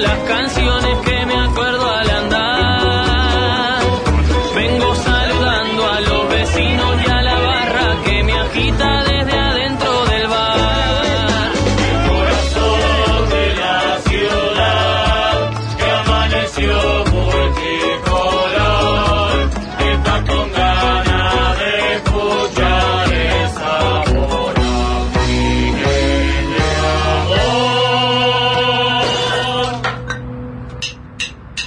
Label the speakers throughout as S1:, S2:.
S1: las canciones que me acuerdo al andar. Vengo saludando a los vecinos y a la barra que me agita desde adentro del bar.
S2: Corazón de la ciudad que amaneció multicolor, está con ganas de escuchar esa voz.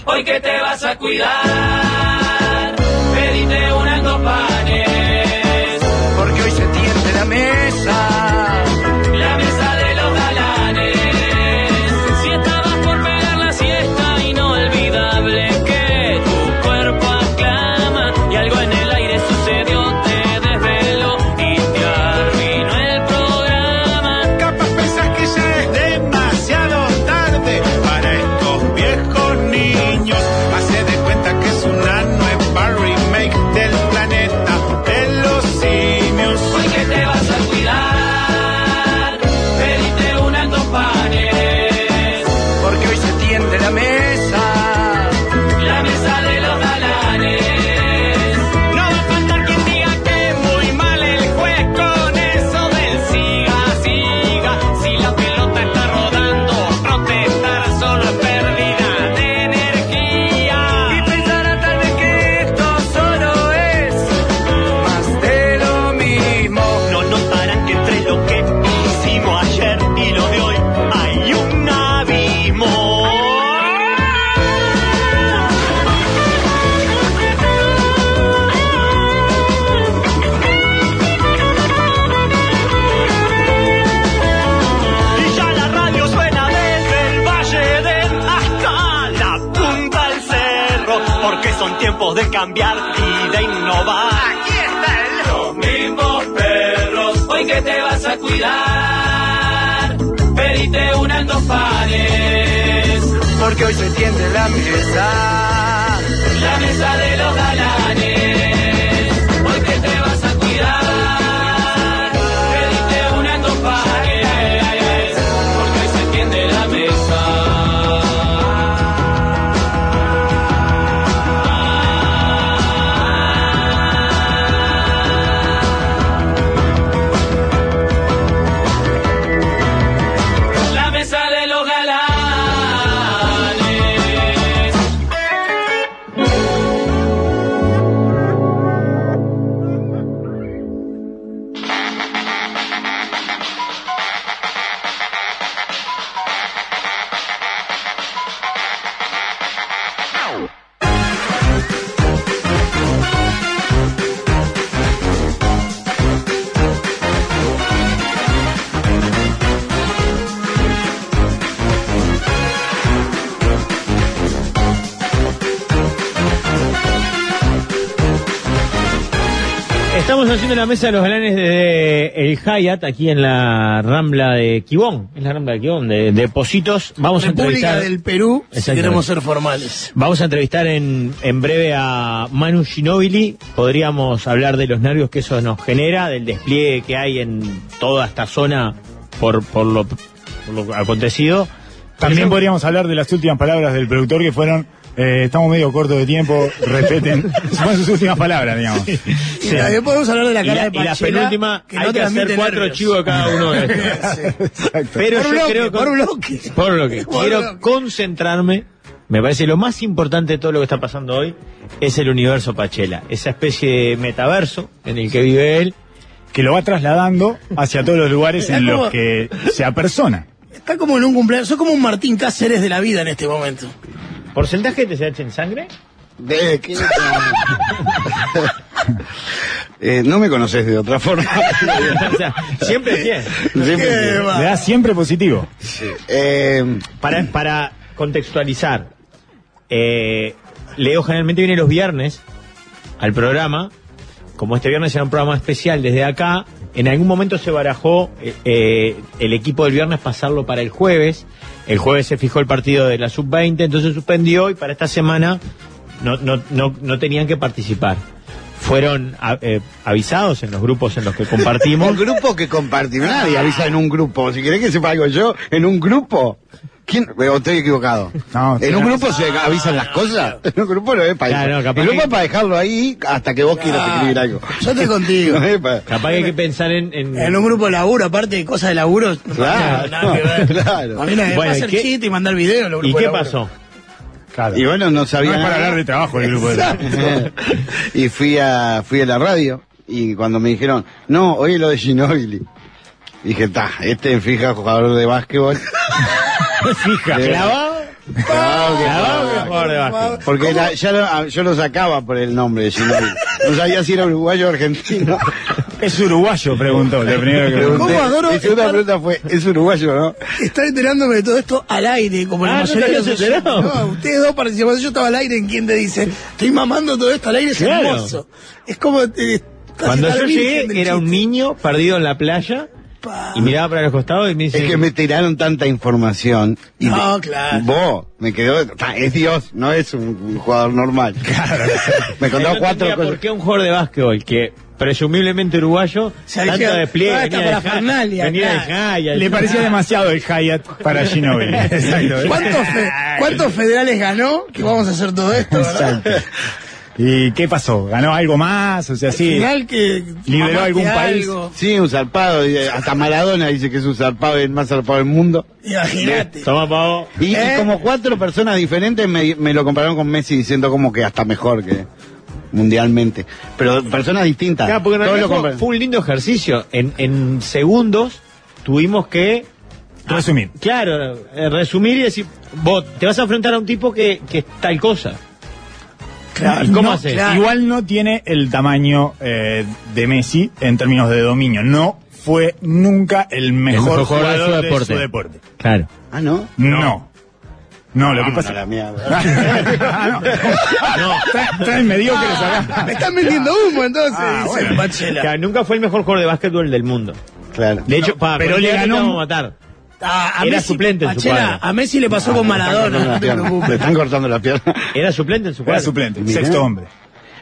S1: Hoy que te vas a cuidar, pedite unas dos panes.
S3: Porque hoy se tiende la mesa.
S1: La mesa de los galanes. Si estabas por pegar la siesta, inolvidable que tu cuerpo aclama. Y algo en el aire sucedió, te desveló y te arruinó el programa.
S3: Capaz pensás que ya es demasiado tarde para estos viejos niños. Hace de cuenta que es una nueva remake del planeta de los simios.
S1: Hoy que te vas a cuidar, pediste unas dos panes.
S3: Porque hoy se tiende la mesa.
S1: La mesa de los galanes.
S3: No va a faltar quien diga que muy mal el juez con eso del siga, siga.
S1: Si la pelota está rodando, protestar solo es pérdida de
S3: Y
S1: energía.
S3: pensará tal vez que esto solo es más de lo mismo.
S2: No notarán que entre lo que hicimos ayer y lo de hoy hay un abismo. Y ya la radio suena desde el Valle del hasta la punta del cerro, porque son tiempos de cambiar y de innovar. Aquí está el los mismos perros.
S1: Hoy que te vas a cuidar, pedite unas dos panes.
S3: Porque hoy se tiende la mesa.
S1: La mesa de los galanes. Hoy que te vas a cuidar, pediste unas dos panes. Porque hoy se tiende la mesa. La mesa de los galanes.
S4: Estamos haciendo la mesa de los galanes desde el Hyatt, aquí en la Rambla de Quibón. Es la Rambla de Quibón, de, de Positos. Vamos a
S5: República
S4: entrevistar...
S5: del Perú, si
S4: Exactamente.
S5: queremos ser formales.
S4: Vamos a entrevistar en, en breve a Manu Ginóbili. Podríamos hablar de los nervios que eso nos genera, del despliegue que hay en toda esta zona por, por, lo, por lo acontecido.
S6: También
S4: Eso-
S6: podríamos hablar de las últimas palabras del productor que fueron, eh, estamos medio cortos de tiempo, respeten. Fueron sus últimas palabras, digamos.
S5: Y también podemos hablar de la
S4: Y
S5: cara
S4: la,
S5: de
S4: y la
S5: Pachela,
S4: penúltima,
S5: que
S4: hay
S5: no
S4: que hacer
S5: transmite
S4: cuatro
S5: nervios.
S4: chivos cada uno de estos.
S6: Exacto.
S4: Pero
S5: Por
S4: yo
S5: bloque,
S4: creo que...
S5: por bloque.
S4: Por lo que
S5: Por
S4: quiero
S5: bloque.
S4: concentrarme, me parece lo más importante de todo lo que está pasando hoy, es el universo Pachela, esa especie de metaverso en el que vive él.
S6: Que lo va trasladando hacia todos los lugares en
S5: Mirá
S6: los
S5: cómo-
S6: que se apersona.
S5: Está como en un cumpleaños, soy como un Martín Cáceres de la vida en este momento.
S4: ¿Porcentaje de TSH en sangre?
S7: De- ¿qué- Eh, no me conoces de otra forma.
S4: o sea, siempre 100.
S7: Siempre
S5: Qué
S7: que-
S6: Le
S5: Eh, va.
S6: da siempre positivo.
S7: eh,
S4: Para, para contextualizar, eh, Leo generalmente viene los viernes al programa. Como este viernes era un programa especial desde acá, en algún momento se barajó eh, eh, el equipo del viernes pasarlo para el jueves. El jueves se fijó el partido de la sub-20, entonces suspendió y para esta semana no, no, no, no tenían que participar. Fueron a- eh, avisados en los grupos en los que compartimos.
S7: un grupo que compartimos. Nadie avisa en un grupo. Si querés que sepa algo yo, en un grupo. ¿Quién? Eh, O estoy equivocado.
S8: No,
S7: en un
S8: claro.
S7: grupo se avisan las cosas. En un grupo no es para
S4: Claro,
S7: eso.
S4: capaz
S7: El grupo
S4: que-
S7: es para dejarlo ahí hasta que vos quieras escribir algo.
S5: Yo estoy contigo.
S7: No es para-
S4: Capaz que hay que pensar en. en-
S5: En un grupo de laburo, aparte de cosas de laburo. no,
S7: Claro,
S5: nada que ver.
S7: claro.
S5: A mí nadie me va
S4: Bueno,
S5: a hacer
S4: ¿qué-
S5: chiste y mandar video en los
S4: ¿Y
S5: grupos de
S4: qué
S5: laburo.
S4: pasó?
S8: Claro.
S7: Y bueno, no
S8: no
S7: sabía.
S8: es para
S7: nada.
S8: hablar de trabajo el grupo de
S7: y fui a, fui a la radio y cuando me dijeron, no, hoy es lo de Ginobili. Dije, ta, este es fija jugador de básquetbol.
S4: Fija.
S7: Eh,
S4: ¿Clavado?
S7: Claro que
S5: Ah,
S4: ¿Clavado?
S7: no.
S4: que jugador de básquet.
S7: Porque la- ya lo- a- yo lo sacaba por el nombre de Ginobili. No sabía si era uruguayo o argentino.
S8: Es uruguayo, preguntó. Lo primero que preguntó.
S7: Pregunté.
S5: adoro
S7: Mi segunda
S5: estar-
S7: pregunta fue, ¿es uruguayo no?
S5: Estar enterándome de todo esto al aire, como la
S4: Ah, ¿no te
S5: mayoría de
S4: habías
S5: los-
S4: enterado?
S5: No, ustedes dos participaron, yo estaba al aire en quien te dice, estoy mamando todo esto al aire, es
S4: Claro.
S5: hermoso. Es como... eh, casi
S4: Cuando
S5: estar
S4: yo
S5: virgen del
S4: llegué, era un
S5: chiste.
S4: niño perdido en la playa
S5: Pa.
S4: y miraba para los costados y me dice.
S7: Es que me tiraron tanta información. Y
S5: No,
S7: de-
S5: claro.
S7: Vos, me quedó, ta, es Dios, no es un, un jugador normal. me
S4: Yo no
S7: contó cuatro
S4: entendía
S7: cosas.
S4: ¿Por qué un jugador de básquetbol que presumiblemente uruguayo,
S5: Se había
S4: tanto
S5: llegado-
S4: despliegue,
S5: Ah, está
S4: venía
S5: para
S4: de Ja-
S5: Fernalia,
S4: venía de
S5: claro.
S4: Jaya, "Ah,
S8: Le
S4: de-
S8: parecía demasiado el Hyatt para Ginobili. Exacto. ¿eh?
S5: ¿Cuántos, fe- cuántos federales ganó que vamos a hacer todo esto? ¿verdad?
S8: Exacto. ¿Y qué pasó? ¿Ganó algo más? O sea,
S5: Al
S8: sí.
S5: final que
S8: Liberó
S5: mamaste
S8: algún país.
S5: algo.
S7: Sí, un zarpado, y eh, hasta Maradona dice que es un zarpado, el más zarpado del mundo.
S5: Imagínate.
S4: Toma, pavo.
S7: Y, y
S5: ¿Eh?
S7: como cuatro personas diferentes me, me lo compararon con Messi diciendo como que hasta mejor que mundialmente. Pero personas distintas.
S4: Claro, porque en
S7: Todos
S4: realidad
S7: lo
S4: fue,
S7: comparan.
S4: fue un lindo ejercicio. En, en segundos tuvimos que,
S8: Resumir.
S4: claro, eh, resumir y decir, vos te vas a enfrentar a un tipo que, que es tal cosa. ¿Y cómo haces?
S5: claro.
S8: Igual no tiene el tamaño eh, de Messi en términos de dominio. No fue nunca el mejor, jugador, de, su deporte.
S4: Claro.
S7: Ah, ¿no?
S8: No. No, lo que
S7: Vámonos
S8: pasa
S7: a la mierda.
S8: Ah, no. Trae- trae mediocres acá.
S5: Ah, Me están vendiendo humo entonces,
S8: Ah,
S5: dice
S8: bueno.
S5: el Pachela.
S4: Claro, nunca fue el mejor jugador de básquetbol del mundo.
S7: Claro.
S4: De hecho, pa,
S8: pero
S4: con
S8: le
S4: este
S8: ganó
S4: te
S8: un-
S4: vamos a matar.
S5: Ah, A, a
S4: Era
S5: Messi,
S4: suplente en su
S5: Pachela,
S4: cuadro.
S5: a Messi le
S7: Ah,
S5: pasó con Maradona, no te
S7: Le
S5: preocupes.
S7: están cortando la pierna.
S4: Era suplente en su
S8: Era
S4: cuadro.
S8: suplente,
S7: Mirá.
S8: sexto hombre.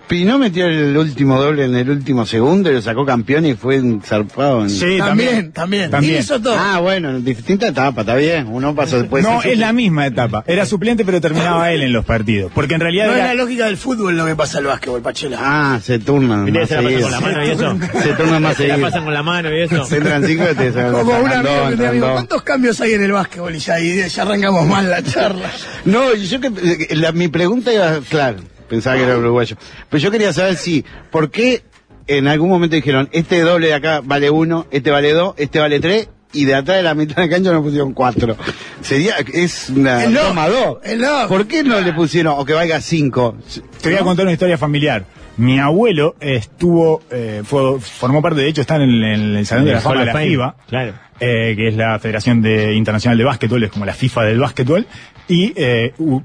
S7: Pinó metió el último doble en el último segundo y lo sacó campeón y fue un zarpado. En...
S8: Sí,
S5: También, también.
S8: También.
S5: Y hizo todo.
S7: Ah, bueno, en distinta etapa, está bien. Uno pasó después.
S8: no, es la misma etapa. Era suplente, pero terminaba él en los partidos. Porque en realidad
S5: no es
S8: era-
S5: la lógica del fútbol lo que pasa al básquetbol, Pachela.
S7: Ah, se turnan.
S4: Mirá,
S7: más
S4: se la pasan
S7: seguido.
S4: con la mano y eso.
S7: Se turnan más
S4: Se la
S7: seguido.
S4: pasan con la mano y eso.
S7: Se entran cinco y te
S5: Como un amigo que
S7: Randón,
S5: te digo,
S7: Randón.
S5: ¿cuántos cambios hay en el básquetbol? Y ya, y ya arrancamos mal la charla.
S7: No, y yo que eh, la- mi pregunta iba, claro, pensaba que era uruguayo. Pero yo quería saber si, ¿por qué en algún momento dijeron, este doble de acá vale uno, este vale dos, este vale tres, y de atrás de la mitad de la cancha no pusieron cuatro? Sería, es una
S5: Es lógico,
S7: toma dos.
S5: es lógico.
S7: ¿Por qué no le pusieron, o que valga cinco?
S8: Te voy a contar una historia familiar. Mi abuelo estuvo, eh, fue- formó parte, de hecho, está en el, en el Salón de la Fama de la
S4: Fame.
S8: FIBA,
S4: Claro.
S8: eh, que es la Federación de- Internacional de Básquetbol, es como la FIFA del básquetbol, y eh, u-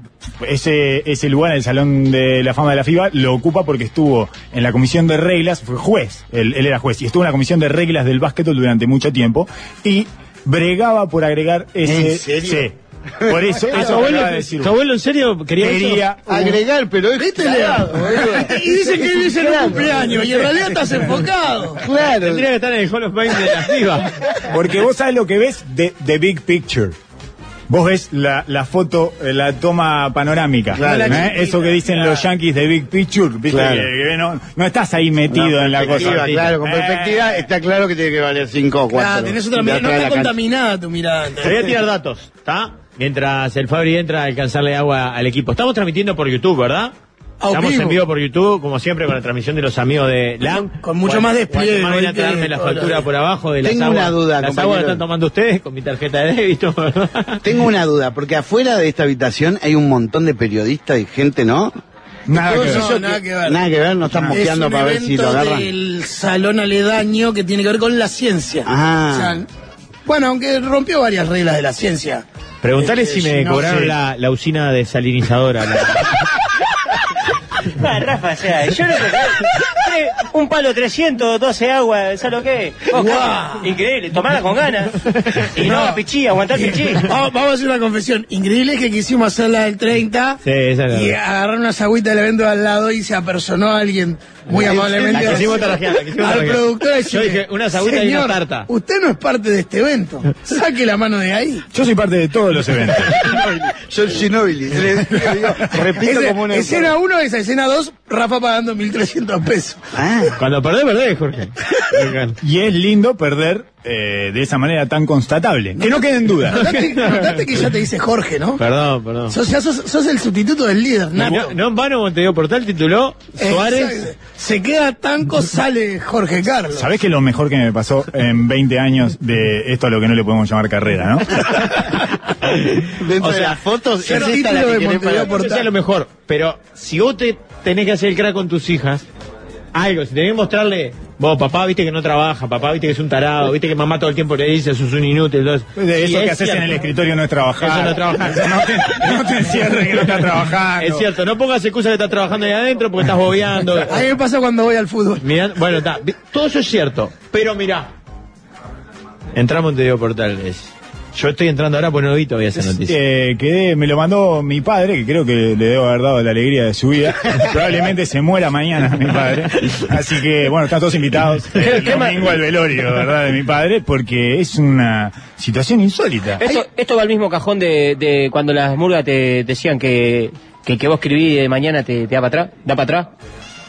S8: ese, ese lugar, el Salón de la Fama de la FIBA, lo ocupa porque estuvo en la Comisión de Reglas, fue juez, él, él era juez, y estuvo en la Comisión de Reglas del Básquetbol durante mucho tiempo, y bregaba por agregar ese...
S7: ¿En serio?
S8: Sí. Por eso,
S4: Ah,
S8: eso
S4: ¿Tu abuelo,
S8: acaba de decir
S4: tu
S8: vos.
S4: abuelo en serio quería, eso?
S8: Quería
S7: Agregar, pero es clavado, boludo.
S5: Y dicen que vives en un cumpleaños y en realidad estás enfocado.
S7: Claro.
S4: Tendría que estar en el Hall of Fame de la FIBA.
S8: Porque vos sabés lo que ves de The Big Picture. Vos ves la, la foto, eh, la toma panorámica.
S7: Claro.
S8: ¿eh?
S7: La
S8: Eso que dicen los yankees de Big Picture. ¿viste?
S7: Claro.
S8: Que- que no, no estás ahí metido
S7: Una
S8: en la cosa.
S7: perspectiva, Claro, con
S8: Eh,
S7: perspectiva está claro que tiene que valer cinco o cuatro.
S5: Claro, tenés otra
S7: De
S5: mirada. No
S7: atrás
S5: está
S7: de la cancha.
S5: contaminada tu mirada.
S4: Te voy a tirar datos, ¿está? Mientras el Fabri entra a alcanzarle agua al equipo. Estamos transmitiendo por YouTube, ¿verdad?
S5: Ah,
S4: Estamos
S5: vivo.
S4: en vivo por YouTube, como siempre, con la transmisión de los amigos de LAN.
S5: Con mucho más despliegue,
S4: Guatemala viene a
S5: hoy que
S4: traerme la
S5: todos los
S4: factura
S5: días.
S4: por abajo de las
S7: Tengo
S4: aguas.
S7: una duda,
S4: Las
S7: compañero.
S4: aguas están tomando ustedes con mi tarjeta de débito, ¿verdad?
S7: Tengo una duda, porque afuera de esta habitación hay un montón de periodistas y gente, ¿no?
S8: Nada que
S5: Todos
S8: ver.
S5: esos- nada que ver.
S7: Nada que ver, no están
S5: Es
S7: mosqueando
S5: un
S7: para ver si lo
S5: evento
S7: agarran.
S5: del salón aledaño que tiene que ver con la ciencia.
S7: Ah.
S5: O sea, bueno, aunque rompió varias reglas de la ciencia.
S4: Preguntale
S5: Eh,
S4: si me
S5: si no,
S4: cobraron
S5: sí.
S4: la, la usina desalinizadora. la-
S9: Ah, Rafa, o sea, yo no sé. Tres,
S6: Un palo 300, 12 aguas, ¿sabes lo que? es? Oh, Carlos, Increíble, tomala con ganas. Y no, pichí, aguantar pichí.
S5: Vamos, vamos a hacer una confesión. Increíble es que quisimos hacer la del 30
S4: Sí, esa es la-
S5: y agarrar unas agüitas del evento al lado y se apersonó alguien muy amablemente.
S4: La quisimos tarajear, la quisimos
S5: Al
S4: tarajear.
S5: productor de
S4: Yo
S5: cine.
S4: dije, unas agüitas y una
S5: Señor,
S4: tarta.
S5: Usted no es parte de este evento. Saque la mano de ahí.
S8: Yo soy parte de todos los eventos.
S7: Yo Ginobili. Le, le digo, repito
S5: Ese-
S7: como una.
S5: escena 1, esa escena 2, Rafa pagando 1.300 pesos.
S7: Ah,
S4: Cuando perdés, perdés, Jorge. Me encanta.
S8: Y es lindo perder eh, de esa manera tan constatable. Que no quede en duda.
S5: Notate, notate que ya te dice Jorge, ¿no?
S4: Perdón, perdón.
S5: Sos, ya sos, sos el sustituto del líder,
S4: No,
S5: Nato.
S4: no en vano Montevideo Portal tituló Suárez.
S5: Exacto. Se queda tanco, sale Jorge Carlos.
S8: ¿Sabés que lo mejor que me pasó en 20 años de esto a lo que no le podemos llamar carrera, no?
S7: dentro
S4: O
S7: de
S4: sea,
S7: las fotos,
S5: el
S7: es esta
S5: título
S7: la que
S5: de
S7: querés
S5: Montevideo
S7: para-
S5: Portal.
S4: Eso sea lo mejor. Pero si vos te tenés que hacer el crack con tus hijas, algo, si tenés que mostrarle, vos, papá, viste que no trabaja, papá, viste que es un tarado, viste que mamá todo el tiempo le dice, sos un inútil. todo Pues eso.
S8: De
S4: Sí,
S8: eso que
S4: es
S8: haces en el
S4: cierto.
S8: escritorio no es trabajar.
S4: Eso no es trabajar.
S8: No te, no te encierres que no estás trabajando.
S4: Es cierto, no pongas excusa que estás trabajando ahí adentro porque estás bobeando.
S5: A mí me pasa cuando voy al fútbol.
S4: Mirá, bueno, está, vi- todo eso es cierto, pero mirá. Entramos en Teo Portales. Yo estoy entrando ahora porque no vi todavía esa noticia.
S8: Eh, quedé- me lo mandó mi padre, que creo que le debo haber dado la alegría de su vida. Probablemente se muera mañana mi padre. Así que, bueno, están todos invitados el domingo al velorio, ¿verdad? De mi padre, porque es una situación insólita.
S6: Esto, esto va al mismo cajón de, de cuando las murgas te decían que, que el que vos escribí de mañana te, te da para atrás. Da para atrás.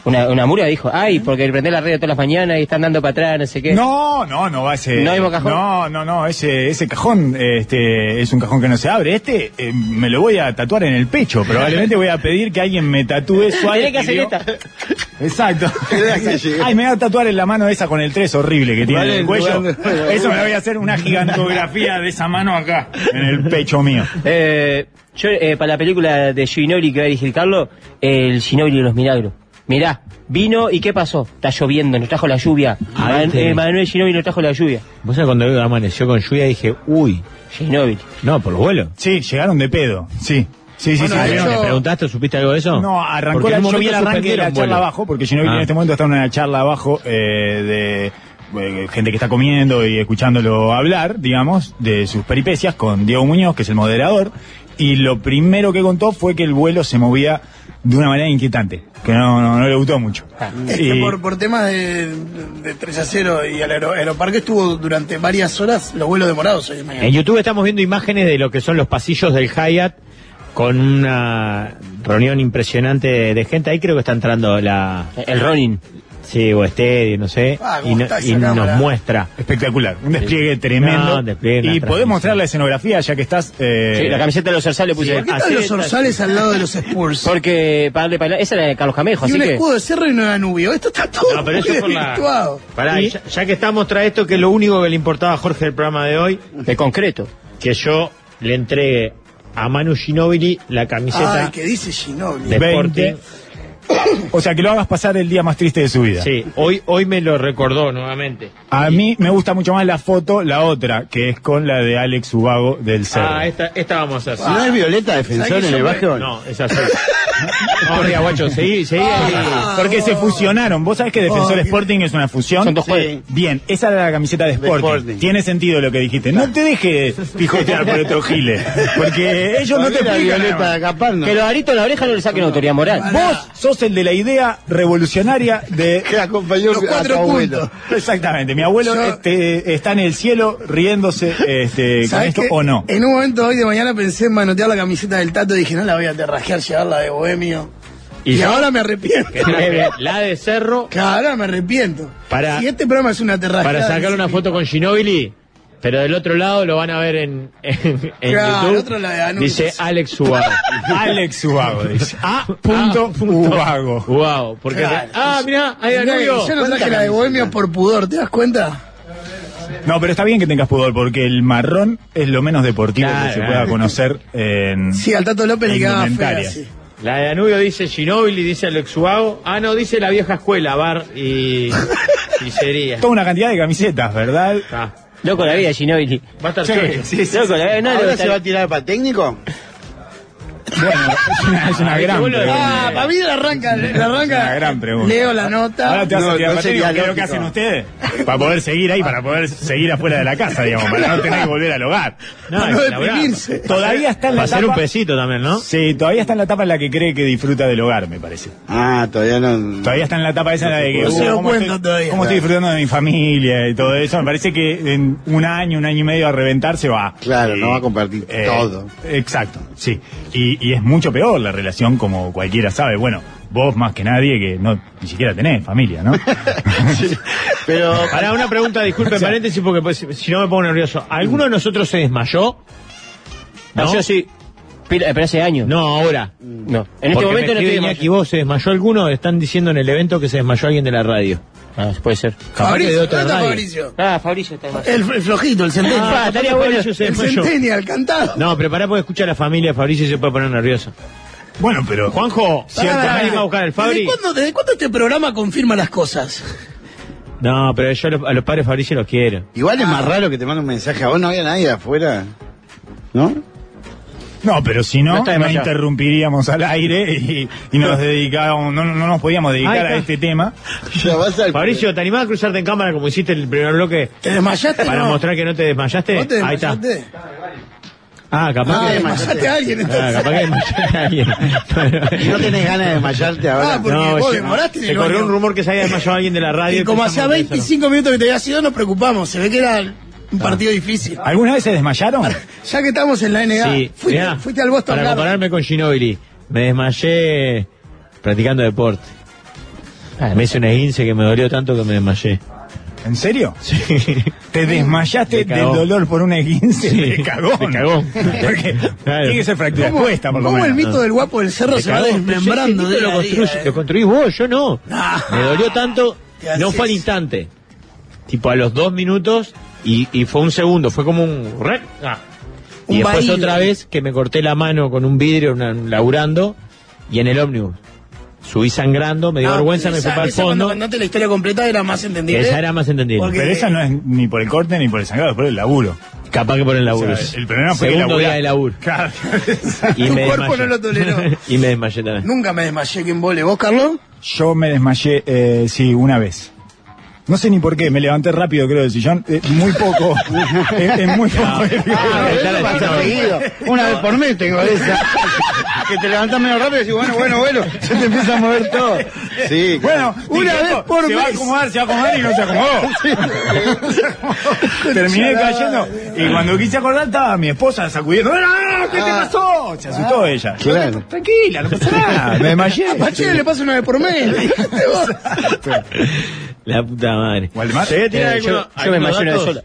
S6: Una, una murga dijo, ay, porque prendés la radio todas las mañanas y están dando para atrás, no sé qué.
S8: No, no, no va ese.
S6: ¿No hay cajón?
S8: No, no, no, ese, ese cajón este, es un cajón que no se abre. Este eh, me lo voy a tatuar en el pecho. Probablemente voy a pedir que alguien me tatúe suave.
S6: Tenés que hacer esta.
S8: Exacto.
S7: Tenés que hacer-
S8: Ay, me voy a tatuar en la mano esa con el 3 horrible que tiene
S7: Vale,
S8: en el cuello.
S7: vale.
S8: Eso me voy a hacer una gigantografía de esa mano acá, en el pecho mío.
S6: Eh, yo, eh, para la película de Ginobili que va a dirigir Carlos, el Ginobili de los Milagros. Mirá, vino y ¿qué pasó? Está lloviendo, nos trajo la lluvia.
S4: Ah,
S6: Man-
S4: este.
S6: eh, Manuel Ginobili nos trajo la lluvia.
S4: Vos sabés cuando amaneció con lluvia dije, uy,
S6: Ginobili.
S4: no, por los vuelos.
S8: Sí, llegaron de pedo. Sí. Sí, sí,
S5: Bueno,
S8: sí.
S5: de
S8: llegaron
S5: hecho,
S4: ¿Le preguntaste o supiste algo de eso?
S8: No, arrancó
S4: Porque en
S8: la,
S4: un
S8: yo vi
S4: momento
S8: el arranque de
S4: suspendieron
S8: la charla
S4: vuelo.
S8: abajo, porque Ginobili
S4: Ah.
S8: en este momento está en una charla abajo eh, de eh, gente que está comiendo y escuchándolo hablar, digamos, de sus peripecias con Diego Muñoz, que es el moderador, y lo primero que contó fue que el vuelo se movía de una manera inquietante, que no, no, no le gustó mucho.
S5: Ah. Es que
S8: Y-
S5: por, por temas de, de 3 a 0 y al aero- aeroparque estuvo durante varias horas los vuelos demorados hoy en mañana.
S4: En YouTube estamos viendo imágenes de lo que son los pasillos del Hyatt con una reunión impresionante de, de gente. Ahí creo que está entrando la...
S6: El Ronin.
S4: Sí, o Estéreo, no sé.
S5: Ah, ¿cómo
S4: y no-
S5: está esa
S4: y
S5: cámara?
S4: nos muestra.
S8: Espectacular, un despliegue tremendo.
S4: No, despliegue, una
S8: y podés
S4: transmisión.
S8: mostrar la escenografía ya que estás... eh,
S6: Sí, la camiseta de los Orsales
S4: Eh,
S6: puse.
S5: ¿Por qué están los orzales al lado de los Spurs?
S6: Porque para darle para esa era de Carlos Camejo,
S5: Y
S6: así
S5: un
S6: que.
S5: escudo de cerro y no de Danubio. Esto está todo
S4: No, pero eso
S5: muy
S4: es por la...
S5: desvirtuado.
S4: Pará,
S6: Y-
S4: ya, ya que estamos, trae esto que es lo único que le importaba a Jorge el programa de hoy,
S6: De concreto.
S4: que yo le entregue a Manu Ginobili la
S5: Ay,
S4: camiseta
S5: que dice Ginobili.
S4: de
S8: 20.
S4: Sporting.
S8: O sea, que lo hagas pasar el día más triste de su vida.
S4: Sí, hoy, hoy me lo recordó nuevamente.
S8: A mí me gusta mucho más la foto, la otra, que es con la de Alex Ubago del Cerro.
S4: Ah, esta, esta vamos a hacer.
S7: ¿No es Violeta defensor
S5: ¿Sabés
S7: en
S5: que
S7: el
S5: yo
S7: básquetbol?
S4: No, es así. No, ría, guacho, seguí, seguí.
S8: Porque se fusionaron. Vos sabés que Defensor Sporting es una fusión.
S6: Son dos
S7: Sí.
S6: juegos.
S8: Bien, esa era la camiseta de Sporting.
S7: Sporting.
S8: Tiene sentido lo que dijiste. No te dejes pijotear por estos giles. Porque ellos no te
S7: Todavía la
S8: explican.
S7: Violeta
S8: nada más.
S7: Capar, no.
S6: Que los aritos en la oreja no le saquen autoridad moral.
S8: Vos sos el de la idea revolucionaria de...
S7: Que acompañó
S5: Los
S7: a tu
S5: cuatro
S7: abuelo.
S8: Exactamente, mi abuelo
S5: Yo-
S8: este, está en el cielo riéndose este, con
S5: ¿Sabés
S8: esto
S5: qué? Eh,
S8: o no.
S5: En un momento hoy de mañana pensé en manotear la camiseta del Tato y dije, no la voy a terrajear, llevarla de Bohemio. Y,
S4: yo-
S5: ahora me arrepiento.
S4: Que trae La de Cerro
S5: Que ahora me arrepiento.
S4: Para-
S5: si este programa es una terrajeada.
S4: para sacar una foto con Ginobili. Pero del otro lado lo van a ver en, en, en
S5: Claro,
S4: YouTube.
S5: el otro lado de Danubio.
S4: dice Alex Ubago.
S8: Alex Ubago, dice. A. punto Ubago.
S4: Ubago. Porque
S5: Claro.
S4: Ah, mirá, ahí
S5: No,
S4: Danubio.
S5: yo no traje la de Bohemio por pudor, ¿te das cuenta?
S8: No, pero está bien que tengas pudor, porque el marrón es lo menos deportivo
S4: Claro,
S8: que se
S4: claro.
S8: pueda conocer en...
S5: Sí, al Tato López le quedaba fea
S8: Indumentaria.
S5: así.
S4: La de Danubio dice Ginobili, dice Alex Ubago. Ah, no, dice la vieja escuela, bar y pizzería.
S8: Toda una cantidad de camisetas, ¿verdad?
S4: Ah,
S6: Loco la vida, Ginobili.
S4: va a estar
S8: Sí,
S4: suelto.
S8: sí, sí.
S6: Loco la vida, no le
S7: ¿Ahora se va
S6: gusta-
S7: a tirar para técnico?
S8: Bueno, es una, es una
S4: Ay,
S8: gran
S4: qué boludo.
S8: pregunta.
S5: Ah, para mí le arranca, le arranca.
S8: Es una gran pregunta.
S5: Leo la nota.
S8: Ahora te vas
S7: No,
S8: a tirar
S7: no
S8: para
S7: sería
S8: atrás, ¿qué es lo que
S7: lógico.
S8: hacen ustedes? Para poder seguir ahí, para poder seguir afuera de la casa, digamos, para no tener que volver al hogar.
S4: No,
S5: no
S4: es laburar.
S5: deprimirse.
S8: Todavía está en la
S4: Va a ser un
S8: etapa-
S4: pesito también, ¿no?
S8: Sí, todavía está en la etapa en la que cree que disfruta del hogar, me parece.
S7: Ah, todavía no.
S8: Todavía está en la etapa esa en la de que.
S5: No se
S8: "Uh,
S5: lo
S8: ¿cómo
S5: cuento
S8: estoy-
S5: todavía".
S8: ¿Cómo estoy disfrutando de mi familia y todo eso? Me parece que en un año, un año y medio a reventar se va. eh,
S7: Claro, no va a compartir todo.
S8: Exacto, sí. Y, y es mucho peor la relación, como cualquiera sabe. Bueno, vos más que nadie, que no ni siquiera tenés familia, ¿no?
S7: Pero.
S4: Ahora, una pregunta, disculpe, paréntesis, porque pues, si- si no me pongo nervioso. ¿Alguno de nosotros se desmayó?
S10: No, yo sí. Pero, pero hace años.
S4: No, ahora.
S10: No. En este
S4: Porque
S10: momento
S4: me
S10: no
S4: escribe
S10: estoy
S4: Iñaki, vos, ¿se desmayó alguno? Están diciendo en el evento que se desmayó alguien de la radio.
S10: Ah, puede ser.
S4: que de
S5: Fabricio,
S4: otra
S5: ¿dónde está
S4: radio.
S5: Fabricio?
S10: Ah, Fabricio está más.
S5: El, el flojito, el centenio.
S4: Ah, estaría bueno. Se
S5: el
S4: desmayó.
S5: centenio, el cantado.
S4: No, pero pará porque escucha a la familia Fabricio y se puede poner nervioso.
S8: bueno, pero.
S4: Juanjo, si
S5: Pará, pará,
S4: Antonelli
S5: pará.
S4: va a buscar al Fabri.
S5: ¿Desde cuándo, desde cuándo este programa confirma las cosas?
S4: No, pero yo a los- a los padres Fabricio los quiero.
S7: Igual es más raro que te mande un mensaje a vos, no había nadie afuera. ¿No?
S8: No, pero si
S10: No
S8: no,
S10: está
S8: no,
S10: demasiado.
S8: interrumpiríamos al aire y, y nos dedicábamos, no, no nos podíamos dedicar
S4: Ahí está.
S8: a este tema.
S7: Ya vas al.
S4: Fabricio, ¿te animás a cruzarte en cámara como hiciste en el primer bloque
S5: ¿Te desmayaste?
S4: para
S5: no?
S4: mostrar que no te desmayaste?
S5: ¿Vos te
S4: Ahí está.
S5: desmayaste?
S4: Ah, capaz
S5: Ah,
S4: que
S5: desmayaste a alguien
S4: Ah,
S5: entonces.
S4: capaz que desmayaste a alguien.
S7: Y no tenés ganas de desmayarte ahora.
S5: Ah, porque vos
S4: yo-
S5: demoraste en
S4: se
S5: el
S4: corrió
S5: baño.
S4: un rumor que se había desmayado alguien de la radio.
S5: y como
S4: pensamos
S5: hacía
S4: que eso no.
S5: 25 minutos que te había sido, nos preocupamos. Se ve que era un
S4: Ah.
S5: partido difícil.
S8: ¿Alguna vez se desmayaron?
S5: Ya que estamos en la NBA,
S4: Sí,
S5: ah, fuiste,
S4: mirá,
S5: fuiste al Boston
S4: Para
S5: Garden.
S4: compararme con Ginobili, me desmayé practicando deporte. Me hice una esguince que me dolió tanto que me desmayé.
S8: ¿En serio?
S4: Sí.
S8: Te desmayaste
S4: Me
S8: del
S4: cagó.
S8: dolor por una esguince
S4: Sí,
S8: de cagón.
S4: de cagón.
S8: Porque
S4: Claro.
S8: tiene que ser fractura
S5: ¿Cómo,
S8: expuesta, por lo
S5: cómo
S8: menos.
S5: el mito del guapo del cerro se va
S4: Cagó.
S5: desmembrando?
S4: Ese tipo
S5: día
S4: lo,
S5: a día,
S4: construís,
S5: eh?
S4: lo construís vos, yo no.
S5: Ah.
S4: Me dolió tanto,
S5: ¿Qué haces?
S4: no fue al instante. Tipo a los dos minutos y, y fue un segundo, fue como un... re- ah.
S5: Un
S4: Y después
S5: vaído.
S4: otra vez que me corté la mano con un vidrio una- laburando y en el ómnibus. Subí sangrando, me dio
S5: Ah,
S4: vergüenza,
S5: esa-
S4: me fui para el
S5: esa
S4: fondo.
S5: Cuando contaste la historia completa era más entendible.
S4: Esa era más entendible.
S5: Porque-
S8: Pero esa no es ni por el corte ni por el sangrado, es por el laburo.
S4: Capaz que por el
S8: O sea,
S4: laburo.
S8: el problema fue
S4: Segundo
S8: que
S4: día
S8: laburás.
S4: de laburo.
S8: Claro.
S4: Y
S5: Tu
S4: me
S5: cuerpo
S4: desmayé.
S5: no lo toleró.
S4: y me desmayé también.
S5: Nunca me desmayé que en vole. ¿Vos, Carlos?
S8: Yo me desmayé, eh, sí, una vez. No sé ni por qué, me levanté rápido, creo, del sillón. Eh, muy poco. es, es muy poco.
S7: Ah,
S4: está
S7: eso
S4: la
S7: pasa
S4: chica.
S7: seguido. Una vez por mes tengo esa. que te levantás menos rápido y decís, bueno, bueno, bueno. Se te empieza a mover todo. Sí.
S8: Bueno,
S5: Una
S8: dije,
S5: vez
S8: "Ojo,
S5: por
S8: se va a
S5: mes".
S8: acomodar, se va a acomodar y no se acomodó. Terminé cayendo y cuando quise acordar estaba mi esposa sacudiendo. ¡Ah, ¿Qué te pasó? Se asustó ella.
S7: Claro.
S8: Tranquila, no pasa nada. Me desmayé.
S5: A Pachele le pasa una vez por mes. Dijiste vos.
S4: La puta madre.
S8: Waldemar.
S4: Se debe tirar
S10: Eh, yo-
S4: alguno-
S10: yo me
S4: algunos
S10: imagino
S4: datos.
S10: sola.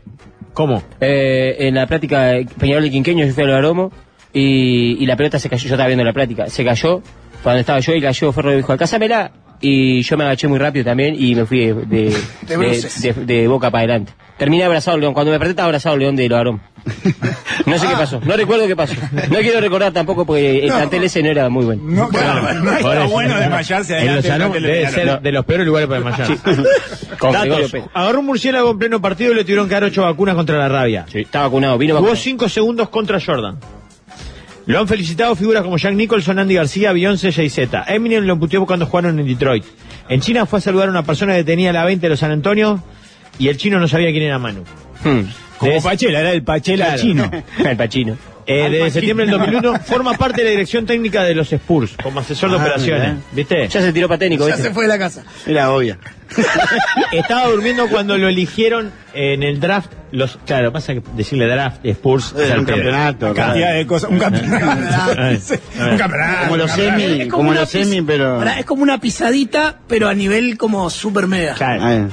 S4: ¿Cómo?
S10: Eh, en la práctica eh, Peñarol y Quinqueño, yo fui al Aromo y, y la pelota se cayó, yo estaba viendo la práctica, se cayó, para donde estaba yo y cayó Ferro y dijo, alcázamela. Y yo me agaché muy rápido también y me fui de, de,
S5: De bruces.
S10: de- de- de boca para adelante. Terminé abrazado al León, cuando me desperté estaba abrazado al León de los Aromo. No sé qué pasó, no recuerdo qué pasó. No quiero recordar tampoco porque el plantel ese no era muy bueno.
S8: No, claro, no
S4: Por
S8: está
S4: eso.
S8: bueno desmayarse
S4: En los
S8: adelante.
S4: salones
S8: delante del
S4: debe
S8: Peñarol.
S4: ser de los peores lugares para desmayar.
S10: Con Gregorio
S4: Datos.
S10: Pérez.
S4: Agarró un murciélago en pleno partido y le tuvieron que dar ocho vacunas contra la rabia.
S10: Sí, Estaba vacunado, vino
S4: Jugó
S10: vacunado.
S4: 5 segundos contra Jordan. Lo han felicitado figuras como Jack Nicholson, Andy García, Beyoncé, Jay Z. Eminem lo puteó cuando jugaron en Detroit. En China fue a saludar a una persona detenida a la 20 de los San Antonio y el chino no sabía quién era Manu.
S10: Hmm,
S8: Como
S4: Des-
S8: Pachela, era el Pachela
S4: Claro.
S8: chino.
S10: El Pachino.
S4: Eh, desde septiembre del 2001 forma parte de la dirección técnica de los Spurs como asesor de
S7: Ah,
S4: operaciones.
S7: mirá.
S4: ¿Viste?
S10: Ya se tiró para técnico,
S5: Ya
S10: ¿viste?
S5: se fue de la casa.
S7: Era obvia.
S4: Estaba durmiendo cuando lo eligieron en el draft. Los, claro, pasa que decirle draft, Spurs,
S7: Era un
S4: San Pedro.
S7: campeonato.
S8: Eh, Cantidad de cosas. Un campeonato.
S4: Eh,
S8: Sí,
S4: eh.
S8: un campeonato.
S7: Como los
S8: un campeonato.
S7: semi, como
S5: una
S7: los
S5: pis-
S7: semi, pero.
S5: Pará, Es como una pisadita, pero a nivel como super mega.
S4: Claro.
S7: Ah,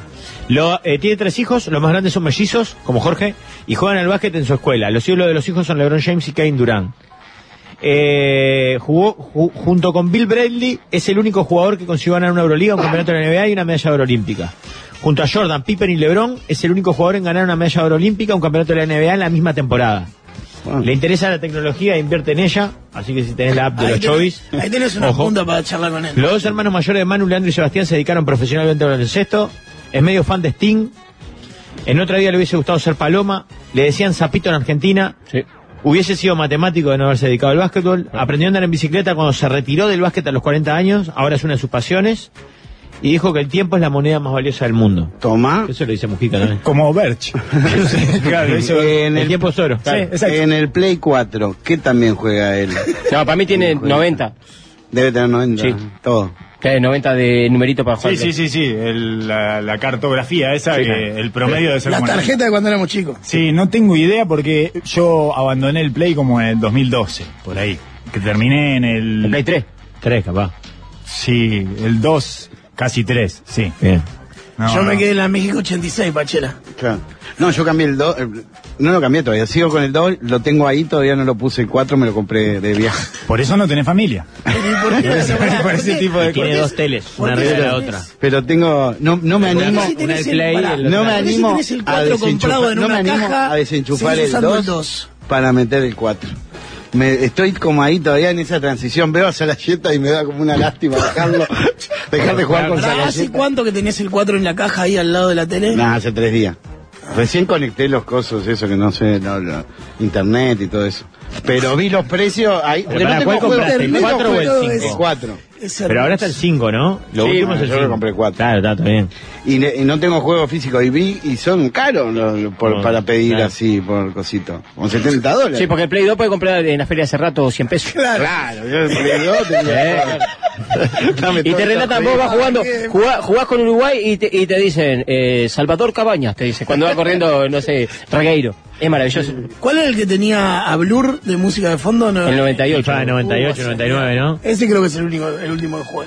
S4: Lo, eh, tiene tres hijos, los más grandes son mellizos, como Jorge, y juegan al básquet en su escuela. Los ídolos de los hijos son LeBron James y Kevin Durant. Eh, jugó ju- junto con Bill Bradley, es el único jugador que consiguió ganar una Euroliga, un campeonato de la NBA y una medalla de oro olímpica. Junto a Jordan, Pippen y LeBron, es el único jugador en ganar una medalla de oro olímpica, un campeonato de la NBA en la misma temporada.
S7: Wow.
S4: Le interesa la tecnología e invierte en ella, así que si tenés la app de
S5: Ahí
S4: los
S5: tenés-
S4: Chovis,
S5: Ahí tenés una
S4: ojo.
S5: punta para charlar con él.
S4: Los dos hermanos mayores de Manu, Leandro y Sebastián, se dedicaron profesionalmente al baloncesto. Es medio fan de Sting. En otra vida le hubiese gustado ser Paloma. Le decían Zapito en Argentina.
S10: Sí.
S4: Hubiese sido matemático de no haberse dedicado al básquetbol. Aprendió a andar en bicicleta cuando se retiró del básquet a los 40 años. Ahora es una de sus pasiones. Y dijo que el tiempo es la moneda más valiosa del mundo.
S7: Tomá.
S4: Eso lo dice Mujica también.
S8: Como Berch. claro, eso-
S7: En
S4: el,
S7: el,
S4: tiempo es oro.
S8: Sí, exacto.
S7: en el Play 4, ¿qué también juega él?
S10: No, para mí tiene 90.
S7: Debe tener 90.
S10: Sí.
S7: Todo.
S10: Claro, 90 de numerito para jugar.
S8: Sí, sí, sí, sí. el- la, la cartografía esa, que el promedio de ser
S5: Las
S8: como la-
S5: tarjetas de cuando éramos chicos.
S8: Sí, no tengo idea porque yo abandoné el Play como en el 2012, por ahí. Que terminé en el...
S10: El Play 3.
S4: Tres, capaz.
S8: Sí, el 2, casi 3, sí.
S4: Bien.
S8: No,
S5: Yo me
S8: no.
S5: quedé en la México 86, Pachela.
S7: Claro. No, yo cambié el 2. No lo cambié todavía. Sigo con el 2. Lo tengo ahí. Todavía no lo puse el 4. Me lo compré de viaje.
S8: Por eso no tenés familia.
S5: ¿Por qué?
S8: Por ese tipo
S4: Y
S8: de
S4: tiene dos teles, una arriba de la otra.
S7: Pero tengo. No, no me
S5: ¿Por qué si
S7: animo.
S4: una
S5: tenés
S4: del
S5: el-
S4: Play,
S5: pará,
S4: el
S7: No
S4: otro.
S7: me
S5: ¿por qué si
S7: animo
S5: tenés el
S7: a
S5: cuatro comprado
S7: desenchufar,
S5: en
S7: no me
S5: una
S7: animo
S5: caja,
S7: a desenchufar
S5: seguís
S7: el
S5: usando el
S7: 2
S5: dos?
S7: para meter el 4. Me, estoy como ahí todavía en esa transición. Veo a Salayeta y me da como una lástima dejarlo. dejar de jugar con
S4: Ah,
S5: Pará, ¿Hace
S7: Salayeta.
S5: cuánto que tenés el 4 en la caja ahí al lado de la tele?
S7: Nada, hace tres días. Recién conecté los cosos, eso que no sé, no, no, internet y todo eso. Pero vi los precios ahí.
S4: Pero pará,
S7: no
S4: ¿cuál
S7: tengo juego,
S4: compraste? ¿El
S7: no
S4: cuatro
S7: tengo
S4: o el
S7: juego,
S4: cinco?
S7: El 4.
S5: Es
S4: Pero ahora está el
S5: hermoso.
S4: 5, ¿no? Lo
S7: Sí,
S4: último
S7: bueno,
S4: es el
S7: yo le
S4: cinco.
S7: compré cuatro.
S4: Claro, está, está bien.
S7: Y, ne- y no tengo juego físico. Y vi, y son caros los- por-
S4: Bueno,
S7: para pedir
S4: claro.
S7: así, por cosito. Con 70 dólares.
S10: Sí, porque el Play 2 puede comprar en la feria hace rato 100 pesos.
S7: Claro, yo me dio, tenía- Dame todo
S10: Y te
S7: esto
S10: relatan,
S7: frío.
S10: vos vas jugando, jugá- jugás con Uruguay y te, y te dicen, eh, Salvador Cabañas, te dice, cuando va corriendo, no sé, Regueiro. Es maravilloso.
S5: ¿Cuál era el que tenía a Blur de música de fondo? No.
S10: El 98.
S4: FIFA de 98, 99, ¿no?
S5: Ese creo que es el único, el último que jugué.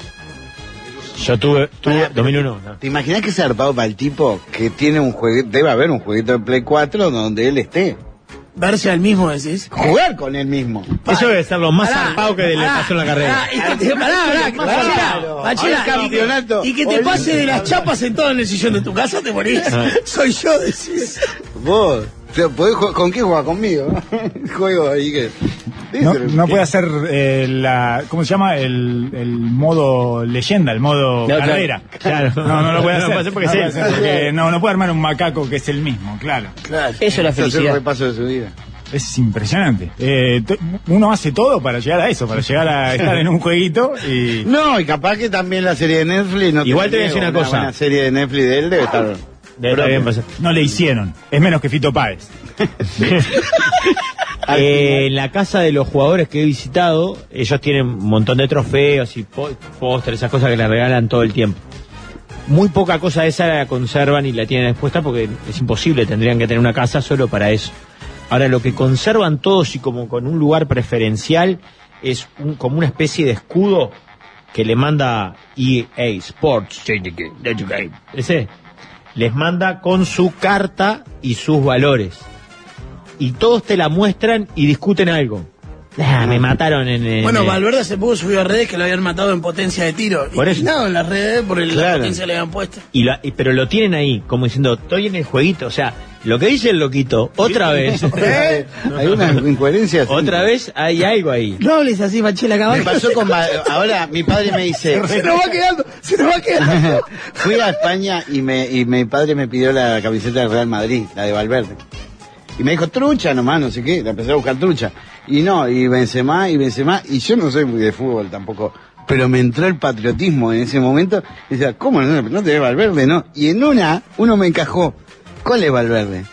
S4: Yo tuve, tuve 2001. ¿no?
S7: ¿Te imaginas que zarpado para el tipo que tiene un jueguito? Debe haber un jueguito de Play 4 donde él esté.
S5: Verse al mismo, decís.
S7: Jugar con él mismo.
S4: Eso debe ser lo más
S5: Pará,
S4: zarpado que le
S5: pará,
S4: pasó en la carrera.
S5: pará, y que te- Pará, pará, Pachela, Pachela,
S7: Ahora
S5: y que-
S7: campeonato.
S5: Y que te
S7: Olímpico.
S5: pase de las chapas sentado en el sillón de tu casa, te morís.
S4: Ah.
S5: Soy yo, decís.
S4: Eh,
S7: Vos, te podés jug- ¿con qué juega conmigo? Juego ahí que.
S8: No, no puede hacer eh, la. ¿Cómo se llama? El, el modo leyenda, el modo
S10: claro.
S8: carrera.
S4: Claro.
S8: No, no lo puede hacer.
S4: porque
S8: no,
S4: sí.
S8: lo puede hacer porque- no, no puede armar un macaco que es el mismo, claro.
S10: Eso es la
S7: Hacer un
S10: felicidad.
S7: repaso de su vida.
S8: Es impresionante. Eh, t- uno hace todo para llegar a eso, para llegar a estar en un jueguito y.
S7: No, y capaz que también la serie de Netflix. No
S4: Igual te voy a
S7: niego,
S4: decir una cosa.
S7: buena serie de Netflix de él debe estar.
S4: Debe estar bien pues, pasado.
S8: No le hicieron. Es menos que Fito Páez.
S4: Eh, en la casa de los jugadores que he visitado, ellos tienen un montón de trofeos y po- pósteres, esas cosas que les regalan todo el tiempo. Muy poca cosa de esa la conservan y la tienen expuesta porque es imposible, tendrían que tener una casa solo para eso. Ahora, lo que conservan todos y como con un lugar preferencial es un- como una especie de escudo que le manda EA Sports. Ese les manda con su carta y sus valores y todos te la muestran y discuten algo. Ah, me mataron en el.
S5: Bueno, Valverde hace poco subió a redes que lo habían matado en potencia de tiro.
S4: Por eso.
S5: Indignado en las redes por el- la
S7: Claro.
S5: potencia que le habían puesto.
S4: y lo- y- pero lo tienen ahí, como diciendo, estoy en el jueguito. O sea, lo que dice el loquito, otra vez,
S7: ¿Eh? Hay una incoherencia. así.
S4: otra vez hay algo ahí.
S5: No hables así, Pachela,
S7: Me
S5: cabrón.
S7: pasó con. va- Ahora mi padre me dice.
S5: Se nos va quedando, se nos va quedando.
S7: Fui a España y, me, y mi padre me pidió la camiseta del Real Madrid, la de Valverde. Y me dijo, trucha nomás, no sé qué. La empecé a buscar trucha. Y no, y Benzema, y Benzema. Y yo no soy muy de fútbol tampoco. Pero me entró el patriotismo en ese momento. Y decía, ¿cómo no, no te ve Valverde, no? Y en una, uno me encajó. ¿Cuál es Valverde?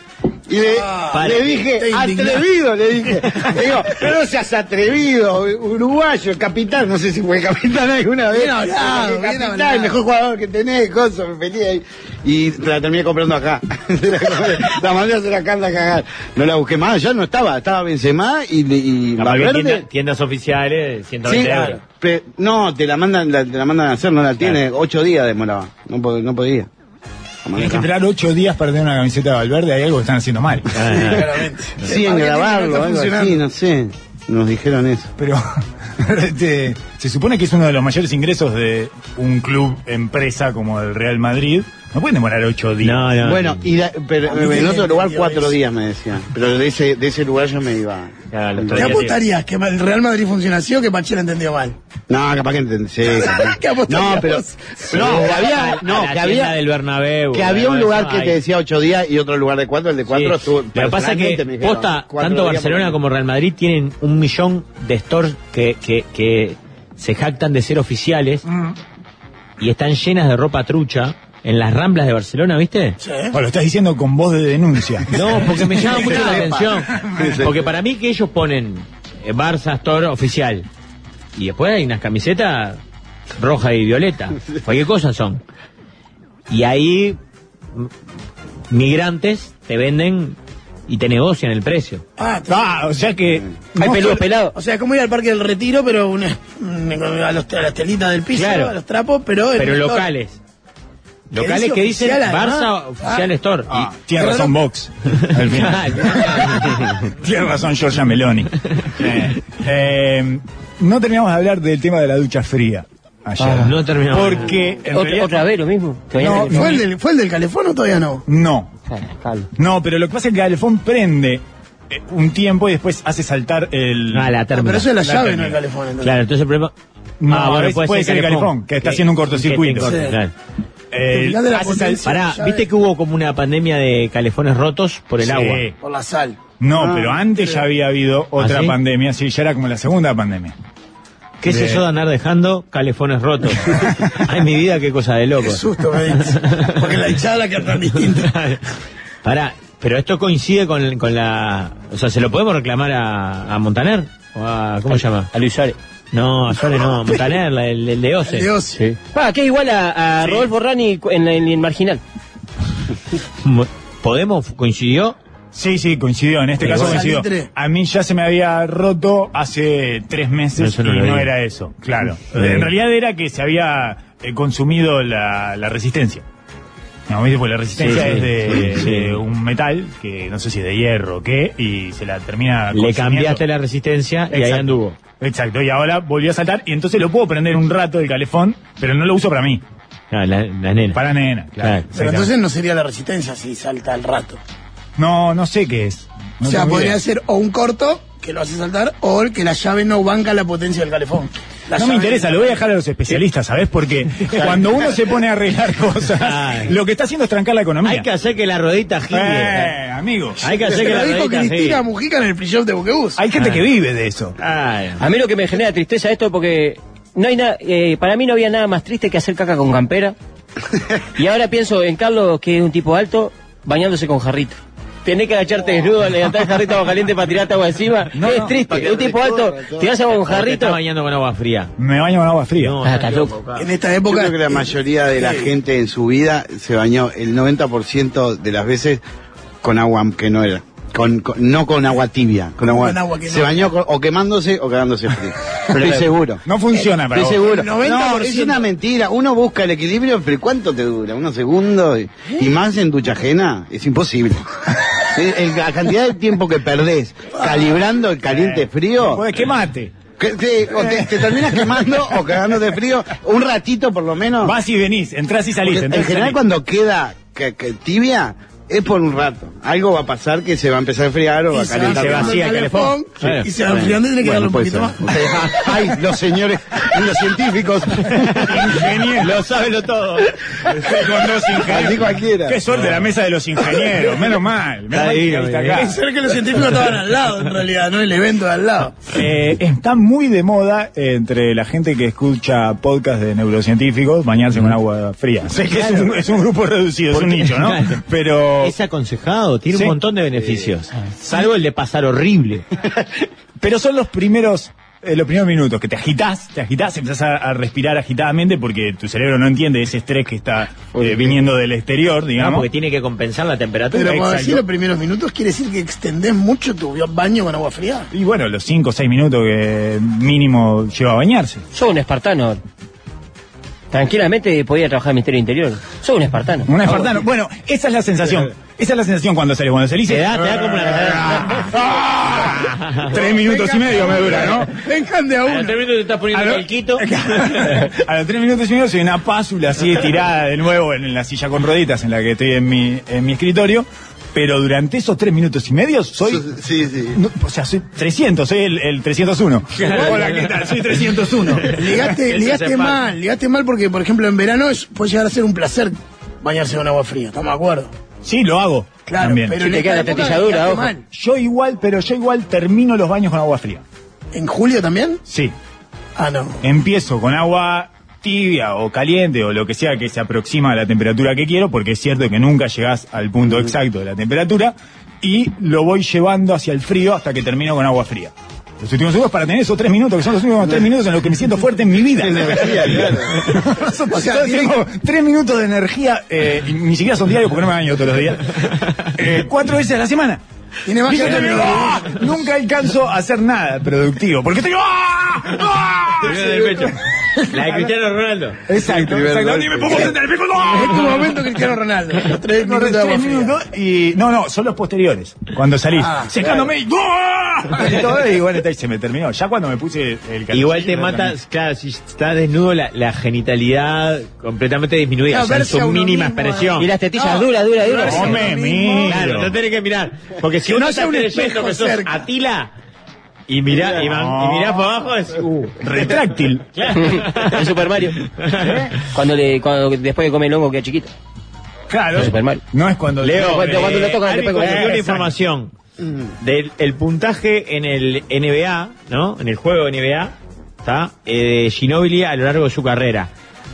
S7: Y le,
S5: Ah,
S7: le
S5: te
S7: dije,
S5: indignaste.
S7: atrevido, le dije. Le digo, pero no seas atrevido, uruguayo, capitán, no sé si fue capitán alguna vez.
S5: Bien hablado,
S7: Porque
S5: bien
S7: capitán,
S5: hablado.
S7: mejor jugador que tenés, coso, me peleé ahí. Y te la terminé comprando acá. Se la compré. la mandé a hacer acá anda a cagar. No la busqué más, ya no estaba, estaba Benzema y, y
S4: Capaz que
S7: Valverde.
S4: tienda- tiendas oficiales, 120
S7: Sí,
S4: euros.
S7: pe- no, te la mandan, la- te la mandan a hacer, no la tiene, ocho días demoraba, no, po- no podía. La mandé
S8: Tienes que
S7: acá.
S8: esperar ocho días para tener una camiseta de Valverde. Hay algo que están haciendo mal.
S4: Ah,
S7: Sí, en grabarlo, algo así, no sé. Nos dijeron eso.
S8: Pero este, se supone que es uno de los mayores ingresos de un club empresa como el Real Madrid.
S6: No pueden demorar ocho días.
S4: No, no.
S7: Bueno, y la- pero,
S5: A mí
S7: en
S5: me
S7: otro lugar
S5: entendió
S7: cuatro
S5: eso.
S7: días me decían. Pero de ese, de ese lugar yo me iba.
S4: Ya, los
S5: ¿Qué
S4: Todavía sí.
S5: apostarías? ¿Que el Real Madrid funciona así o que Pachela entendió mal?
S7: No, capaz que entendí. sí, capaz.
S5: ¿Qué apostarías
S7: No, pero.
S5: vos?
S7: No, que
S4: Eh, A
S7: había,
S4: la
S7: no, que
S4: tienda
S7: había,
S4: del Bernabéu.
S7: que había un
S4: Bueno,
S7: lugar que
S4: ay.
S7: te decía ocho días y otro lugar de cuatro. El de cuatro
S4: Sí. Lo
S7: estuvo.
S4: que pasa es
S7: personalmente
S4: que,
S7: me dijeron,
S4: posta,
S7: cuatro
S4: tanto
S7: días
S4: Barcelona
S7: por-
S4: como Real Madrid tienen un millón de stores que, que, que se jactan de ser oficiales y están llenas de ropa trucha en las ramblas de Barcelona, ¿viste?
S6: O lo estás diciendo con voz de denuncia.
S4: No, porque me llama mucho la atención.
S7: Sí, sí.
S4: Porque para mí que ellos ponen eh, Barça Store oficial y después hay unas camisetas roja y violeta, cualquier cosa son. Y ahí m- migrantes te venden y te negocian el precio.
S5: Ah, t-
S6: Ah, o sea que.
S4: Hay peludos pelados.
S5: o sea, es como ir al Parque del Retiro, pero un- un- a, los- a las telitas del piso,
S4: Claro.
S5: a los trapos, pero... en
S4: Pero
S5: un store.
S4: locales.
S5: ¿Qué
S4: Locales
S5: dice
S4: que dicen
S5: oficial, además?
S4: Barça Oficial
S5: Ah.
S4: Store. Y-
S6: Ah, tiene razón Vox. Al final. Tiene razón Giorgia Meloni. Eh, eh, no terminamos de hablar del tema de la ducha fría ayer.
S4: Ah, no terminamos.
S6: Porque en
S10: Ot-
S6: realidad-
S10: otra vez lo mismo. Te bañaste
S6: No,
S10: con-
S5: ¿Fue el, del, ¿Fue el del calefón o todavía no?
S6: No,
S10: Ah, Pablo.
S6: no, pero lo que pasa es que el calefón prende eh, un tiempo y después hace saltar el.
S4: Ah, la
S5: Ah,
S4: térmica.
S5: pero eso es la,
S6: La
S5: llave,
S6: térmica.
S5: no el calefón. entonces.
S4: Claro, entonces el problema. Ah,
S6: No, a veces puede ser el calefón, que está haciendo un cortocircuito.
S4: que te
S5: Sí.
S4: claro.
S6: eh,
S5: Mirá de la
S6: hace sal-
S5: potencia.
S4: Pará,
S5: Ya
S4: viste
S5: ves.
S4: que hubo como una pandemia de calefones rotos por el
S6: Sí.
S4: agua.
S5: Por la sal.
S6: No,
S7: Ah,
S6: pero antes ya había habido otra
S4: ¿Ah, sí?
S6: pandemia, sí, ya era como la segunda pandemia.
S4: ¿Qué sé
S6: De-
S4: yo de andar dejando calefones rotos? Ay, mi vida, qué cosa de loco.
S5: Qué susto me dice. Porque la hinchada la cantan distinta.
S4: Pará, pero esto coincide con, con la. O sea, ¿se lo podemos reclamar a, a Montaner? ¿O a. ¿Cómo se llama?
S10: A Luis Suárez.
S4: No, a Suárez no, a Montaner, la- el, el de Ose.
S5: El de Ose.
S4: Sí.
S10: Ah, que es igual a, a
S6: Sí.
S10: Rodolfo Rani cu- en, la- en el marginal.
S4: Mo- ¿Podemos? ¿Coincidió?
S6: Sí, sí, coincidió, en este
S4: Pero
S6: caso
S4: igual.
S6: coincidió.
S5: Salitre.
S6: A mí ya se me había roto hace tres meses
S4: Eso no
S6: y
S4: lo
S6: no
S4: vi. Eh.
S6: era eso, claro.
S4: Sí.
S6: En realidad era que se había eh, consumido la, la resistencia. No, ¿viste? Porque la resistencia
S4: Sí, sí,
S6: es de,
S4: sí, sí.
S6: de un metal, que no sé si es de hierro o qué, y se la termina
S4: Le
S6: consumiendo.
S4: cambiaste la resistencia y ahí
S6: Exacto.
S4: anduvo.
S6: Exacto, y ahora volvió a saltar, y entonces lo puedo prender un rato el calefón, pero no lo uso para mí,
S4: Ah, la, la nena.
S6: para nena, claro.
S4: Claro.
S8: Eh,
S5: Pero
S6: Exactamente.
S5: entonces no sería la resistencia si salta al rato.
S6: No, no sé qué es. No
S5: o sea,
S6: tengo
S5: podría
S6: idea.
S5: ser o un corto que lo hace saltar o el que la llave no banca la potencia del calefón. La
S6: No me
S5: llave-
S6: interesa, lo voy a dejar a los especialistas, ¿sabes? Porque cuando uno se pone a arreglar cosas,
S4: Claro.
S6: lo que está haciendo es trancar la economía.
S4: Hay que hacer que la rodita gire.
S6: Eh, amigo.
S4: Hay que
S5: Pero
S4: hacer que la
S5: lo dijo
S4: rodita
S5: Cristina
S4: gire.
S5: Mujica en el pre-shop de Buquebus.
S6: Hay gente que vive de eso.
S4: Claro.
S10: A mí lo que me genera tristeza esto porque no hay nada, eh, para mí no había nada más triste que hacer caca con campera. y ahora pienso en Carlos, que es un tipo alto, bañándose con jarrito. Tenés que agacharte desnudo, levantar el jarrito agua caliente para tirarte agua encima. es triste. Un tipo alto, tirás agua con
S4: O te
S10: jarrito.
S4: Está bañando con agua fría.
S6: Me baño con agua fría.
S4: No,
S10: Ah, está loco.
S5: En esta
S7: Yo
S5: época.
S7: creo que la mayoría de la gente en su vida se bañó el 90% de las veces con agua que no era. Con, con- no con agua tibia, con agua.
S5: Con agua que
S7: se
S5: no.
S7: bañó con- o quemándose o cagándose frío. Pero estoy seguro.
S6: No funciona para
S7: Estoy
S6: vos.
S7: seguro.
S5: El 90%.
S7: No, es una mentira. Uno busca el equilibrio, pero ¿cuánto te dura? ¿Unos segundos? Y- Y más en ducha ajena, es imposible. El- el- la cantidad de tiempo que perdés calibrando el
S5: Eh,
S7: caliente frío.
S6: Podés quemarte.
S7: que- que- o te, te terminas quemando o cagándote frío un ratito por lo menos.
S6: Vas y venís, entrás y salís.
S7: Porque en
S6: entrás y
S7: general
S6: salís.
S7: cuando queda que- que tibia es por un rato. Algo va a pasar que se va a empezar a enfriar o va a
S5: y se va
S7: calentar.
S4: se
S5: enfriando
S4: vacía
S5: el
S4: el
S5: calefón.
S4: calefón.
S5: Y se va enfriando y tiene que darle
S7: Bueno,
S5: un
S7: puede
S5: poquito más.
S7: ser. Ustedes- Ay, los señores, los científicos.
S6: Ingeniero.
S4: Lo sabe lo todo.
S6: Con los ingenieros.
S7: Así cualquiera.
S6: Qué suerte la mesa de los ingenieros. Menos mal. Menos
S4: Está
S6: mal que
S4: divino,
S6: está
S4: mira.
S6: acá.
S5: Puede ser que los científicos estaban al lado, en realidad, no el evento de al lado.
S6: Eh, está muy de moda eh, entre la gente que escucha podcast de neurocientíficos bañarse con agua fría. Sé que es, un, es un grupo reducido, es un
S4: Porque-
S6: nicho, ¿no? Pero,
S4: Es aconsejado, tiene
S6: Sí.
S4: un montón de beneficios. Salvo el de pasar horrible.
S6: pero son los primeros eh, los primeros minutos que te agitás, te agitás, empezás a, a respirar agitadamente porque tu cerebro no entiende ese estrés que está eh, viniendo del exterior,
S4: Ah,
S6: digamos.
S4: porque tiene que compensar la temperatura.
S5: Pero cuando
S6: Exacto.
S5: decís los primeros minutos, quiere decir que extendés mucho tu baño con agua fría.
S6: Y bueno, los 5 o 6 minutos que mínimo lleva a bañarse.
S10: Soy un espartano. Tranquilamente podía trabajar en Ministerio Interior. Soy un espartano.
S6: Un espartano. Bueno, esa es la sensación. Esa es la sensación cuando sales. Cuando salís.
S4: Te da- te da como una-
S6: ¡Ah! tres minutos y medio me dura, ¿no?
S5: Dejan de a
S4: A los
S5: uno.
S4: tres minutos te estás poniendo el quito.
S6: A los tres minutos y medio soy una pásula así tirada de nuevo en la silla con rueditas en la que estoy en mi, en mi escritorio. Pero durante esos tres minutos y medio soy.
S7: Sí, sí.
S6: no, o sea, soy 300, soy el, el 301. Hola, ¿qué tal? Soy 301.
S5: Ligaste,
S4: Eso
S5: ligaste
S4: se para.
S5: mal, ligaste mal porque, por ejemplo, en verano es- puede llegar a ser un placer bañarse con agua fría, ¿estamos de acuerdo?
S6: Sí, lo hago.
S5: Claro,
S6: también.
S5: pero
S10: Sí,
S5: en
S10: te
S5: esta
S10: queda la
S5: época
S10: tetilladura,
S5: ligaste
S10: ojo.
S5: mal.
S6: Yo igual, pero yo igual termino los baños con agua fría.
S5: ¿En julio también?
S6: Sí.
S5: Ah, no.
S6: Empiezo con agua tibia o caliente o lo que sea que se aproxima a la temperatura que quiero, porque es cierto que nunca llegás al punto exacto de la temperatura, y lo voy llevando hacia el frío hasta que termino con agua fría. Los últimos segundos para tener esos tres minutos, que son los últimos tres minutos en los que me siento fuerte en mi vida.
S7: Energía, claro.
S6: O sea, tengo tres minutos de energía, eh, y ni siquiera son diarios porque no me baño todos los días. Eh, cuatro veces a la semana.
S5: Tiene más
S6: Y yo
S5: que
S6: termino, ¡ah! Nunca alcanzo a hacer nada productivo, porque estoy... ¡ah! ¡ah!
S4: Te viene del pecho. La de Cristiano Ronaldo.
S6: Exacto,
S7: Primer
S6: exacto.
S7: golpe.
S6: Ni me pongo frente al espejo,
S5: En tu
S6: ¡no!
S5: momento, Cristiano Ronaldo. Los
S6: No,
S5: tres minutos de agua
S6: tres
S5: fría.
S6: minutos y no, no, son los posteriores. Cuando salís,
S5: Ah,
S6: secándome y ¡ah! y todo y bueno, está, y se me terminó. Ya cuando me puse el calcetín,
S4: Igual te
S6: me
S4: matas, claro, si está desnudo la, la genitalidad completamente
S5: Claro,
S4: disminuida, o sea, en
S5: verse a
S4: su
S5: uno
S4: mínima
S5: mismo,
S4: expresión.
S10: Y las tetillas
S5: No,
S10: duras, duras, duras.
S5: no,
S6: Come,
S5: Lo mismo.
S6: miro.
S4: Claro, te tenés que mirar. Porque si
S5: Que
S4: uno
S5: no
S4: está
S5: sea un
S4: creyendo
S5: espejo
S4: que sos
S5: cerca.
S4: Atila y mirá, y, van- y mirá para abajo, es. Uh,
S6: Retráctil.
S4: claro. ¿Eh?
S10: En Super Mario. Cuando, le, cuando después de comer el hongo queda chiquito.
S6: Claro.
S10: El Super Mario.
S6: No es cuando
S4: Leo,
S10: Cuando- cuando lo tocan,
S4: Ari
S10: le pego-
S4: consiguió
S6: Exacto.
S4: una información del el puntaje en el NBA, ¿no? En el juego NBA, ¿está? Eh, de Ginobili a lo largo de su carrera.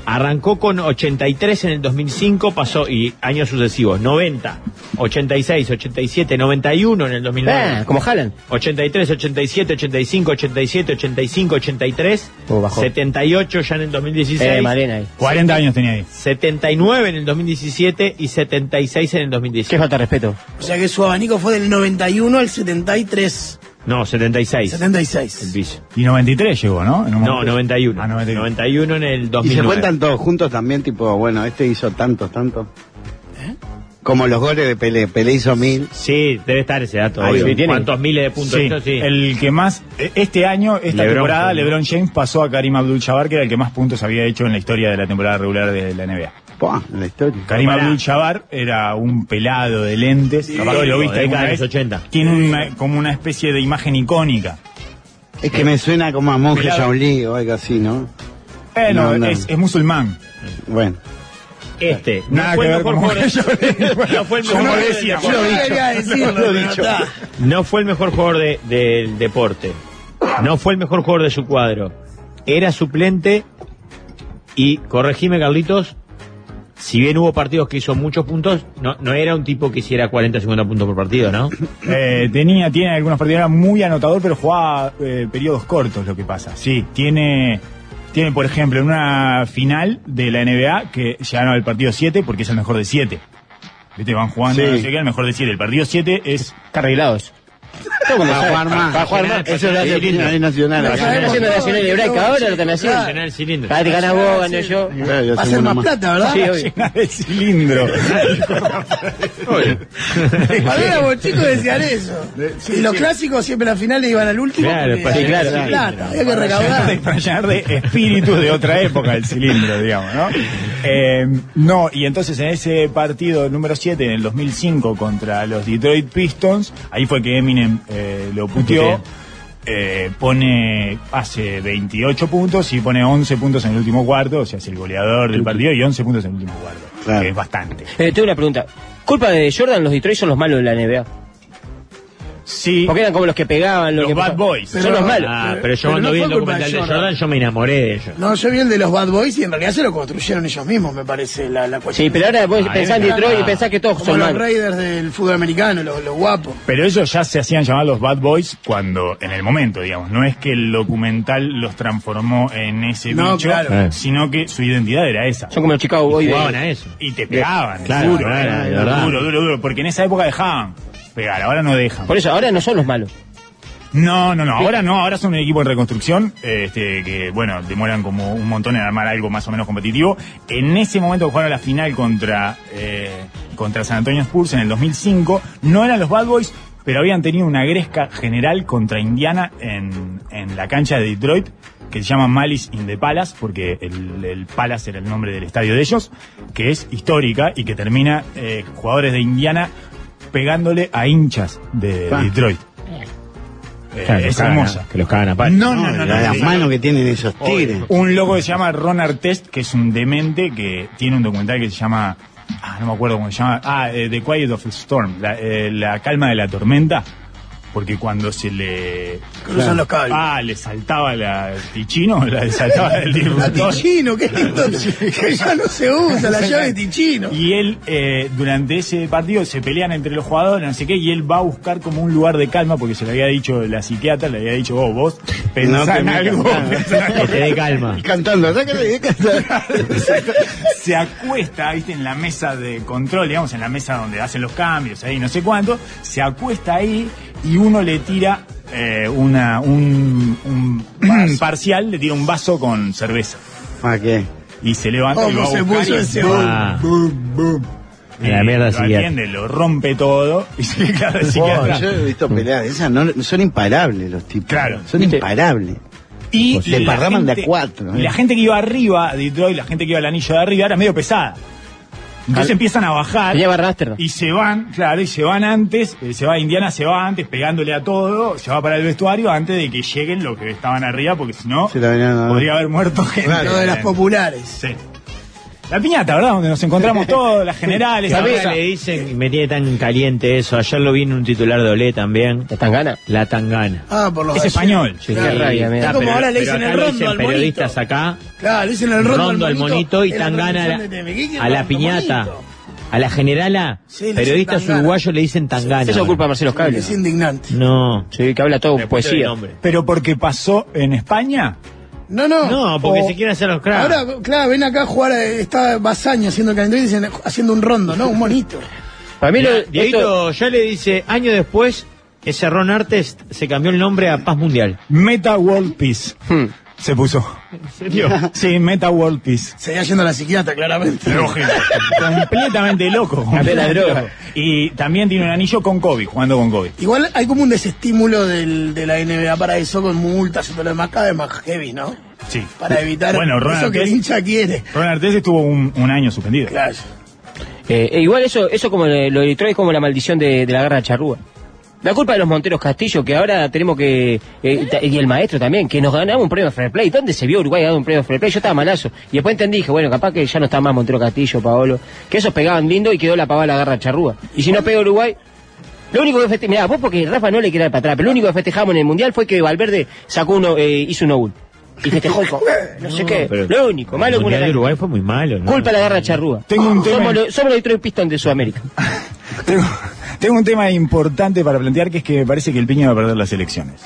S4: Arrancó con 83 en el 2005, pasó y años sucesivos, 90, 86, 87, 91 en el 2009.
S10: Ah, como jalan.
S4: 83, 87, 85, 87, 85, 83,
S10: Oh, bajó.
S4: 78 ya en el 2016.
S10: Eh, Malena ahí.
S6: 40 años tenía ahí.
S4: 79 en el 2017 y 76 en el
S10: Qué
S4: 2018.
S10: falta de respeto.
S5: O sea que su abanico fue del 91 al 73,
S4: No, 76. El
S5: 76.
S4: piso.
S6: Y 93 llegó, ¿no? En un
S4: No,
S6: momento.
S4: 91.
S6: Ah, 91.
S4: 91 en el
S7: Y
S4: 2009.
S7: se cuentan todos juntos también, tipo, bueno, este hizo tantos, tantos. Como los goles de Pelé. Pelé hizo mil.
S4: Sí, debe estar ese dato.
S7: Ahí
S4: obvio.
S10: sí tiene.
S4: ¿Cuántos miles de puntos?
S6: Sí,
S4: Esto sí.
S6: el que más, eh, este año, esta
S4: LeBron
S6: temporada,
S4: James.
S6: LeBron James pasó a Karim Abdul-Jabbar, que era el que más puntos había hecho en la historia de la temporada regular de la NBA.
S7: Buah, la historia.
S6: Karim
S4: Pará.
S6: Abdul-Jabbar era un pelado de lentes, capaz que lo viste
S4: década
S6: alguna
S4: de
S6: vez.
S4: los 80.
S6: Tiene una- como una especie de imagen icónica.
S7: Es que me suena como a monje
S6: Mirá.
S7: Shaolin o algo así, ¿no?
S6: Bueno,
S7: No, no.
S6: Es, es musulmán.
S7: Bueno.
S4: Este.
S6: Nada
S4: no fue
S6: que
S4: el
S6: ver
S4: mejor
S6: con
S4: jugador. No fue el
S6: Como
S4: mejor
S6: decía,
S4: jugador
S5: Yo
S4: del deporte.
S5: debería decirlo,
S7: Lo
S5: pero
S7: dicho.
S5: está.
S4: No fue el mejor jugador de- del deporte. No fue el mejor jugador de su cuadro. Era suplente y, corregime Carlitos, si bien hubo partidos que hizo muchos puntos, no, no era un tipo que hiciera 40 o 50 puntos por partido, ¿no?
S6: Eh, tenía, tiene algunos partidos, era muy anotador, pero jugaba eh, periodos cortos, lo que pasa. Sí, tiene, tiene, por ejemplo, en una final de la NBA que llegaron al partido 7 porque es el mejor de 7. Viste, van jugando,
S7: Sí.
S6: no sé qué, el mejor de 7. El partido 7 es
S10: Está arreglados. Todo cuando
S7: Para
S10: sabe.
S7: jugar más.
S10: Para jugar más.
S7: Eso lo hace
S4: Sí,
S7: Nacional. Nacional.
S5: Lo
S7: acá.
S10: Están
S5: sabemos.
S10: haciendo Nacional y Break ahora, lo están haciendo.
S4: Llenar el cilindro.
S10: Cada Ah, te ganas vos, gano yo.
S7: Claro, yo
S5: Va a
S7: soy
S5: ser
S7: uno
S5: más plata, ¿verdad?
S10: Sí, obvio.
S6: llena de cilindro.
S5: Cuando éramos chicos decían eso. y los clásicos siempre las finales iban al último.
S4: Claro,
S5: porque
S4: para
S5: había
S4: llenar
S5: que
S4: el
S5: plata,
S4: cilindro.
S5: había que
S6: Para llenar de-
S5: recaudar.
S6: para llenar de espíritus de otra época el cilindro, digamos, ¿no? Eh, no, y entonces en ese partido número 7, en el 2005, contra los Detroit Pistons, ahí fue que Eminem eh, lo puteó. eh, pone, hace 28 puntos y pone 11 puntos en el último cuarto, o sea, es el goleador del partido y 11 puntos en el último cuarto,
S7: Claro.
S6: que es bastante.
S10: Eh, tengo una pregunta. Culpa de Jordan, los Detroit son los malos de la NBA.
S6: Sí,
S10: Porque eran como los que pegaban, los,
S6: los
S10: que
S6: Bad
S10: pasaban.
S6: Boys.
S5: Pero-
S10: son los malos.
S4: Ah, pero yo
S5: Pero
S4: cuando
S5: no
S4: vi
S5: fue
S4: el
S5: culpa de
S4: documental de
S5: Jordan.
S4: Jordan, yo me enamoré de ellos.
S5: No, yo vi el de los Bad Boys y en realidad se lo construyeron ellos mismos, me parece, la, la cuestión.
S10: Sí, pero ahora vos
S4: Ah,
S10: pensás en
S4: ahí me
S10: Detroit y
S4: encanta.
S10: pensás que todos
S5: Como
S10: son
S5: los
S10: malos.
S5: Raiders del fútbol americano, los, los guapos.
S6: Pero ellos ya se hacían llamar los Bad Boys cuando, en el momento, digamos. No es que el documental los transformó en ese
S5: No,
S6: bicho,
S5: claro.
S4: Eh.
S6: sino que su identidad era esa.
S10: Son como los Chicago Boys. de-
S4: Jugaban a eso.
S6: Y te pegaban,
S4: Claro,
S6: duro,
S4: claro,
S6: eh,
S4: de verdad.
S6: duro, duro, duro. Porque en esa época dejaban pegar, ahora no dejan.
S10: Por eso, ahora no son los malos.
S6: No, no, no, ahora no, ahora son un equipo en reconstrucción, eh, este, que bueno, demoran como un montón en armar algo más o menos competitivo. En ese momento que jugaron la final contra, eh, contra San Antonio Spurs en el 2005, no eran los Bad Boys, pero habían tenido una gresca general contra Indiana en, en la cancha de Detroit, que se llama Malice in the Palace, porque el, el Palace era el nombre del estadio de ellos, que es histórica y que termina eh, jugadores de Indiana pegándole a hinchas de
S7: Ah.
S6: Detroit. Eh,
S4: Claro,
S6: es
S4: que los cagan a-
S6: hermosa.
S4: Que los cagan a palos.
S7: No, no, no, las manos que tienen esos tigres.
S6: Un loco que se llama Ron Artest, que es un demente que tiene un documental que se llama. Ah, no me acuerdo cómo se llama. Ah, eh, The Quiet of the Storm, la, eh, la calma de la tormenta. Porque cuando se le.
S5: Cruzan los cables.
S6: Ah, le saltaba la. ¿Tichino? La saltaba el
S5: La
S6: disruptor.
S5: Tichino, qué lindo. Que ya no se usa la llave de Tichino.
S6: Y él, eh, durante ese partido, se pelean entre los jugadores, no sé qué, y él va a buscar como un lugar de calma, porque se lo había dicho la psiquiatra, le había dicho, "Oh, vos, vos,
S7: No
S6: pensá
S7: te
S6: en
S7: metas,
S6: algo,
S7: claro.
S6: pensá en algo.
S4: Que te dé calma.
S7: Y cantando, sácale, cantando.
S6: se acuesta, viste, en la mesa de control, digamos, en la mesa donde hacen los cambios, ahí no sé cuánto, se acuesta ahí y uno le tira eh, una, un, un parcial, le tira un vaso con cerveza.
S7: ¿Para qué?
S6: Y se levanta y va a
S5: ¿Cómo se
S6: buscar
S5: puso
S6: y
S5: ese
S6: ¡bum!
S4: Ah.
S5: boom, boom?
S6: Y
S4: La mierda
S6: lo
S4: psiquiatra.
S6: atiende, lo rompe todo y se queda de
S7: Oh,
S6: psiquiatra.
S7: yo he visto peleas, esas no, son imparables los tipos.
S6: Claro.
S7: Son imparables.
S6: Y
S7: Pues se
S6: la
S7: parraban de
S6: gente-
S7: a cuatro, ¿eh?
S6: Y la gente que iba arriba a Detroit, la gente que iba al anillo de arriba, era medio pesada. Entonces empiezan a bajar.
S10: Tenía barraster.
S6: Y se van, claro, y se van antes, eh, se va Indiana, se va antes, pegándole a todo, se va para el vestuario antes de que lleguen los que estaban arriba, porque si no,
S7: Se la venían a-
S6: podría haber muerto gente.
S5: Lo de las populares.
S6: Sí. La piñata, ¿verdad? Donde nos encontramos todos, las generales,
S4: Que
S6: esa
S4: ahora
S6: cosa.
S4: le dicen, y me tiene tan caliente eso. Ayer lo vi en un titular de Olé también.
S10: ¿Están ganas?
S4: La tangana.
S5: Ah, por los
S6: Es
S5: gallegos.
S6: español.
S4: Sí,
S10: Qué rabia, mira.
S4: está,
S5: Como
S4: pero-
S5: ahora
S4: pero
S5: le dicen
S4: acá
S5: el
S4: lo
S5: rondo
S4: dicen
S5: al monito.
S4: periodistas acá.
S5: Claro, dicen el rondo,
S4: Rondo al monito y
S5: en la
S4: tangana a la,
S5: transmisión de Temequique,
S4: a la
S5: rondo
S4: piñata.
S5: monito.
S4: A la generala,
S5: Sí, le dicen
S4: periodistas
S5: tangana.
S4: uruguayos le dicen tangana.
S10: Eso es culpa de Marcelo
S5: Es
S10: Cables.
S5: indignante.
S4: No.
S10: Sí, que habla todo
S4: Me puse de
S10: poesía.
S4: nombre.
S6: Pero porque pasó en España,
S5: No, no.
S4: No, porque
S5: O-
S4: se quieren hacer los cracks.
S5: Ahora, claro, ven acá a jugar, eh, está Basaña haciendo el calendario y dicen, haciendo un rondo, ¿no? Un monito.
S10: Para mí, lo,
S4: Mirá, Dieguito
S10: eh, esto-
S4: ya le dice, años después, ese Ron Artes se cambió el nombre a Paz Mundial.
S6: Meta World Peace
S10: Hmm.
S6: se puso.
S4: ¿En serio?
S6: Sí, Meta World Peace.
S5: Seguía yendo a la psiquiatra, claramente.
S6: Completamente loco.
S10: Cambió la droga.
S6: Y también tiene un anillo con Kobe, jugando con Kobe.
S5: Igual hay como un desestímulo del, de la NBA para eso, con multas y todo lo demás, cada vez más heavy, ¿no?
S6: Sí.
S5: Para evitar
S6: Bueno, Ron
S5: eso que el
S6: Artés-
S5: hincha quiere.
S6: Ron Artés estuvo un, un año suspendido.
S5: Claro.
S10: eh, eh, igual eso, eso como le- lo de Detroit es como la maldición de, de la guerra de charrúa. La culpa de los Monteros Castillo, que ahora tenemos que. eh, ta- y el maestro también, que nos ganaba un premio Fair Play. ¿Dónde se vio Uruguay ganar un premio Fair Play? Yo estaba malazo. Y después entendí, dije, bueno, capaz que ya no está más Montero Castillo, Paolo. Que esos pegaban lindo y quedó la pavada de la garra charrúa. Y si no pega Uruguay. Lo único que festejamos, mirá, vos porque Rafa no le quiere dar para atrás, pero lo único que festejamos en el mundial fue que Valverde sacó uno, eh, hizo un oul. Y festejó, dijo, "Eh, no, sé qué.
S4: pero-
S10: Lo único,
S4: el
S10: malo que una
S4: Mundial de
S10: gana.
S4: Uruguay fue muy malo. ¿no?
S10: Culpa la garra charrúa.
S6: Tengo un tema-
S10: Somos, los- somos los Detroit Pistons de Sudamérica.
S6: Tengo, tengo un tema importante para plantear que es que me parece que el Piña va a perder las elecciones.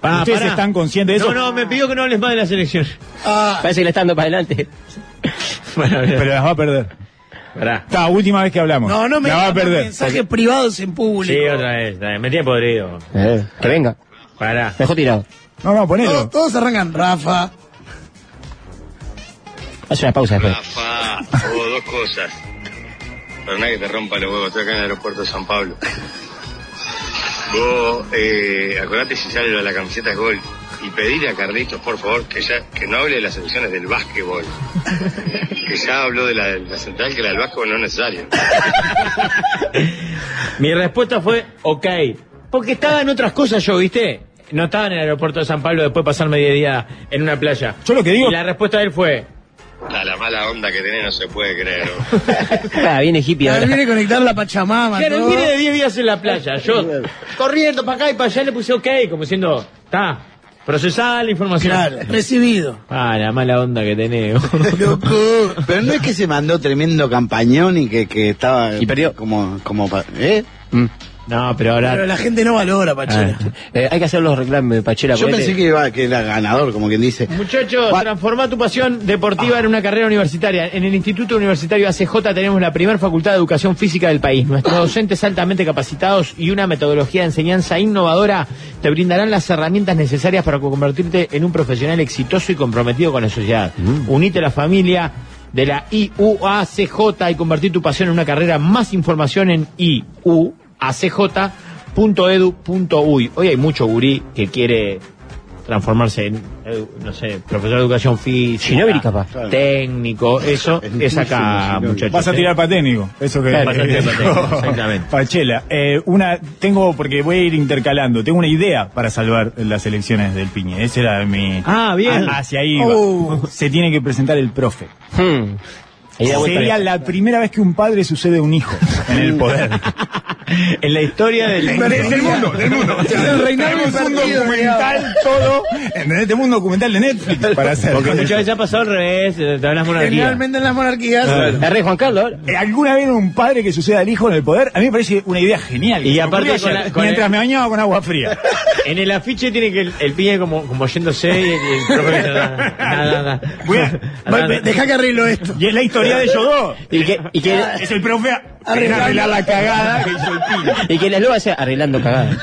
S4: Pa,
S6: ¿Ustedes
S4: pará.
S6: están conscientes de eso?
S4: No, no, me pidió que no hables más de la selección.
S5: Ah,
S10: Parece que le están dando para adelante.
S4: Bueno,
S6: Pero las va a perder.
S4: pará.
S6: Está, última vez que hablamos.
S5: no, no me
S6: La va a
S5: digas más
S6: perder.
S5: mensajes privados en público.
S4: Sí, otra vez, otra vez. Me tiene podrido.
S10: que venga.
S4: Pará.
S10: Mejor tirado.
S6: No, no, ponelo.
S5: Todos, todos arrancan Rafa.
S10: Hace una pausa después.
S11: Rafa, hubo dos cosas. Perdona que te rompa los huevos, estoy acá en el aeropuerto de San Pablo. Vos, eh, acordate si sale lo de la camiseta de gol. Y pedirle a Carlitos, por favor, que ya, que no hable de las elecciones del básquetbol. Que ya habló de la, la central, que la del básquetbol no es necesario.
S4: Mi respuesta fue, ok. Porque estaba en otras cosas yo, ¿viste? No estaba en el aeropuerto de San Pablo después de pasar mediodía en una playa.
S6: Yo lo que digo-
S4: Y la respuesta de él fue,
S11: La, la mala onda que tenés no se puede creer. ¿no?
S10: Ah, viene hippie
S5: Él
S10: ahora.
S5: viene a conectar la Pachamama.
S6: Ah,
S4: claro, él
S5: todo.
S4: viene de 10 días en la playa. Yo, corriendo para acá y para allá, le puse ok, como diciendo, está, procesada la información.
S5: Claro, recibido.
S4: Ah, la mala onda que tenés.
S5: Loco.
S7: Pero no es que se mandó tremendo campañón y que, que estaba.
S10: Y perdió.
S7: Como, como pa- ¿eh?
S4: no, pero ahora...
S5: Pero la gente no valora, Pachela.
S6: Ah.
S10: Eh, hay que hacer los reclamos de Pachela.
S7: Yo
S10: ponele.
S7: pensé que, iba, que era ganador, como quien dice.
S4: Muchachos,
S7: Va-
S4: transformá tu pasión deportiva en una carrera universitaria. En el Instituto Universitario ACJ tenemos la primera facultad de educación física del país. Nuestros docentes altamente capacitados y una metodología de enseñanza innovadora te brindarán las herramientas necesarias para convertirte en un profesional exitoso y comprometido con la sociedad. Unite a la familia de la IUACJ y convertir tu pasión en una carrera. Más información en IUACJ .edu.uy. Hoy hay mucho gurí que quiere transformarse en, eh, no sé, profesor de educación física.
S10: Shinobi, capaz.
S4: Técnico, eso es acá,
S7: Shinobi.
S4: muchachos. Este,
S6: Vas a tirar paténico, eso que
S4: Claro, vas a tirar paténico, exactamente.
S6: Pachela, eh, una, tengo, porque voy a ir intercalando, tengo una idea para salvar las elecciones del Piñe. Ese era mi.
S4: Ah, bien.
S6: Ah, hacia ahí iba.
S5: Oh.
S6: Se tiene que presentar el profe.
S10: Hmm. Ahí da vuelta
S6: Sería
S10: la-
S6: la primera vez que un padre sucede a un hijo en el poder.
S4: En la historia del
S6: del mundo, del mundo. Tenemos un documental todo. ¿entendés? Tenemos un documental de Netflix para hacer.
S4: este, Porque muchas veces ha pasado al revés, eh, te hablas monarquía.
S5: Generalmente en las monarquías.
S10: La rey Juan Carlos. ahora.
S6: Eh, ¿Alguna vez un padre que suceda al hijo en el poder? A mí me parece una idea genial.
S4: Y
S6: Se me
S4: aparte
S6: ocurrió
S4: con
S6: ayer,
S4: la- con
S6: mientras
S4: el-
S6: me bañaba con agua fría.
S4: En el afiche tiene que el, el piña como, como yéndose y el, y el profe dice, nada, nada, nada.
S6: Voy a-
S4: Nada, nada.
S5: Deja que arreglo esto.
S6: y es la historia de Yodó.
S10: Y que, y que,
S6: Es el profe a en arreglar la cagada que hizo el pibe.
S10: y que el eslogan sea arreglando cagadas.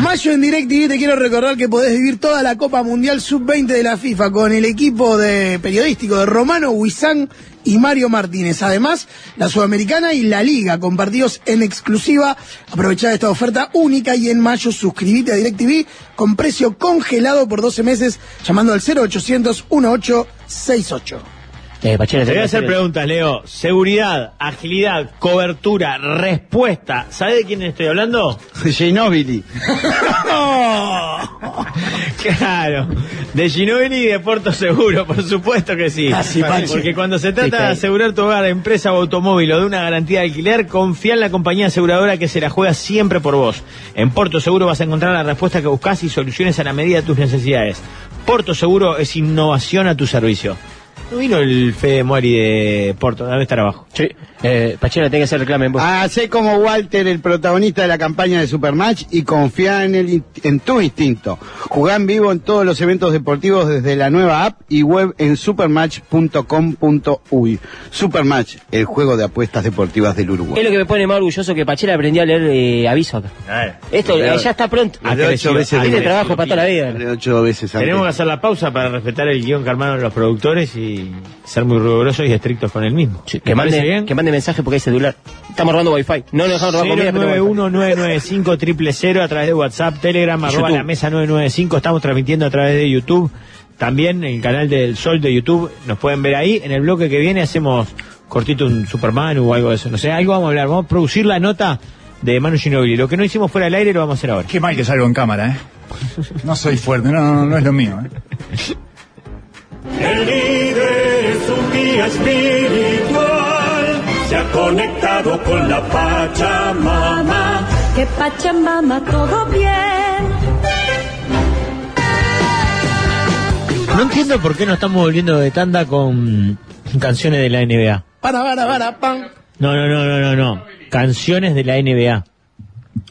S5: Mayo en DirecTV te quiero recordar que podés vivir toda la Copa Mundial Sub-20 de la FIFA con el equipo de periodístico de Romano Huizán y Mario Martínez. Además, la Sudamericana y la Liga con partidos en exclusiva. Aprovechá esta oferta única y en mayo suscribite a DirecTV con precio congelado por 12 meses llamando al 0800 1868.
S10: Eh, Pachela,
S4: Te voy a hacer preguntas, Leo. Seguridad, agilidad, cobertura, respuesta. ¿Sabe de quién estoy hablando?
S7: Ginóbili.
S4: Claro, de Ginobili y de Puerto Seguro, por supuesto que sí. Porque cuando se trata de asegurar tu hogar, empresa o automóvil o de una garantía de alquiler, confía en la compañía aseguradora que se la juega siempre por vos. En Puerto Seguro vas a encontrar la respuesta que buscas y soluciones a la medida de tus necesidades. Puerto Seguro es innovación a tu servicio. No vino el Fede Mori de Porto, debe estar abajo.
S10: Sí. Eh, Pachela, tiene que hacer
S4: Ah.
S10: reclame en vos.
S7: Hacé como Walter, el protagonista de la campaña de Supermatch, y confía en, el, in- en tu instinto. Jugá en vivo en todos los eventos deportivos desde la nueva app y web en supermatch.com.uy. Supermatch, el juego de apuestas deportivas del
S10: Es
S7: Uruguay.
S10: lo que me pone más orgulloso que Pachela aprendió a leer eh, aviso acá.
S4: Ah,
S10: Esto eh, ya está pronto.
S7: Hablé ocho veces
S10: Tiene
S7: antes.
S10: trabajo para toda la vida.
S7: Hablé ocho veces antes.
S4: Tenemos que hacer la pausa para respetar el guión que armaron los productores y ser muy rigurosos y estrictos con el mismo.
S10: Sí,
S4: ¿Te
S10: que,
S4: parece
S10: mande,
S4: bien?
S10: que mande mensaje porque hay celular. Estamos robando wifi. No nos dejamos robar comida, pero wifi.
S4: 091-995-000 a través de WhatsApp, Telegram, arroba
S10: YouTube.
S4: la mesa 995. Estamos transmitiendo a través de YouTube. También en el canal del Sol de YouTube. Nos pueden ver ahí. En el bloque que viene hacemos cortito un Superman o algo de eso. No sé, algo vamos a hablar. Vamos a producir la nota de Manu Ginobili. Lo que no hicimos fuera del aire lo vamos a hacer ahora.
S6: Qué mal que salgo en cámara, ¿eh? No soy fuerte, no, no, no es lo mío, ¿eh?
S2: El líder es un guía espiritual, se ha conectado con la Pachamama.
S12: que Pachamama todo bien.
S4: No entiendo por qué nos estamos volviendo de tanda con canciones de la NBA.
S5: Para, para, para, pam.
S4: No, no, no, no, no, no. Canciones de la NBA.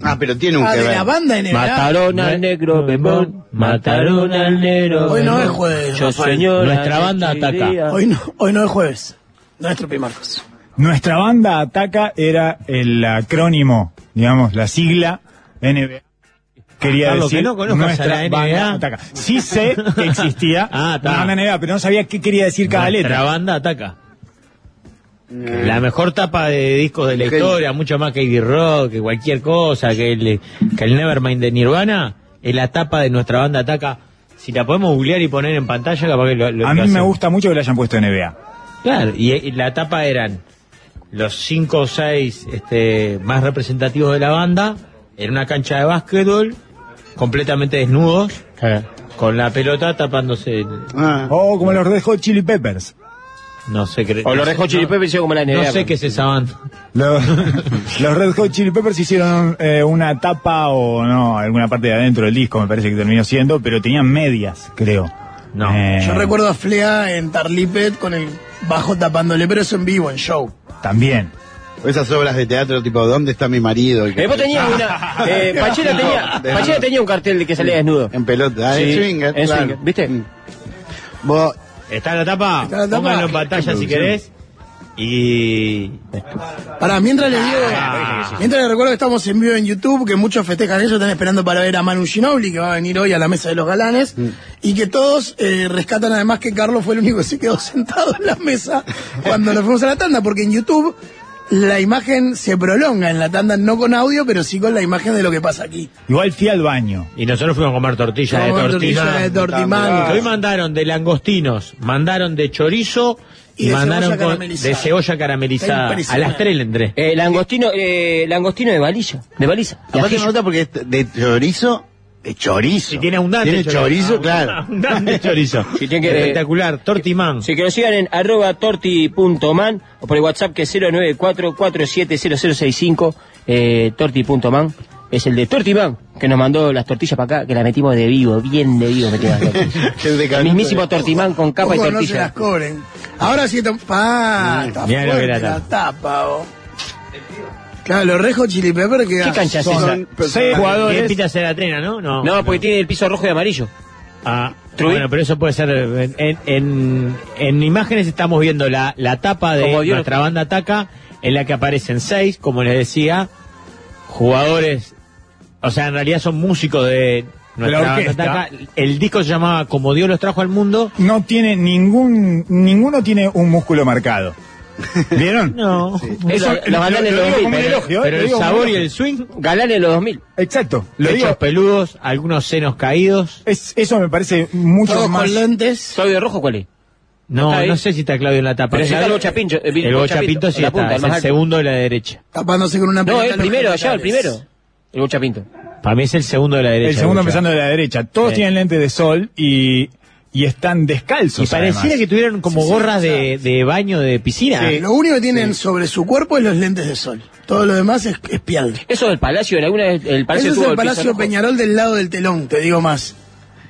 S7: Ah, pero tiene un
S5: Ah,
S7: que
S5: de
S7: ver.
S5: la banda NBA.
S10: Mataron al negro Bembón. Mataron al negro.
S5: Hoy no
S10: Bembón.
S5: es jueves,
S10: Yo
S5: Rafael.
S10: señor.
S4: Nuestra banda ataca.
S5: Hoy no, hoy no es jueves. Nuestro Pi Marcos.
S6: Nuestra banda Ataca era el acrónimo, digamos, la sigla NBA. Quería
S4: Carlos,
S6: decir
S4: que no conozcas
S6: nuestra
S4: a la
S6: banda
S4: NBA.
S6: Ataca. Sí sé que existía
S4: Ah, está.
S6: la banda NBA, pero no sabía qué quería decir cada
S4: Nuestra
S6: letra.
S4: banda ataca.
S10: Mm.
S4: La mejor tapa de discos de la
S7: Genio.
S4: historia, mucho más que Iggy Rock, que cualquier cosa, que el, que el Nevermind de Nirvana, es la tapa de nuestra banda ataca. Si la podemos googlear y poner en pantalla, capaz que lo, lo-
S6: A
S4: lo
S6: mí me
S4: hacemos.
S6: gusta mucho que le hayan puesto NBA.
S4: Claro, y, y la tapa eran los cinco o seis este, más representativos de la banda en una cancha de básquetbol, completamente desnudos, con la pelota tapándose. el-
S7: Ah.
S6: O Oh, como los Red Hot Chili Peppers.
S4: No sé qué.
S10: O lo dejó Chili Pepe y como la pues. NBA.
S4: No sé qué es esa banda.
S6: Los, los Red Hot Chili Peppers hicieron eh, una tapa o no, alguna parte de adentro del disco me parece que terminó siendo, pero tenían medias, creo.
S4: No.
S6: Eh,
S5: Yo recuerdo a Flea en Tarlipet con el bajo tapándole, pero eso en vivo, en show.
S6: También.
S7: Esas obras de teatro tipo, ¿dónde está mi marido? Y que-
S10: Después tenía una. Eh, Pachela, tenía,
S7: De-
S10: Pachela tenía un cartel de que salía desnudo.
S7: En pelota, ah,
S10: Sí,
S7: en swinger.
S10: en
S7: claro.
S10: swinger, ¿viste?
S7: Mm. Vos,
S4: ¿Está la tapa?
S5: Está la tapa.
S4: Pónganlo en pantalla si querés. Y.
S5: Para, mientras les digo,
S4: Ah.
S5: mientras les recuerdo que estamos en vivo en YouTube, que muchos festejan eso, están esperando para ver a Manu Ginobili, que va a venir hoy a la mesa de los galanes, y que todos eh, rescatan además que Carlos fue el único que se quedó sentado en la mesa cuando nos fuimos a la tanda, porque en YouTube la imagen se prolonga en la tanda, no con audio, pero sí con la imagen de lo que pasa aquí.
S6: Igual fui al baño.
S4: Y nosotros fuimos a comer tortilla de
S5: Como
S4: tortilla.
S5: tortilla de
S4: Ah.
S5: tortimanga.
S4: Hoy mandaron de langostinos, mandaron de chorizo
S5: Y
S4: y,
S5: de
S4: mandaron
S5: cebolla
S4: con-
S5: caramelizada.
S4: de cebolla
S5: Está
S4: caramelizada. A
S5: impresionante.
S4: las 3 le entré.
S10: Eh, langostino, eh, langostino de valilla. De baliza. de
S7: Aparte me
S10: ajillo.
S7: gusta porque es de chorizo, de chorizo.
S4: Si tiene abundante Ah,
S7: Tiene chorizo, claro.
S4: Abundante chorizo.
S10: Si tiene que-
S4: Espectacular, tortimán.
S10: Si que nos sigan en arroba torti.man o por el WhatsApp que es 094-470065, eh, torti.man. Es el de Tortiman, que nos mandó las tortillas para acá, que las metimos de vivo, bien de vivo metimos las tortillas.
S7: El de
S10: El
S7: Canuto.
S10: mismísimo Tortiman con capa y
S5: Ojo, no se las
S10: tortilla.
S5: cobren. Ahora sí, to- pa, está
S4: mirá lo que
S5: fuerte
S4: era
S5: la
S4: tapa.
S5: tapa, vos. Claro, los rejos chili pepper que
S10: ¿Qué cancha es esa?
S7: Son
S6: Seis
S4: ¿Qué
S6: jugadores.
S4: pita hacer la trena, no? No.
S10: No, porque tiene el piso rojo y amarillo.
S4: Ah,
S10: Trubí.
S4: bueno, pero eso puede ser. eh, En, en- en- en imágenes estamos viendo la, la tapa de
S10: Como Dios.
S4: nuestra banda Ataca, en la que aparecen seis, como les decía, jugadores. O sea, en realidad son músicos de nuestra
S6: La
S4: banda
S6: orquesta.
S4: Ataca. El disco se llamaba Como Dios los trajo al mundo.
S6: No tiene ningún. Ninguno tiene un músculo marcado. ¿Vieron?
S4: No.
S10: Eso
S6: Lo-
S10: lo mandan
S6: lo-
S10: en
S6: lo
S10: los
S6: digo
S10: 2000.
S6: como un
S10: pero-
S6: elogio, ¿eh?
S4: Pero
S6: Lo
S4: el
S6: digo como un
S4: sabor y
S6: elogio.
S4: el swing,
S10: Galán en los 2000.
S6: Exacto. Lo
S4: pechos
S6: digo.
S4: peludos, algunos senos caídos.
S6: es- eso me parece mucho
S5: todos
S6: más.
S5: con lentes.
S10: ¿Soy de rojo cuál es?
S4: No,
S10: Está ahí.
S4: no sé si está Claudio en la tapa.
S10: Pero si está el Bocha Pincho, eh,
S4: El
S10: Bocha
S4: Bocha
S10: Pinto,
S4: Pinto sí
S10: en la
S4: está,
S10: punta, el
S4: es
S10: más
S4: el
S10: alto.
S4: segundo de la derecha.
S5: Tapándose con una
S10: No,
S5: pelota
S10: el
S5: los
S10: primero, allá, el
S5: genitales.
S10: primero. El Bocha Pinto.
S4: Para mí es el segundo de la derecha.
S6: El segundo
S4: Bocha.
S6: empezando de la derecha. Todos
S4: Sí.
S6: tienen lentes de sol y, y están
S4: Y
S6: descalzos.
S4: pareciera
S6: además.
S4: que tuvieran como
S5: Sí, sí,
S4: gorras
S5: sí.
S4: de, de baño de piscina.
S5: Sí, Lo único que tienen sobre su cuerpo es los lentes de sol. Todo lo demás es, es piel.
S10: Eso del Palacio, en alguna vez el Palacio
S5: Ese es
S10: tuvo
S5: el
S10: el piso
S5: Palacio
S10: rojo.
S5: Peñarol del lado del telón, te digo más.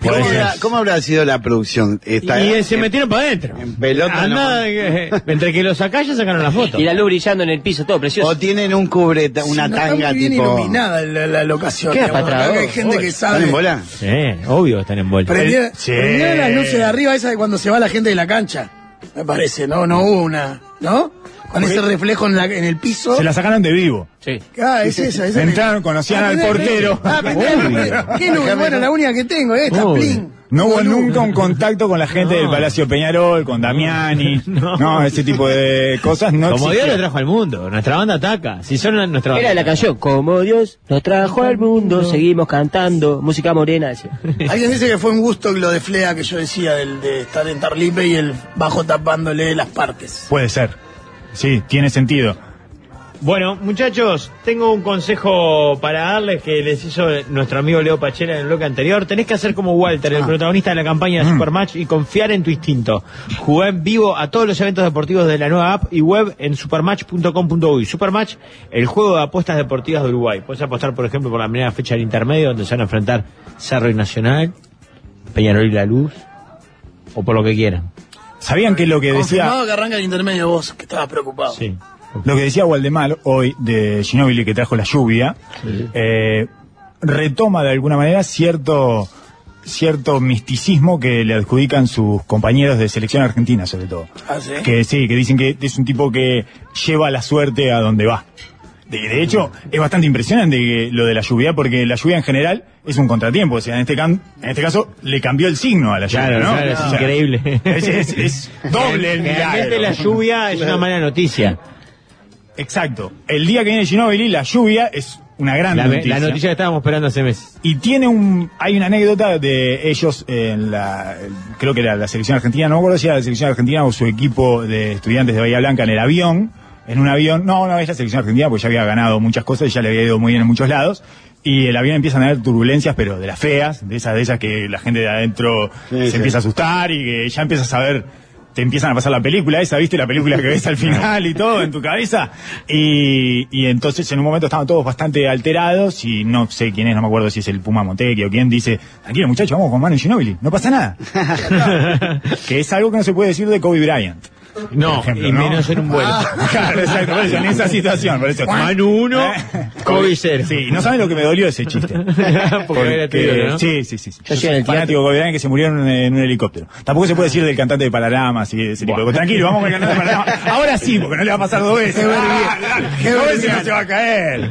S7: ¿Cómo
S4: Puede
S7: habrá,
S4: ser.
S7: cómo habrá sido la producción? eh, Está-
S4: y se metieron para adentro.
S7: en pelota
S4: Andá, eh, entre que los acá ya sacaron la foto.
S10: Y la luz brillando en el piso, todo precioso.
S7: O tienen un cubreta, una
S5: Sí, no, está
S7: tanga
S5: muy bien
S7: tipo.
S5: iluminada la, la locación.
S10: ¿Qué
S5: digamos.
S10: apatrador?
S5: Acá hay gente que
S7: ¿Están
S5: sabe.
S7: en bola?
S4: Sí, obvio que están envueltos.
S5: Prendieron,
S6: Sí.
S5: prendieron las luces de arriba, esa de cuando se va la gente de la cancha. Me parece, ¿no? No hubo una. ¿No? Con ese reflejo en, la- en el piso.
S6: Se la sacaron de vivo.
S10: Sí.
S5: Ah, es esa, es esa.
S6: Entraron, conocían
S5: Ah,
S6: al
S5: prendé-
S6: portero.
S5: Ah, prendé la luz. Qué luz, bueno, la única que tengo, eh, esta,
S4: Uy.
S5: plin.
S6: No hubo nunca un contacto con la gente del Palacio Peñarol, con Damiani, no,
S4: No.
S6: ese tipo de cosas no
S4: Como Dios
S6: existía.
S4: lo trajo al mundo. Nuestra banda ataca. Si son la- nuestra banda.
S10: Era la canción, como Dios nos trajo al mundo, seguimos cantando, música morena. decía.
S5: Alguien dice que fue un gusto lo de Flea que yo decía, del, de estar en Tarlipe y el bajo tapándole las partes.
S6: Puede ser. Sí, tiene sentido.
S4: Bueno, muchachos, tengo un consejo para darles que les hizo nuestro amigo Leo Pachela en el bloque anterior. Tenés que hacer como Walter,
S6: Ah.
S4: el protagonista de la campaña de
S6: Mm.
S4: Supermatch, y confiar en tu instinto. Jugá en vivo a todos los eventos deportivos de la nueva app y web en supermatch.com.uy. Supermatch, el juego de apuestas deportivas de Uruguay. Puedes apostar, por ejemplo, por la primera fecha del intermedio, donde se van a enfrentar Cerro y Nacional, Peñarol y La Luz, o por lo que quieran.
S6: ¿Sabían que lo que decía
S5: Confirmado que arranca el intermedio vos, que estabas preocupado.
S4: Sí.
S6: lo que decía Waldemar hoy de Ginóbili que trajo la lluvia eh, retoma de alguna manera cierto cierto misticismo que le adjudican sus compañeros de selección argentina sobre todo.
S5: Ah, ¿sí?
S6: Que sí, que dicen que es un tipo que lleva la suerte a donde va. De, de hecho, es bastante impresionante que lo de la lluvia, porque la lluvia en general es un contratiempo. O sea, en este, can- en este caso, le cambió el signo a la lluvia,
S4: Claro,
S6: ¿no?
S4: claro,
S6: O
S4: es
S6: sea,
S4: increíble.
S6: Es, es- es doble el
S4: Realmente
S6: milagro.
S4: la lluvia es una mala noticia.
S6: Exacto. El día que viene Ginóbili, la lluvia es una gran
S4: La,
S6: noticia.
S4: la noticia que estábamos esperando hace meses.
S6: Y tiene un, hay una anécdota de ellos en la, creo que era la selección argentina, no me acuerdo si era la selección argentina o su equipo de estudiantes de Bahía Blanca en el avión, en un avión, no, no es la selección argentina porque ya había ganado muchas cosas y ya le había ido muy bien en muchos lados. Y el avión empieza a tener turbulencias, pero de las feas, de esas, de esas que la gente de adentro se
S7: sí.
S6: empieza a asustar y que ya empiezas a ver, te empiezan a pasar la película esa, viste la película que ves al final y todo en tu cabeza. Y, y entonces en un momento estaban todos bastante alterados y no sé quién es, no me acuerdo si es el Puma Montecchi o quién dice, tranquilo muchachos, vamos con Manu Ginóbili, no pasa nada. que es algo que no se puede decir de Kobe Bryant.
S4: No, Ah.
S6: Por ejemplo,
S4: y
S6: ¿no?
S4: menos en un vuelo.
S6: Claro, exacto, por eso, en esa situación, por eso.
S4: Manu 1, Kobe 0.
S6: Sí, no saben lo que me dolió ese chiste.
S4: Porque era tuyo, ¿no?
S6: Sí, sí, sí. sí.
S10: Yo soy en el
S6: fanático de Kobe Bryant que se murió en un, en un helicóptero. Tampoco se puede decir del cantante de Palarama, así ese tipo de cosas. Tranquilo, vamos con el cantante de Palarama. Ahora sí, porque no le va a pasar dos veces. Ah, dale, dos veces no se va a caer.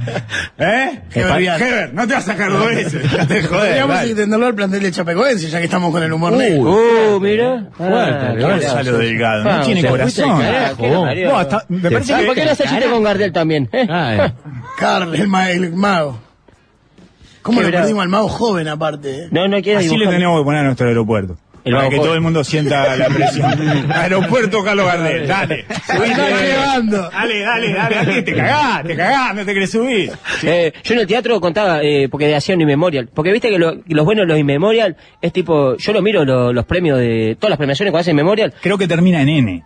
S6: ¿Eh?
S5: Heber Bryant.
S6: Heber, no te vas a sacar dos veces. Dejate de joder.
S5: Podríamos
S6: dale.
S5: intentarlo al plantel de Chapecoense, ya que estamos con el humor negro.
S10: Uh, mira.
S4: Fuerte,
S10: qué
S4: Gonzalo
S10: bravo.
S6: Delgado, no
S10: Ah,
S6: tiene
S10: o sea,
S4: fuiste al
S6: corazón.
S4: carajo,
S10: que la
S4: vos.
S10: parió.
S6: No, hasta- me
S4: Te
S6: parece
S10: Ah,
S6: que.
S10: ¿Por qué no hace chiste con Gardel también? eh?
S4: Ah, eh.
S5: Carl, el, ma- el mago. ¿Cómo
S10: Qué
S5: lo
S10: bravo.
S5: perdimos al mago joven aparte? eh?
S10: No, no quiero
S6: Así le
S10: dibujar.
S6: tenemos que poner a nuestro aeropuerto.
S10: El
S6: para
S10: bajo
S6: que
S10: joven.
S6: todo el mundo sienta la presión. aeropuerto Carlos Gardel, dale.
S5: Están llevando.
S6: Dale, dale, dale, dale, te cagás, te cagás, no te querés subir.
S10: Eh, yo en el teatro contaba, eh, porque hacía un inmemorial. Porque viste que lo- los buenos, los inmemorial, es tipo, yo lo miro lo- los premios de todas las premiaciones cuando hacen memorial,
S6: Creo que termina en N.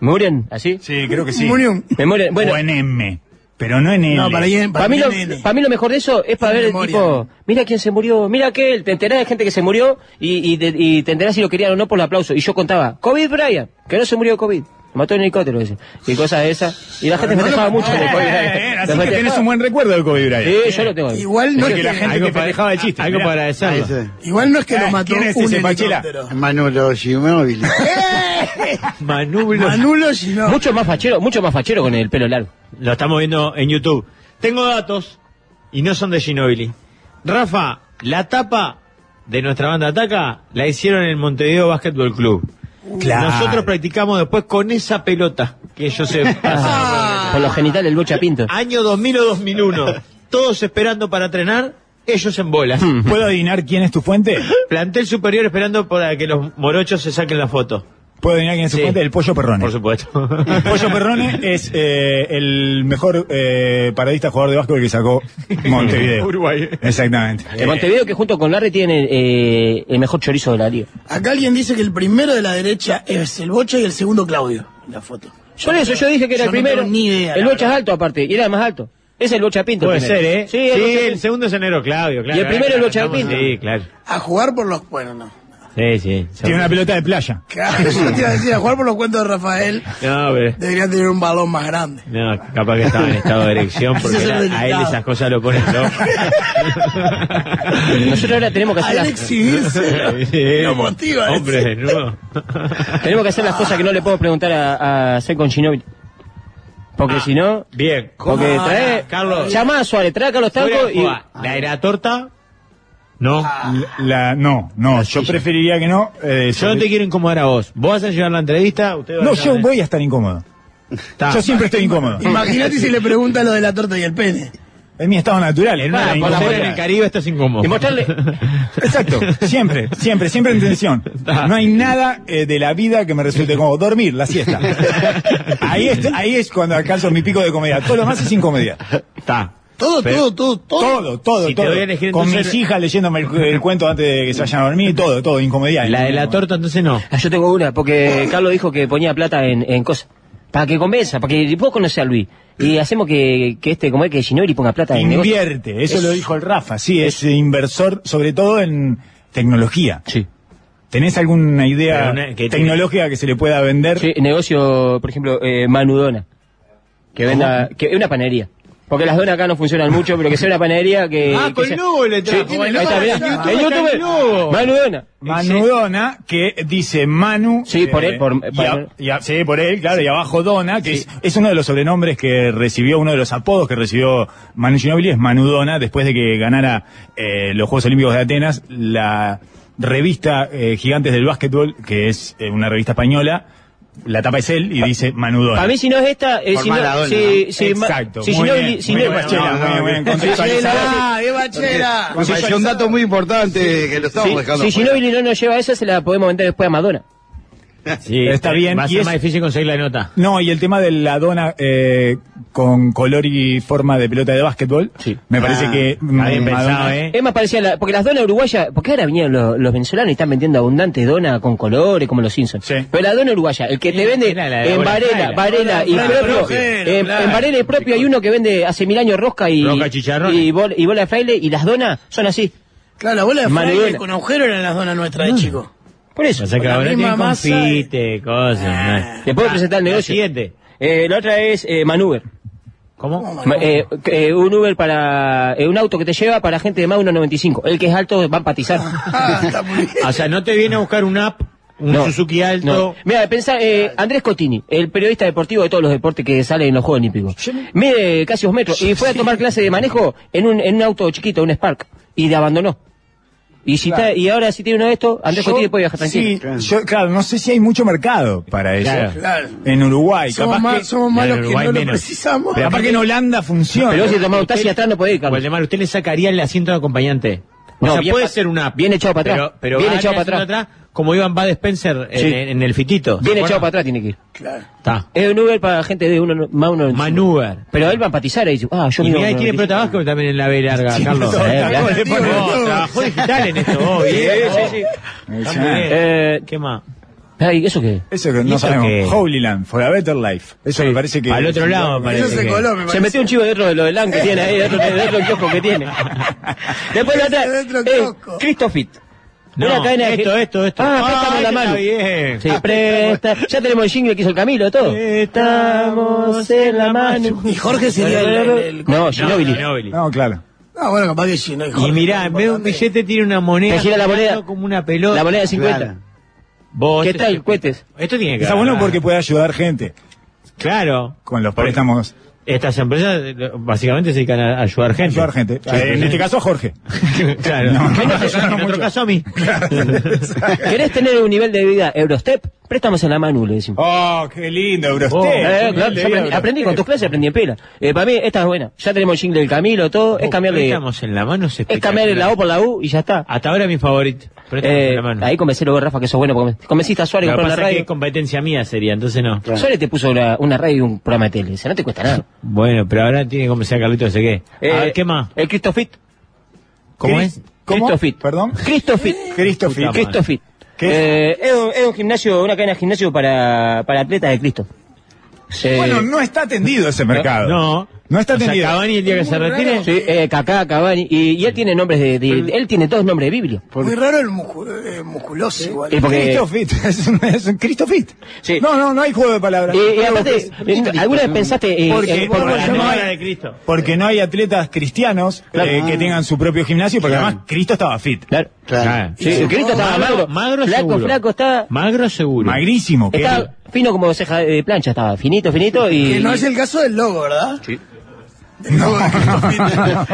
S10: mueren así.
S6: Sí, creo que sí.
S5: Murió.
S10: Memorial, bueno,
S6: O en M. Pero no en N.
S5: No, para, ahí-
S10: Para mí, lo,
S5: nene.
S10: pa' mí lo mejor de eso es para
S5: Sin
S10: ver,
S5: memoria.
S10: tipo, mira quién se murió, mira aquel, te enterás de gente que se murió y, y, te- y te enterás si lo querían o no por el aplauso. Y yo contaba, COVID Brian, que no se murió de COVID, mató en helicóptero, ese. y cosas de esas. Y la gente
S5: no lo
S10: festejaba
S5: mató.
S10: mucho de
S6: Eh,
S10: COVID
S6: eh,
S10: Bryant.
S6: eh,
S10: Lo
S6: así que tenés
S10: festejaba.
S6: un buen recuerdo del Kobe Bryant.
S10: Sí, yo lo tengo. ahí.
S5: Igual no, es
S6: Porque
S5: que,
S6: la gente
S4: Algo
S6: te
S4: para-
S6: festejaba el chiste.
S4: Algo
S6: mirá.
S4: para agradecerlo.
S7: Ese.
S5: igual no es que
S6: Ah,
S5: lo mató
S6: ¿quién es
S5: un
S6: ese, Pachela?
S5: helicóptero.
S7: Manolo Ginóbili.
S4: Manubrio.
S5: Manulo Gino.
S10: Mucho más fachero, mucho más fachero con el pelo largo.
S4: Lo estamos viendo en YouTube. Tengo datos y no son de Ginobili. Rafa, la tapa de nuestra banda Ataca la hicieron en el Montevideo Basketball Club.
S6: Claro.
S4: Nosotros practicamos después con esa pelota que ellos se
S6: Ah.
S4: pasan.
S5: Ah.
S10: Con los genitales del bocha pinto.
S4: Año 2000 o 2001. Todos esperando para entrenar, ellos en bolas.
S10: Hmm.
S6: ¿Puedo adivinar quién es tu fuente?
S4: Plantel superior esperando para que los morochos se saquen la foto.
S6: ¿Puedo adivinar quién es tu
S4: Sí.
S6: fuente? El pollo perrone.
S4: Por supuesto.
S6: El pollo perrone es eh, el mejor eh, paradista jugador de básquetbol que sacó Montevideo.
S4: Uruguay.
S6: Exactamente. Eh,
S10: El Montevideo que junto con Larry tiene eh, el mejor chorizo de la liga.
S5: Acá alguien dice que el primero de la derecha es el Bocha y el segundo Claudio. La foto.
S10: Por eso yo dije que era
S5: Yo
S10: el
S5: no tengo
S10: primero.
S5: ni idea,
S10: el
S5: la
S10: bocha es
S5: verdad.
S10: alto aparte, y era el más alto. Es el bocha pinto.
S4: Puede
S10: el primero.
S4: ser, ¿eh?
S10: Sí, el Bocha
S4: el
S10: Pinto.
S4: segundo es enero, Claudio. claro.
S10: Y el primero el
S4: Estamos-
S10: Bocha Pinto.
S4: Sí, claro.
S5: A jugar por los. Bueno, no.
S4: Sí, sí.
S6: Tiene una pelota de playa.
S5: Claro, yo te iba a decir, a jugar por los cuentos de Rafael
S4: No, pero-
S5: deberían tener un balón más grande.
S4: No, capaz que estaba en estado de erección porque
S5: Eso es
S4: la- a él
S5: delicado.
S4: esas cosas lo ponen loco.
S10: Nosotros ahora tenemos que hacer
S5: Al
S10: las,
S5: exhibirse. Lo motiva ese.
S4: Hombre, desnudo.
S10: tenemos que hacer las cosas que no le puedo preguntar a, a hacer con Ginóbili. Porque si no,
S4: Bien.
S10: porque
S4: Ah,
S10: trae
S4: Carlos.
S10: llama a Suárez, trae a Carlos
S4: Voy a
S10: Tanco y
S4: jugar. ¿La era torta? No.
S6: Ah. La, la- no, no, yo preferiría que no. eh,
S4: Yo no te quiero incomodar a vos. Vos vas a llevar la entrevista. Usted va
S6: No,
S4: a-
S6: yo voy a estar incómodo.
S4: Está.
S6: Yo siempre estoy incómodo.
S5: Imagínate si le pregunta lo de la torta y el pene.
S6: Es mi estado natural. en una
S4: Ah, por la
S6: incomodidad.
S4: fuera en el Caribe estás incómodo.
S10: y mostrarle
S6: Exacto, siempre, siempre, siempre en tensión. No hay nada eh, de la vida que me resulte como dormir, la siesta. Ahí es, ahí es cuando alcanzo mi pico de comedia. Todo lo más es incomedia.
S4: Está.
S5: Todo,
S4: Pero-
S5: todo, todo, todo.
S6: Todo, todo,
S4: Si te
S6: todo.
S4: doy a elegir,
S6: Con
S4: entonces-
S6: mis hijas leyéndome el, el cuento antes de que se vayan a dormir, todo, todo, incomedia.
S4: La de la torta entonces no.
S10: Ah, yo tengo una, porque Carlos dijo que ponía plata en, en cosas. Para que convenza, para que vos conocer a Luis. Y hacemos que, que este, como es que Ginori ponga plata en negocio.
S6: Invierte, eso lo dijo el Rafa, sí, es inversor, sobre todo en tecnología.
S10: Sí.
S6: ¿Tenés alguna idea
S4: Pero una- que-
S6: tecnológica que se le pueda vender?
S10: Sí, negocio, por ejemplo, eh, Manudona. Que venda, que es una panadería. Porque las donas acá no funcionan mucho, pero que sea una panadería que.
S4: Ah,
S10: que
S4: con
S10: sea-
S4: Lobo le trajo.
S10: Sí,
S4: Con
S10: ahí
S4: Lobo
S10: está, mirá.
S4: está en
S10: En
S4: YouTube, está en
S10: YouTube,
S4: Lobo.
S10: Manudona.
S6: Manudona, que dice Manu. eh,
S10: Sí, por él, por-
S6: y a-
S10: por-
S6: y a- sí, por él, claro, y abajo Dona, que es, es uno de los sobrenombres que recibió, uno de los apodos que recibió Manu Ginóbili, es Manudona, después de que ganara eh, los Juegos Olímpicos de Atenas, la revista eh, Gigantes del Básquetbol, que es eh, una revista española, la tapa es él y dice Manudona.
S10: Para mí, si no es esta, eh,
S7: Por
S10: si no.
S7: Maradona,
S10: si,
S7: ¿no?
S10: si ma-
S6: Exacto.
S10: si
S6: muy
S10: no-
S6: bien,
S10: si
S6: muy
S10: no-
S6: bien, Bachela,
S7: no, no,
S6: muy bien,
S7: no.
S6: conceptualizado.
S5: Ah, eh, bachera.
S7: Me pareció un dato muy importante que lo estamos
S10: si-
S7: dejando.
S10: si
S7: afuera.
S10: Ginóbili no nos lleva a esa, se la podemos vender después a Madonna.
S4: Sí,
S6: Está bien,
S4: Va a
S6: y
S4: ser
S6: es-
S4: más difícil conseguir la nota.
S6: No, y el tema de la dona eh, con color y forma de pelota de básquetbol,
S10: Sí.
S6: me parece
S7: Ah,
S6: que... mm,
S4: Está bien
S6: Madonna-
S4: pensado, ¿eh?
S10: Es más parecía la- porque las donas uruguayas, porque ahora vinieron los, los venezolanos y están vendiendo abundantes donas con colores como los Simpsons.
S6: Sí.
S10: Pero la dona uruguaya, el que te
S4: Y
S10: vende
S4: era la de
S10: en
S4: Bola
S10: Varela,
S4: Fraila.
S10: Varela Ah, y
S4: Bola
S10: propio,
S4: Fraila,
S10: en,
S4: claro.
S10: en Varela y propio hay uno que vende hace mil años rosca y
S4: Rosca, chicharrones.
S10: y, bol- y bola de fraile y las donas son así.
S5: Claro, la bola de
S10: Maradona.
S5: fraile con agujero eran las donas nuestras de eh, chico.
S10: Por eso.
S4: O sea que
S5: la
S4: ahora
S5: misma
S4: tienen
S5: masa y-
S4: confite, cosas. ¿no?
S10: Te puedo presentar el
S4: Ah, La
S10: negocio.
S4: siguiente.
S10: Eh, la otra es eh, Manuber.
S4: ¿Cómo?
S10: Ma- eh, eh, un Uber para eh, un auto que te lleva para gente de más de 1.95. El que es alto va a empatizar.
S5: Ah, está muy bien.
S4: O sea, no te viene a buscar un app, un
S10: No,
S4: Suzuki
S10: No.
S4: alto.
S10: Mira, pensá, eh, Andrés Cotini, el periodista deportivo de todos los deportes que sale en los Juegos Olímpicos. Mide casi dos metros y fue a tomar clase de manejo en un, en un auto chiquito, un Spark, y le abandonó. Y si
S6: Claro.
S10: está- y ahora si tiene uno de estos, Andrés
S6: Yo-
S10: Cotillo puede viajar tranquilo.
S6: Sí, eh, yo, claro, no sé si hay mucho mercado para eso.
S4: Claro.
S5: Claro.
S6: En Uruguay,
S5: Somos,
S6: capaz
S5: más,
S6: que.
S5: somos más
S4: Claro,
S5: los que
S4: Uruguay
S5: no lo
S4: menos.
S5: precisamos.
S6: Capaz que en Holanda funciona.
S10: Pero vos si tomás un taxi atrás no podés ir, Carlos.
S4: Waldemar, Pues, ¿usted le sacaría el asiento de acompañante? O
S10: No,
S4: sea,
S10: bien
S4: puede
S10: pa-
S4: ser una.
S10: bien echado para atrás.
S4: Pero, pero
S10: Bien
S4: va
S10: echado
S4: el
S10: para
S4: asiento como iban Bad Spencer en,
S10: Sí.
S4: en- en el fitito. ¿se
S10: Bien
S4: acuerdan?
S10: echado para atrás tiene que ir.
S4: Está.
S10: Es un Uber para gente de uno, más uno.
S4: Manuber.
S10: Pero él va a empatizar ahí. dice, Ah, yo
S4: Y
S10: mido
S4: mirá, ahí tiene
S10: 1.95.
S4: pelota vasco también en la B larga, Carlos.
S6: no,
S4: Eh,
S6: está
S4: mirá.
S6: con el tío,
S4: Vos,
S6: boludo.
S4: Trabajó digital en esto, Eh, vos, bien. Está muy bien.
S10: Eh,
S4: ¿Qué más?
S10: Ay, ¿eso qué?
S6: Eso que
S4: ¿Y
S6: no
S4: eso
S6: sabemos.
S4: qué?
S6: Holy Land, for a better life. Eso
S4: Sí,
S6: me parece que.
S4: al otro lado me
S5: Eso
S4: parece
S5: se
S4: que-
S5: coló, me
S10: Se
S5: parece.
S10: metió un chivo dentro de lo del LAN que tiene ahí, dentro de otro kiosco que tiene. Después lo atrás.
S5: Dentro del
S10: Eh,
S5: kiosco.
S10: Cristofit.
S4: No,
S10: Una cadena de-
S4: esto, esto, esto.
S10: Ah, préstame
S4: Ah,
S10: la
S4: este
S10: mano.
S4: está bien.
S10: Sí, Ah, presta. Ya tenemos el jingle que hizo el Camilo, todo.
S4: Estamos en la mano.
S5: Y Jorge sería el- el- el-
S10: No,
S4: No,
S10: Ginobili.
S4: Ginóbili.
S6: No, claro.
S5: Ah, bueno, capaz que sí, no hay
S4: Y
S5: Jorge,
S4: mirá,
S5: no
S4: en vez de un
S5: importante.
S4: billete tiene una moneda.
S10: Te gira la moneda.
S4: Como una pelota.
S10: La moneda de 50.
S4: Vos,
S10: ¿Qué
S4: esto-
S10: tal, cohetes?
S4: Esto tiene que
S6: Está bueno
S4: agarrar.
S6: porque puede ayudar gente
S4: Claro.
S6: con los
S4: Porque
S6: préstamos.
S4: Estas empresas eh, básicamente se dedican a a ayudar gente.
S6: Ayudar gente.
S4: Sí,
S6: Eh, en
S4: sí.
S6: este caso, Jorge.
S4: claro.
S6: No,
S4: en
S6: no,
S4: otro,
S6: no,
S4: en otro
S6: mucho.
S4: caso a mí.
S10: ¿Querés tener un nivel de vida Eurostep? Préstamos en la mano, le decimos.
S6: Oh, qué lindo, Eurostep.
S4: Oh,
S10: Eh,
S6: Qué
S10: claro,
S6: lindo,
S10: yo aprendí,
S6: Eurostep.
S10: aprendí con tus clases, aprendí en pela. Eh, para mí, esta es buena. Ya tenemos el jingle del Camilo, todo. Es cambiarle,
S4: Oh, Estamos en la mano. Es,
S10: es cambiarle la O por la U y ya está.
S4: Hasta ahora mi favorito. Pero estamos
S10: Eh,
S4: en la mano.
S10: ahí convencelo vos, Rafa, que sos bueno. porque me- Convenciste a Suárez
S4: Lo
S10: que
S4: que
S10: compró la
S4: pasa es que
S10: radio.
S4: es competencia mía sería, entonces no.
S10: Suárez te puso la- una radio y un programa de tele. O sea, no te cuesta nada.
S4: Bueno, pero ahora tiene que comenzar Carlito, no sé qué.
S10: Eh,
S4: a ver, ¿qué más?
S10: El Cristofit.
S4: ¿Cómo
S6: Cris-
S4: es?
S6: ¿Cómo?
S10: Cristofit.
S6: Perdón.
S10: Cristofit.
S6: Cristofit.
S4: Puta madre.
S10: Cristofit.
S6: ¿Qué
S10: Eh, es, un, es un gimnasio, una cadena de gimnasio para, para atletas de Cristo. Eh,
S6: Bueno, no está atendido ese mercado.
S4: No.
S6: No está
S4: O sea,
S6: atendido.
S4: Cavani el día que se retire.
S10: Sí, eh, Kaká, Cavani. Y, y él tiene nombres de, de- Él tiene dos nombres de Biblia.
S5: Muy raro el muscu- eh, musculoso igual.
S10: Y porque-
S6: Cristofit. Es un, es un Cristofit.
S10: Sí.
S6: No, no, no hay juego de palabras.
S10: Y, y Eh,
S5: Pues,
S10: aparte, ¿alguna vez pensaste eh,
S6: Porque-
S10: eh, por-
S6: porque-
S4: La
S6: Yo no-
S4: nueva de Cristo.
S6: Porque no hay atletas cristianos eh, que tengan su propio gimnasio, porque además Cristo estaba fit.
S10: Claro.
S7: Claro.
S10: Sí, Cristo estaba magro.
S4: Magro
S10: flaco,
S4: seguro.
S10: flaco, estaba.
S4: Magro seguro.
S6: Magrísimo. que-
S10: Estaba fino como ceja de plancha, estaba finito, finito. Y,
S5: Que no es el caso del logo, ¿verdad? Sí.
S6: No, no,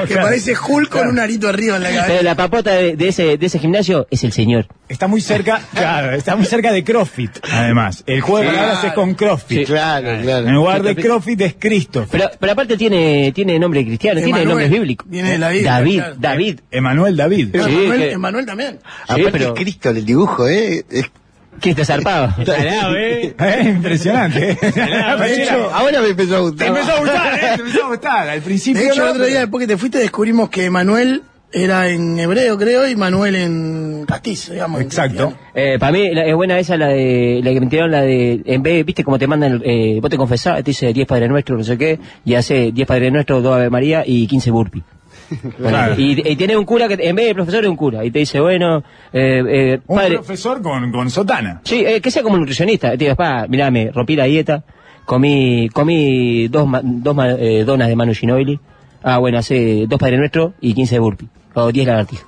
S5: que
S6: claro.
S5: parece Hulk con un arito arriba en la
S10: Pero
S5: cabeza.
S10: la papota de, de ese, de ese gimnasio es el señor.
S6: Está muy cerca, claro, está muy cerca de CrossFit, además. El juego de palabras es con CrossFit.
S7: Claro,
S6: En
S7: claro.
S6: lugar de CrossFit es Cristo.
S10: Pero, pero aparte tiene, tiene nombre cristiano, tiene
S5: Emanuel.
S10: nombres bíblicos.
S5: Viene de la Biblia,
S10: David,
S5: claro.
S10: David.
S6: Emanuel David.
S10: Sí,
S5: Emanuel,
S10: que-
S5: Emanuel también.
S7: Aparte
S10: pero-
S7: es Cristo del dibujo, ¿eh? Es-
S10: Que te zarpaba.
S4: Salado, ¿eh?
S6: Eh, impresionante. eh. Pachela,
S7: Ahora me empezó a
S6: Te
S7: gustar.
S6: empezó a gustar, eh, te empezó a gustar. Al principio.
S5: De hecho,
S6: no,
S5: el otro día, después que te fuiste, descubrimos que Emanuel era en hebreo, creo, y Manuel en castizo, digamos. en
S6: Exacto.
S5: cristiano.
S10: Eh, para mí la- es buena esa la de la que me tiraron la de en vez viste como te mandan eh, vos te confesás te dice 10 Padre Nuestro no sé qué y hace 10 Padre Nuestro 2 Ave María y 15 burpees
S6: Claro.
S10: y, y tiene un cura que en vez de profesor es un cura y te dice bueno eh, eh,
S6: Un
S10: padre
S6: profesor con, con sotana.
S10: sí eh, que sea como nutricionista te digo pa mirá me rompí la dieta comí comí dos ma- dos ma- eh, donas de Manu Ginobili ah bueno hace dos Padre Nuestro y 15 burpees o 10 lagartijas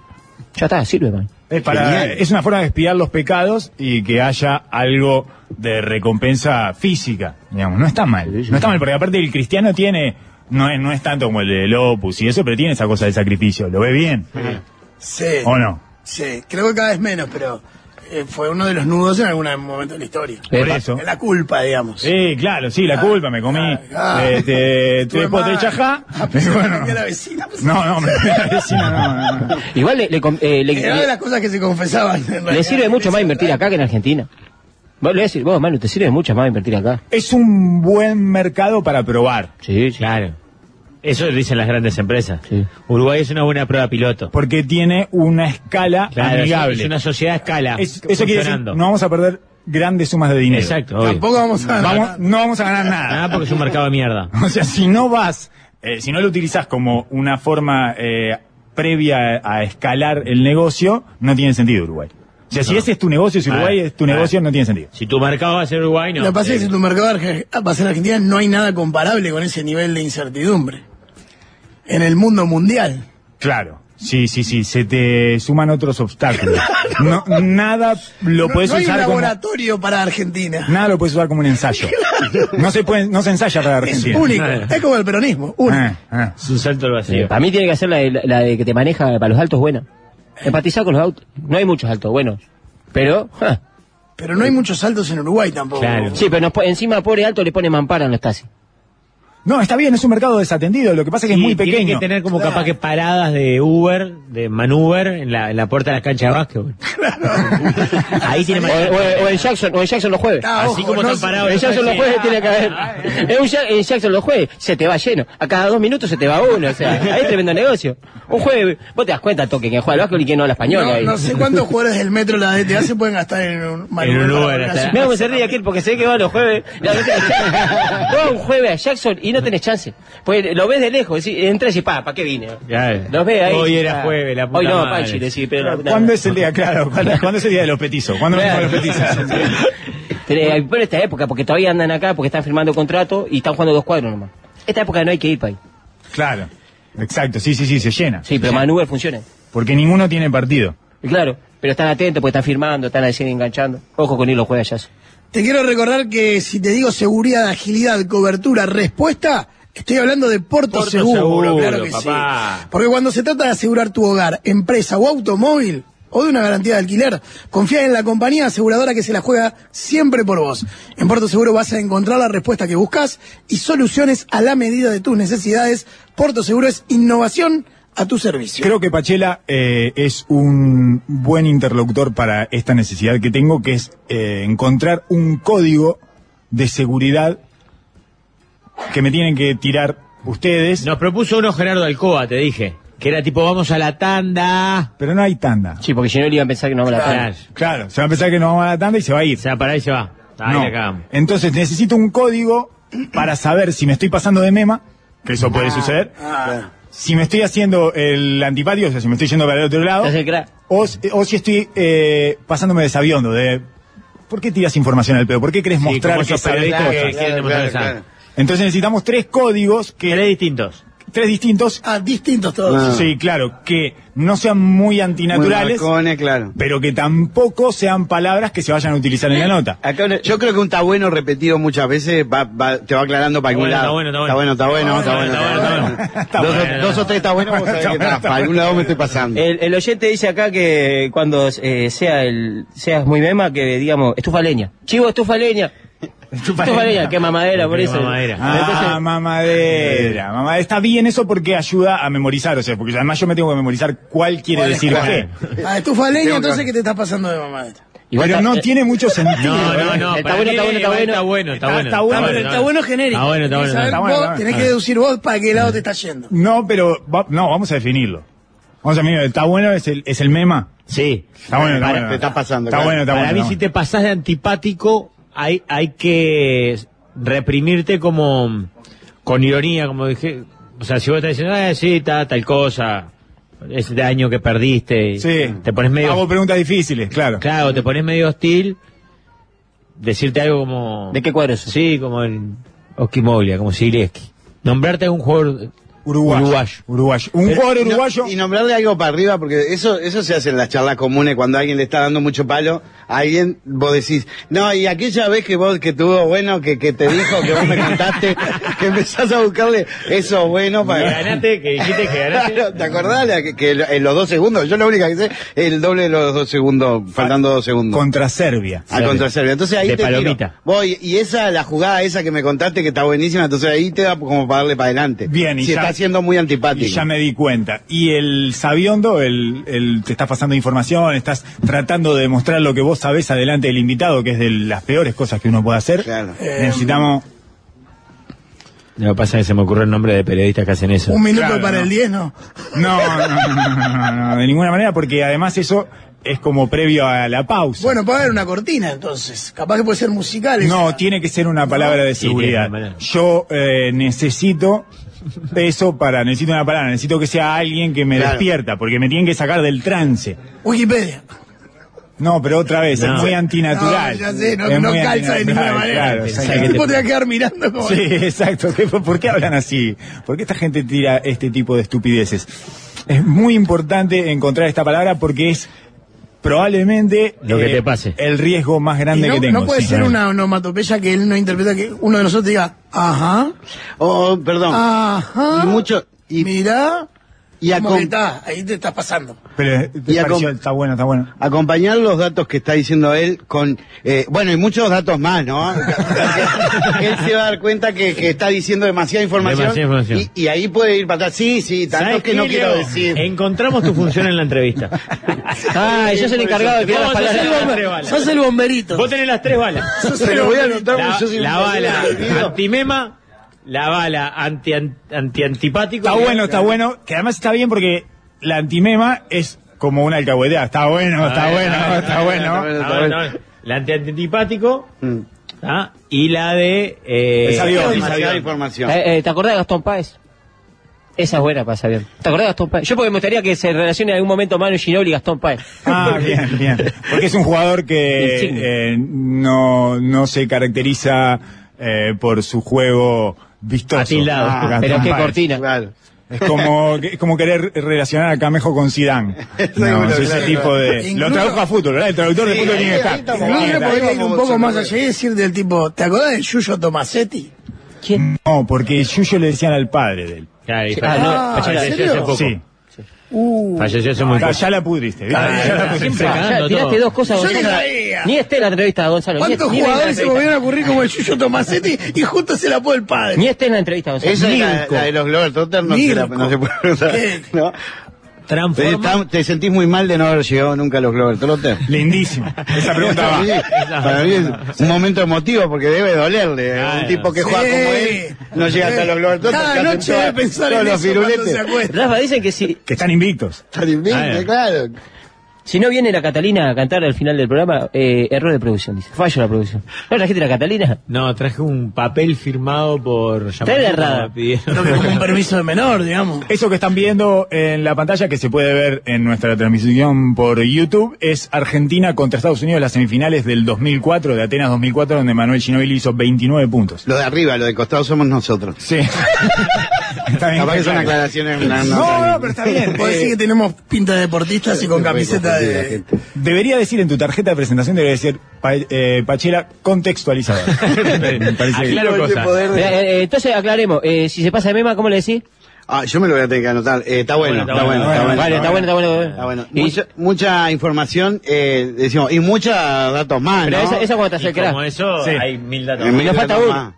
S10: ya está sirve man.
S6: Es, para,
S7: Genial.
S6: es una forma de espiar los pecados y que haya algo de recompensa física. Digamos, no está mal. No está mal, porque aparte el cristiano tiene. No es, no es tanto como el del Opus y eso, pero tiene esa cosa del sacrificio. Lo ve bien.
S5: Sí.
S6: ¿O no?
S5: Sí, creo que cada vez menos, pero eh, fue uno de los nudos en algún momento de la historia.
S6: Por
S10: Epa.
S6: eso.
S5: Es la culpa, digamos.
S6: Sí, eh, claro, sí, la culpa, me comí.
S5: Ah,
S6: Este,
S5: Estuve
S6: tuve postre de
S5: mal.
S6: chajá.
S5: Ah,
S6: y
S5: pensé que
S6: bueno.
S5: era la vecina, pues, pensé
S6: No, no, me la vecina, no, no, no.
S10: igual le, le com- eh, le-
S5: que Era
S10: le-
S5: de las cosas que se confesaban. en
S10: Le
S5: realidad.
S10: sirve mucho más invertir acá que en Argentina. Vos le decís, vos, Manu, te sirve mucho más invertir acá.
S6: Es un buen mercado para probar.
S10: Sí,
S4: Claro. Eso lo dicen las grandes empresas.
S10: Sí.
S4: Uruguay es una buena prueba piloto.
S6: Porque tiene una escala
S4: Claro,
S6: amigable.
S4: Es una sociedad a escala.
S6: Es- eso quiere decir,
S4: funcionando.
S6: no vamos a perder grandes sumas de dinero.
S4: Exacto. obvio.
S5: Tampoco vamos a...
S6: Vamos- no vamos a ganar
S4: Nada
S6: nada.
S4: Ah, porque es un mercado de mierda.
S6: O sea, si no vas, eh, si no lo utilizas como una forma eh, previa a escalar el negocio, no tiene sentido Uruguay. O sea, si ese es tu negocio, si
S4: Ah,
S6: Uruguay es tu
S4: ah.
S6: negocio, no tiene sentido.
S4: Si tu mercado va a ser Uruguay, no.
S5: Lo que pasa es que
S4: Eh,
S5: si tu mercado arge- va a ser Argentina, no hay nada comparable con ese nivel de incertidumbre. En el mundo mundial.
S6: Claro. Sí, sí, sí, se te suman otros obstáculos. No, nada lo
S5: No-
S6: puedes
S5: no, hay
S6: usar
S5: un
S6: como
S5: laboratorio para Argentina.
S6: nada lo puedes usar como un ensayo. No se puede, no Eh. se ensaya para
S5: es
S6: Argentina.
S5: único.
S4: Nada.
S5: Es como el peronismo. Único.
S6: Ah, ah.
S4: Es un salto al vacío.
S10: Para mí tiene que hacer la, de- la de que te maneja para los altos buena. Empatizar con los autos. No hay muchos altos, buenos. Pero, ja.
S5: Pero no hay muchos saltos en Uruguay tampoco.
S4: Claro.
S10: sí, pero nos po- encima pobre alto le pone mampara en los taxis.
S6: No, está bien, es un mercado desatendido, lo que pasa es que es muy
S4: Tiene
S6: pequeño.
S4: que tener como
S5: Claro.
S4: capaz que paradas de Uber, de manuver, en la, en la puerta de la cancha de básquetbol. Ahí tiene
S10: O,
S4: más.
S10: o- o en Jackson, o en Jackson los jueves.
S5: Ah,
S4: Así
S5: ojo,
S4: como
S5: no
S4: están
S5: sé.
S4: parados.
S10: En Jackson los jueves tiene que haber.
S5: Ah,
S10: En, un Ja- en Jackson los jueves se te va lleno. A cada dos minutos se te va uno. O sea, ahí es tremendo negocio. Un jueves, vos te das cuenta, toque, que juega al básquet y que no a la española.
S5: No,
S10: ahí.
S5: no sé cuántos jugadores del metro la DTA se pueden gastar en un
S4: En un
S5: para
S4: Uber,
S5: volver a
S4: está.
S5: su
S10: Me
S5: casa.
S10: hago se ríe aquel porque se ve que va los jueves. No, no tenés chance. Vos un jueves a Jackson y no tenés chance. Pues lo ves de lejos, decís, entras y pa, ¿para qué vine?
S4: Claro.
S10: Los ves ahí.
S4: Hoy
S10: y,
S4: era
S10: ah,
S4: jueves, la puta
S10: Hoy no,
S4: madre.
S10: Panchi, decís, pero la puta
S6: ¿Cuándo
S10: madre.
S6: es el día, claro? ¿Cuándo, cuándo es el día de los petizos? ¿Cuándo nos vemos los petizos?
S10: Pero, eh, pero esta época, porque todavía andan acá, porque están firmando contrato y están jugando dos cuadros nomás. Esta época no hay que ir para ahí.
S6: Claro. Exacto, sí, sí, sí, se llena.
S10: Sí, pero Manuel funciona.
S6: Porque ninguno tiene partido.
S10: Y Claro, pero están atentos porque están firmando, están recién enganchando. Ojo con ir los jueves a Jackson.
S5: Te quiero recordar que si te digo seguridad, agilidad, cobertura, respuesta, estoy hablando de Porto,
S4: Porto
S5: seguro,
S4: Seguro,
S5: claro que
S4: papá.
S5: sí. Porque cuando se trata de asegurar tu hogar, empresa o automóvil o de una garantía de alquiler, confía en la compañía aseguradora que se la juega siempre por vos. En Porto Seguro vas a encontrar la respuesta que buscas y soluciones a la medida de tus necesidades. Porto Seguro es innovación a tu servicio.
S6: Creo que Pachela eh, es un buen interlocutor para esta necesidad que tengo, que es eh, encontrar un código de seguridad que me tienen que tirar ustedes.
S4: Nos propuso uno Gerardo Alcoba, te dije. Que era tipo, vamos a la tanda.
S6: Pero no hay tanda.
S10: Sí, porque si no, él iba a pensar que no me la
S4: Claro.
S10: traen.
S6: Claro, se va a pensar que no vamos a la tanda y se va a ir.
S4: O sea, para ahí se va. Ahí
S6: No.
S4: la cagamos.
S6: Entonces necesito un código para saber si me estoy pasando de mema, que eso puede suceder, si me estoy haciendo el antipatio, o sea, si me estoy yendo para el otro lado,
S10: Entonces, claro,
S6: o, si- o si estoy eh, pasándome desaviondo de... ¿Por qué tiras información al pedo? ¿Por qué querés
S4: Sí,
S6: mostrar
S4: como
S6: que
S4: esos
S6: sabés
S4: periodistas
S6: cosas?
S4: que quieren demostrar que saben.
S6: Entonces necesitamos tres códigos, que,
S4: Tres distintos.
S6: tres distintos,
S5: Ah, distintos todos.
S7: Ah.
S6: sí, claro, que no sean muy antinaturales,
S7: Muy marcones, claro.
S6: pero que tampoco sean palabras que se vayan a utilizar en la nota.
S7: Acá una- yo creo que un está bueno repetido muchas veces va- va- te va aclarando para algún
S4: Está
S7: lado.
S4: bueno, está
S7: está
S4: bueno,
S7: bueno, está bueno, está bueno.
S4: está
S7: Dos
S4: bueno. Eh,
S7: o- Dos o tres está bueno, vos sabés que está, para algún lado me estoy pasando.
S10: el, el oyente dice acá que cuando eh, sea el, seas muy mema, que digamos, estufa leña. Chivo, estufa leña.
S6: Estufa
S10: Estufa
S6: leña.
S10: leña, que mamadera, por
S4: Qué
S10: eso.
S4: mamadera.
S6: Ah, mamadera, mamadera. Está bien eso porque ayuda a memorizar, o sea, porque además yo me tengo que memorizar cuál quiere
S5: ¿Cuál es
S6: decir
S5: cuál?
S6: qué.
S5: Ah, estufa de leña,
S7: Tengo
S5: entonces
S7: claro.
S5: que te estás pasando de mamá.
S10: Igual
S6: Pero
S10: está-
S6: no
S10: eh,
S6: tiene mucho sentido. ¿eh?
S4: No, no, no. para mí
S10: Está bueno, está bueno, está
S4: Está bueno, está bueno.
S6: Está bueno,
S5: pero Ah, está bueno genérico.
S4: Está bueno, está
S5: Tenés que
S4: bueno. está bueno.
S5: saber
S6: bueno,
S5: vos,
S6: está bueno. Ah.
S5: Tenés que deducir vos para qué lado te está yendo.
S6: No, pero va- no, vamos a definirlo. Vamos a definirlo. Está bueno es el, es el mema.
S4: Sí.
S6: Está bueno, está
S7: Para-
S6: bueno.
S7: te está pasando,
S6: Está
S7: claro.
S6: bueno, está
S4: Para
S6: bueno.
S4: mí,
S6: está
S4: si
S6: bueno.
S4: te pasás de antipático, hay, hay que reprimirte como con ironía, como dije. O sea, si vos estás diciendo, ah, sí, ta- tal cosa, ese daño que perdiste, y
S6: Sí.
S4: te pones medio.
S6: Hago preguntas difíciles, claro.
S4: Claro, te pones medio hostil, decirte algo como.
S10: ¿De qué cuadro es?
S4: Sí, como el Oskimoglia, como Sileski. Nombrarte a un jugador
S6: Uruguayo.
S4: uruguayo.
S6: Uruguayo. Un jugador
S7: Y no-
S6: uruguayo.
S7: Y nombrarle algo para arriba, porque eso eso se hace en las charlas comunes cuando alguien le está dando mucho palo. A alguien, vos decís, no, y aquella vez que vos, que tuvo bueno, que, que te dijo, que vos me contaste, que empezás a buscarle eso bueno
S4: Que
S7: para.
S4: ganaste, que dijiste que ganaste.
S7: Claro, ¿te acordás? La que, que en los dos segundos, yo la única que sé, el doble de los dos segundos, faltando dos segundos.
S6: Contra Serbia.
S7: al contra Serbia. Entonces ahí
S4: De
S7: te
S4: palomita.
S7: tiro. Voy, y esa, la jugada esa que me contaste que está buenísima, entonces ahí te da como para darle para adelante.
S6: Bien, y
S7: Si
S6: ya-
S7: está siendo muy antipático.
S6: Y ya me di cuenta. Y el sabiondo, el, el- te estás pasando información, estás tratando de demostrar lo que vos sabés adelante del invitado, que es de las peores cosas que uno puede hacer.
S7: Claro.
S6: Necesitamos.
S4: Lo que pasa es que se me ocurrió el nombre de periodistas que hacen eso.
S5: Un minuto
S6: Claro,
S5: para
S6: no.
S5: el 10, ¿no?
S6: No, no, no, no, no, no, de ninguna manera, porque además eso es como previo a la pausa.
S5: Bueno, puede haber una cortina, entonces. Capaz que puede ser musical.
S6: no,
S5: esa.
S6: tiene que ser una palabra de
S4: Sí, tiene
S6: seguridad.
S4: una palabra.
S6: Yo eh, necesito eso para, necesito una palabra, necesito que sea alguien que me
S7: Claro.
S6: despierta, porque me tienen que sacar del trance.
S5: Wikipedia.
S6: No, pero otra vez,
S4: No.
S6: es muy antinatural.
S5: No, ya sé, no-
S6: Es
S5: no
S6: muy
S5: calza de
S6: antinatural,
S5: ninguna manera.
S6: claro,
S4: Pensá
S5: El
S4: que
S6: exacto.
S5: tipo te va a quedar mirando como...
S6: Sí, exacto. ¿Qué- ¿Por qué hablan así? ¿Por qué esta gente tira este tipo de estupideces? Es muy importante encontrar esta palabra porque es probablemente eh,
S4: Lo que te pase.
S6: el riesgo más
S5: Y
S6: grande
S5: no,
S6: que tengo.
S5: no puede
S6: sí.
S5: ser una onomatopeya que él no interpreta que uno de nosotros diga, ajá,
S6: Ah,
S7: Oh, oh, perdón.
S5: ajá,
S7: Y mucho- y-
S5: mirá,
S7: Y a
S5: Como que
S7: com-
S5: está, ahí te estás pasando.
S6: Pero eh, te
S7: Y a
S6: pareció-
S7: com-
S6: está bueno, está bueno.
S7: acompañar los datos que está diciendo él con, eh, bueno, y muchos datos más, ¿no? él se va a dar cuenta que, que está diciendo demasiada información,
S4: Demasiada información.
S7: Y, y ahí puede ir para atrás, sí, sí, tantos
S4: ¿Sabes
S7: que
S4: qué,
S7: no quiero
S4: Leo? Eh,
S7: decir.
S4: Encontramos tu función en la entrevista.
S10: Ah, yo soy el encargado de tirar las
S4: Vos sos el
S10: palabras.
S4: hombre, vale.
S5: Sos el bomberito.
S4: Vos tenés las tres balas.
S7: Se lo voy a anotar
S4: La,
S7: porque yo soy
S4: la
S7: un
S4: bala
S7: perdido.
S4: antimema, la bala anti, anti antipático.
S6: Está bueno, está bueno. Que además está bien porque la antimema es como una alcahueteada. Está bueno, está bueno, está bueno.
S7: bueno.
S4: Está bueno, está bueno. La anti antipático
S7: Mm.
S4: ¿tá? y la de eh,
S6: El sabión.
S4: el
S7: Demasiada
S4: sabión.
S7: información.
S10: Eh, eh, ¿Te acordás de Gastón Páez? Esa es buena para saber. ¿Te acordás de Gastón Páez? Yo porque me gustaría que se relacione en algún momento Manu Ginóbili y Gastón Páez.
S6: Ah, bien, bien. Porque es un jugador que eh, no, no se caracteriza eh, por su juego vistoso.
S4: Atildado.
S6: Ah, Gastón
S10: Pero qué
S6: Páez.
S10: cortina.
S7: Claro.
S6: Es como, es como querer relacionar a Camejo con Zidane. No,
S7: Seguro,
S6: es ese
S7: claro,
S6: tipo
S7: claro.
S6: de...
S5: Incluso-
S6: lo tradujo a fútbol, ¿verdad? El traductor de
S7: Sí,
S6: fútbol
S7: ahí-
S6: tiene que
S7: ahí
S6: estar.
S7: estamos.
S6: Tiene que
S5: Incluso
S6: estar.
S5: podría ir un poco más allá y decir del tipo, ¿te acordás de Yuyo Tomasetti?
S10: ¿Quién?
S6: No, porque Yuyo le decían al padre de él.
S4: Claro, y
S10: Ah, no,
S4: falleció-
S5: ¿en
S4: falleció
S5: serio?
S4: hace poco.
S6: Sí.
S5: Uh,
S4: Falleció hace muy
S6: Ya,
S4: poco.
S6: ya la pudriste, ¿viste? Ya la pudriste.
S4: Siempre
S10: Ah,
S4: cagando
S10: ya, tiraste
S4: todo.
S10: dos cosas,
S5: Yo no
S10: Gonzalo.
S5: sabía.
S10: Ni esté la entrevista, Gonzalo. ni
S5: ¿Cuántos
S10: esté- ni venga la
S5: jugadores se
S10: entrevista.
S5: volvieron a ocurrir como el Yuyo Tomasetti y justo se la puso el padre?
S10: Ni esté en la entrevista, Gonzalo.
S7: Esa es la,
S10: Nilco.
S7: la de los Glover Trotter, no, se la-
S5: Mirko.
S7: no se puede preguntar.
S5: ¿Qué?
S7: ¿no? Te,
S4: Transforma.
S7: está- te sentís muy mal de no haber llegado nunca a los Glover Trotter.
S6: Lindísimo. Esa pregunta
S7: Para
S6: va.
S7: mí, para mí es un momento emotivo porque debe dolerle. ¿eh?
S4: Claro.
S7: Un tipo que juega
S5: Sí.
S7: como él no llega hasta los Glover Trotter.
S5: Eh, Cada
S7: que hacen
S5: noche debe
S7: todas-
S5: pensar
S7: todos
S5: en
S7: los
S5: eso cuando se
S7: firuletes.
S5: acuesta.
S10: Rafa, dicen que si,
S6: Que están invictos.
S7: Están invictos, claro.
S10: si no viene la Catalina a cantar al final del programa, eh, error de producción, dice. Fallo de la producción. ¿No trajiste la Catalina?
S4: No, traje un papel firmado por
S10: Trae la errada.
S4: me pidieron.
S5: Creo que como un permiso de menor, digamos.
S6: Eso que están viendo en la pantalla, que se puede ver en nuestra transmisión por YouTube, es Argentina contra Estados Unidos, las semifinales del 2004, de Atenas 2004, donde Manuel Ginóbili hizo 29 puntos.
S7: Lo de arriba, lo de costado somos nosotros.
S6: Sí. está
S7: Capaz que son
S6: claro.
S7: aclaraciones. No,
S6: No, no, pero está bien.
S5: Puedo decir que tenemos pinta de deportistas y con camiseta de...
S6: Debería decir en tu tarjeta de presentación, debería decir pa- eh, Pachela contextualizada. Me parece que-
S4: Aclaro cosas.
S10: Mira, eh, eh, entonces aclaremos. eh, si se pasa de mema, ¿cómo le decís?
S7: Ah, yo me lo voy a tener que anotar. Eh, está bueno, está
S4: bueno,
S7: bueno, está bueno.
S10: Vale, está bueno, está bueno.
S4: Eh,
S7: Está bueno.
S10: Y-
S7: Mucha, mucha información, eh, decimos, y muchos datos más,
S10: pero
S7: ¿no?
S10: esa, esa cuando te
S4: Y
S10: acercarás.
S4: como eso,
S6: Sí.
S4: hay mil datos.
S7: Eh,
S4: más.
S7: mil
S10: nos falta
S7: datos
S10: uno.
S7: más.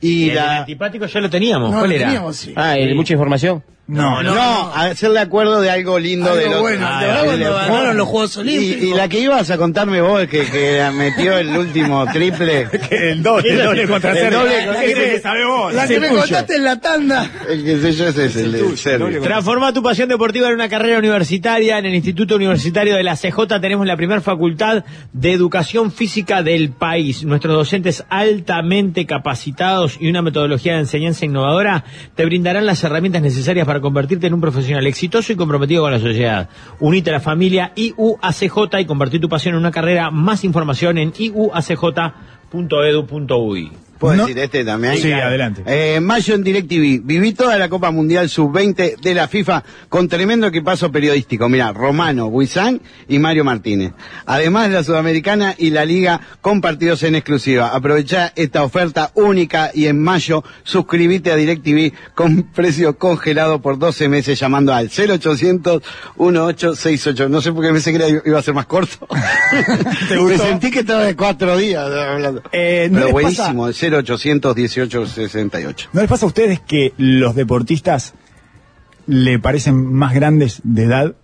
S7: Y
S4: El
S7: la...
S4: antipático ya lo teníamos.
S5: No,
S4: ¿Cuál
S5: lo
S4: era?
S5: teníamos, sí.
S10: Ah, eh, mucha información.
S6: No,
S7: No, Ah, hacerle acuerdo de algo lindo
S5: Algo
S7: de lo
S5: bueno, ¿te acordás cuando ganaron los Juegos Olímpicos?
S7: Y, y la que ibas a contarme vos, que, que metió el último triple,
S6: Que el doble, el doble contra
S7: El
S6: cero.
S7: doble
S6: Ese que sabe vos,
S5: La
S6: ese
S5: que me
S6: tuyo.
S5: contaste en la tanda.
S7: el que sé yo ese es el, de Serbia.
S4: Transforma tu pasión deportiva en una carrera universitaria. En el Instituto Universitario de la CJ tenemos la primera facultad de educación física del país. Nuestros docentes altamente capacitados y una metodología de enseñanza innovadora te brindarán las herramientas necesarias para convertirte en un profesional exitoso y comprometido con la sociedad. Unite a la familia IUACJ y convertir tu pasión en una carrera. Más información en iuacj.edu.uy.
S7: ¿Puedo
S6: No.
S7: decir este también?
S6: Sí, adelante.
S7: Eh, mayo en DirecTV. Viví toda la Copa Mundial Sub-20 de la FIFA con tremendo equipazo periodístico. Mirá, Romano, Buizán y Mario Martínez. Además, la Sudamericana y la Liga con partidos en exclusiva. Aprovechá esta oferta única y en mayo suscribite a DirecTV con precio congelado por 12 meses llamando al 0800 1868. No sé por qué pensé que era- iba a ser más corto.
S6: ¿Te
S7: Me
S6: gustó?
S7: sentí que estaba de cuatro días hablando.
S6: Eh, ¿no
S7: Pero
S6: les
S7: buenísimo, 0818 68.
S6: ¿No les pasa a ustedes que los deportistas le parecen más grandes de edad?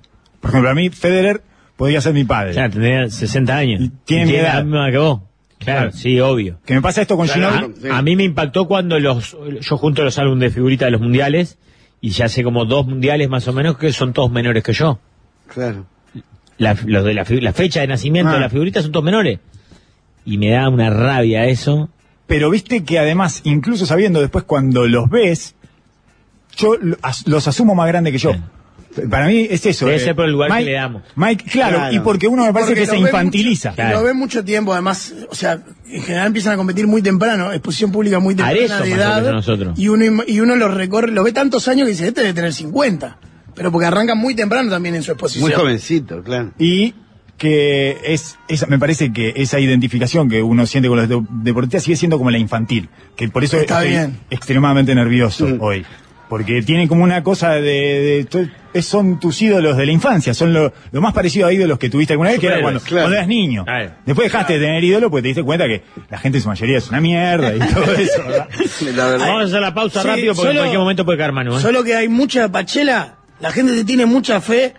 S6: Por ejemplo, a mí Federer podría ser mi padre.
S4: Ya, tendría 60 años.
S6: Y tiene mi edad.
S4: la misma que vos.
S6: Claro.
S4: Claro, sí, obvio.
S6: Que me pasa esto con
S7: Claro.
S6: Ginóbili.
S7: Sí.
S4: A, a mí me impactó cuando los yo junto los álbumes de figuritas de los mundiales y ya hace como dos mundiales más o menos que son todos menores que yo.
S7: Claro.
S4: La, los de la, fi- la fecha de nacimiento
S6: Ah.
S4: de las figuritas son todos menores. Y me da una rabia eso.
S6: Pero viste que además, incluso sabiendo después cuando los ves, yo lo- as- los asumo más grande que yo. Para mí es eso. eh,
S4: Debe ser por el lugar que
S6: Mike-
S4: le damos.
S6: Mike, claro,
S7: Claro.
S6: y porque uno me parece
S5: Porque
S6: que
S5: lo
S6: se
S5: ven
S6: infantiliza.
S5: mucho- Lo ven mucho tiempo, además, o sea, en general empiezan a competir muy temprano, exposición pública muy temprana
S4: Arezzo
S5: de
S4: más
S5: edad.
S4: o menos nosotros.
S5: Y uno im- y uno los recorre, lo ve tantos años que dice, este debe tener 50. Pero porque arranca muy temprano también en su exposición.
S7: Muy jovencito, claro.
S6: Y que es, esa, me parece que esa identificación que uno siente con los de- deportistas sigue siendo como la infantil. Que por eso
S5: Está
S6: estoy
S5: bien.
S6: extremadamente nervioso hoy. Porque tiene como una cosa de, de- estoy es- son tus ídolos de la infancia, son lo, lo más parecido a ídolos que tuviste alguna vez, que era cuando,
S4: Superhéroes, claro.
S6: cuando eras niño.
S4: Claro.
S6: Después dejaste de tener ídolos porque te diste cuenta que la gente en su mayoría es una mierda y todo eso, ¿verdad?
S7: La verdad.
S4: Vamos a hacer la pausa
S5: Sí,
S4: rápido porque en
S5: solo-
S4: cualquier momento puede caer Manu. ¿eh?
S5: Solo que hay mucha pachela, la gente te tiene mucha fe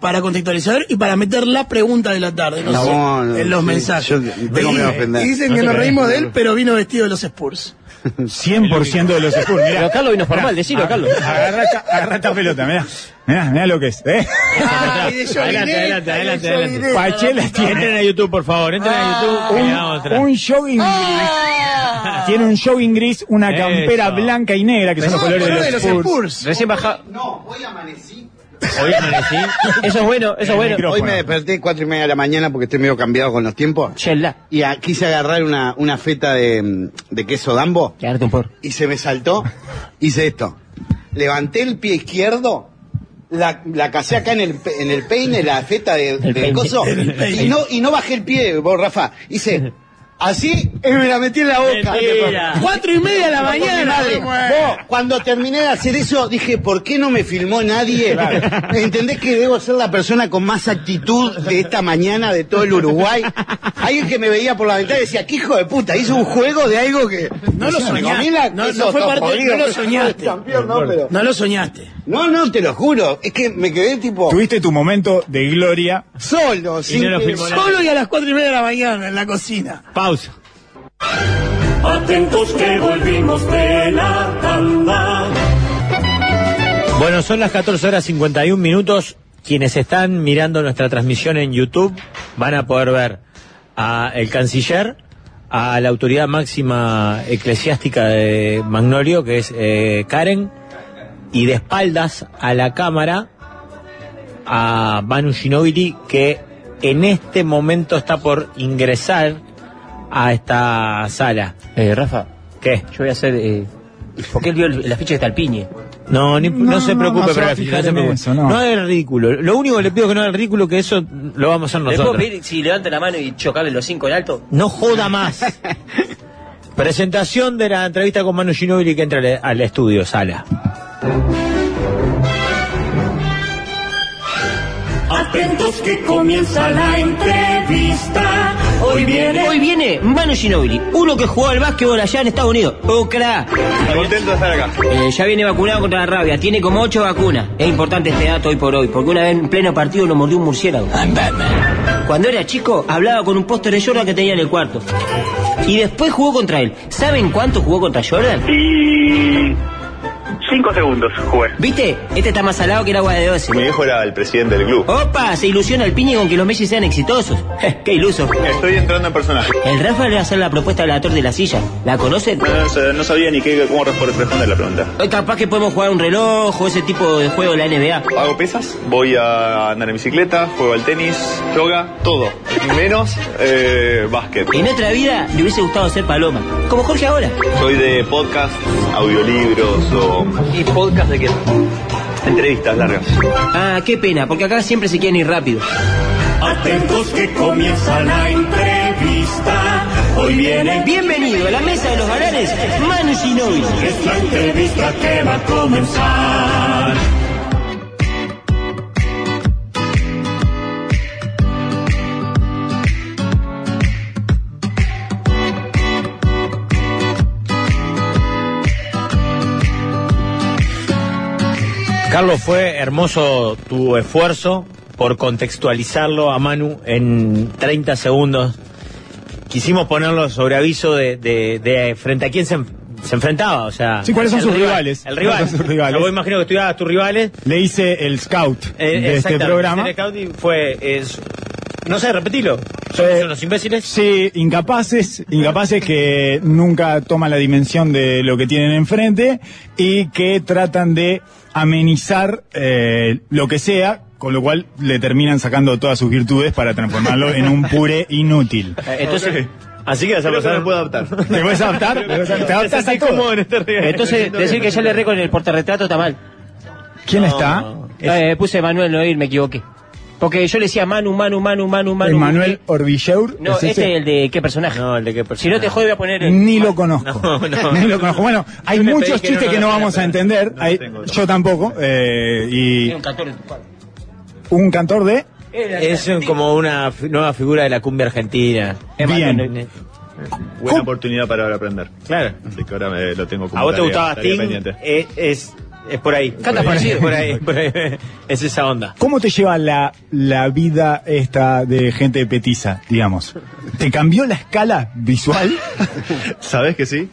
S5: para contextualizar y para meter la pregunta de la tarde, no
S7: No,
S5: sé,
S7: no,
S5: en los
S7: sí,
S5: mensajes.
S7: yo tengo miedo de ofender.
S5: Y dicen
S4: No
S5: que
S4: te
S5: nos
S4: crees.
S5: reímos de él, pero vino vestido de los Spurs.
S6: 100% de los Spurs. Mirá,
S10: Pero Carlos vino formal, decilo, Carlos.
S6: agarra, esta, agarra esta pelota, mirá. Mirá, mirá lo que es. ¿eh?
S5: Ay, Ah, de
S4: Adelante,
S5: Johnny Depp,
S4: adelante,
S5: de
S4: adelante,
S5: Johnny
S4: adelante.
S5: Depp.
S6: Pachela tiene
S4: Entren a YouTube, por favor. Entren a YouTube. que le damos otra.
S6: un, un jogging gris. Tiene un jogging gris, una
S4: Eso.
S6: campera blanca y negra, que son los
S5: No,
S6: colores
S5: pero
S6: de los Spurs.
S10: Recién bajado.
S7: No, hoy amanecí.
S4: Hoy amanecí.
S10: Eso es bueno, eso es bueno.
S6: micrófono.
S7: Hoy me desperté cuatro y media de la mañana porque estoy medio cambiado con los tiempos.
S10: Chela.
S7: Y ah, quise agarrar una, una feta de, mm, de queso dambo
S10: Quedarte un por.
S7: y se me saltó. Hice esto. Levanté el pie izquierdo, la, la casé acá en el, pe- en el peine, la feta de, del
S10: peine.
S7: coso, y no, y no bajé el pie, vos, Rafa. Hice así y me la metí en la boca.
S4: Mentira.
S5: Cuatro y media de la mañana.
S7: Madre, vos, cuando terminé de hacer eso, dije, ¿por qué no me filmó nadie? ¿Entendés que debo ser la persona con más actitud de esta mañana de todo el Uruguay? Alguien que me veía por la ventana y decía, ¿qué hijo de puta? Hizo un juego de algo que...
S5: No lo
S7: Me comí
S5: soñaste.
S7: la-
S5: No- no
S7: esos
S5: fue
S7: dos
S5: parte-
S7: podridos.
S5: no lo soñaste.
S7: Campeón, no, pero-
S5: No lo soñaste.
S7: No, no, te lo juro. Es que me quedé tipo...
S6: Tuviste tu momento de gloria.
S7: Solo, sin
S4: no lo
S7: que-
S4: filmó
S5: Solo y a las cuatro y media de la mañana en la cocina.
S4: Pausa.
S2: Atentos que volvimos de la tanda.
S4: Bueno, son las 14 horas 51 minutos. Quienes están mirando nuestra transmisión en YouTube van a poder ver a el canciller, a la autoridad máxima eclesiástica de Magnolio, que es eh, Karen, y de espaldas a la cámara a Manu Ginobili, que en este momento está por ingresar a esta sala.
S10: Eh, Rafa,
S4: ¿Qué?
S10: yo voy a hacer. Eh, porque él vio el- la ficha de Talpiñe.
S4: No, ni- no,
S6: No,
S4: se
S6: no,
S4: preocupe,
S6: no se va a
S4: Brafi, no
S6: fijar
S4: se
S6: en
S4: preocupe.
S6: eso,
S4: no.
S6: no.
S4: haga el ridículo. Lo único que le pido que no haga el ridículo, que eso lo vamos a hacer
S10: ¿Le puedo
S4: nosotros.
S10: pedir si levanta la mano y chocarle los cinco en alto?
S4: No joda más. Presentación de la entrevista con Manu Ginóbili que entra al- al estudio, sala.
S2: Atentos que comienza la entrevista. Hoy viene
S10: Hoy viene Manu Ginobili, uno que jugó al básquetbol allá en Estados Unidos. Ocra.
S11: Contento de estar acá.
S10: Eh, ya viene vacunado contra la rabia, tiene como ocho vacunas. Es importante este dato hoy por hoy, porque una vez en pleno partido lo mordió un murciélago. Cuando era chico, hablaba con un póster de Jordan que tenía en el cuarto. Y después jugó contra él. ¿Saben cuánto jugó contra Jordan?
S11: Y... Cinco segundos jugué.
S10: ¿Viste? Este está más salado que el agua de 12.
S11: Mi viejo era el presidente del club.
S10: Opa, se ilusiona el piñe con que los Messi sean exitosos. ¡Qué iluso!
S11: Estoy entrando en personaje.
S10: El Rafa le va a hacer la propuesta al actor de la silla. ¿La conocen?
S11: No, no sabía ni qué, cómo responder la pregunta.
S10: Hoy capaz que podemos jugar a un reloj o ese tipo de juego de la NBA.
S11: Hago pesas, voy a andar en bicicleta, juego al tenis, yoga, todo. Menos eh, básquet.
S10: En otra vida le hubiese gustado ser paloma, como Jorge ahora.
S11: Soy de podcast, audiolibros o... ¿Y podcast de qué? Entrevistas largas.
S10: Ah, qué pena, porque acá siempre se quieren ir rápido.
S2: Atentos que comienza la entrevista. Hoy viene
S10: Bienvenido a la mesa de los galanes, Manu Ginóbili.
S2: es la entrevista que va a comenzar.
S4: Carlos, fue hermoso tu esfuerzo por contextualizarlo a Manu en 30 segundos. Quisimos ponerlo sobre aviso de, de- de frente a quién se, en- se enfrentaba, o sea...
S6: Sí, ¿cuáles son
S4: el
S6: sus
S4: rival,
S6: rivales?
S4: El rival.
S6: ¿Cuáles son sus rivales?
S4: Yo vos imagino que estudiabas tus rivales.
S6: Le hice el scout
S4: Eh,
S6: de este
S4: exactamente,
S6: programa.
S4: Ser scout y fue... es- no sé, repetilo. Son
S6: Eh,
S4: unos imbéciles.
S6: Sí, incapaces, incapaces que nunca toman la dimensión de lo que tienen enfrente y que tratan de amenizar eh, lo que sea, con lo cual le terminan sacando todas sus virtudes para transformarlo en un puré inútil.
S10: Eh, Entonces,
S4: Así que vas a pasar.
S11: puedo adaptar.
S6: ¿Te puedes adaptar? ¿Te adaptas a
S4: sentís
S6: todo?
S4: cómodo en este rival.
S10: entonces decir que ya le erré con el portarretrato está mal.
S6: ¿Quién está?
S10: Eh, puse Manuel Noir, me equivoqué. Porque yo le decía Manu, Manu, Manu, Manu, Manu.
S6: Emanuel Orvilleur.
S10: No,
S6: ¿es
S10: este
S6: ese?
S10: es el de qué personaje.
S4: No, el de qué
S10: si no te jode, voy a poner el.
S6: Ni lo conozco.
S4: No, no.
S6: Ni lo conozco. Bueno, hay
S4: Yo le pedí
S6: muchos
S4: que
S6: chistes
S4: no
S6: que no
S4: lo
S6: vamos a
S4: tenga, pero
S6: entender.
S4: no
S6: Hay-
S4: tengo.
S6: yo tampoco. eh, y
S10: Tiene un cantor en tu cuadro.
S6: un cantor de.
S4: Es un- como una fi- nueva figura de la cumbia argentina.
S6: Bien.
S8: Buena
S6: ¿Cómo?
S8: oportunidad para ahora aprender.
S4: Claro.
S8: Así que ahora me- lo tengo como
S4: ¿A vos te
S8: tarea-
S4: gustaba
S8: tarea
S4: Sting?
S8: pendiente.
S4: Eh, es, es por ahí.
S10: Canta
S4: Por ahí,
S10: parecido.
S4: por ahí, por ahí. Es esa onda.
S6: ¿Cómo te lleva la, la vida esta de gente petiza, digamos? ¿Te cambió la escala visual?
S8: ¿Sabés que sí?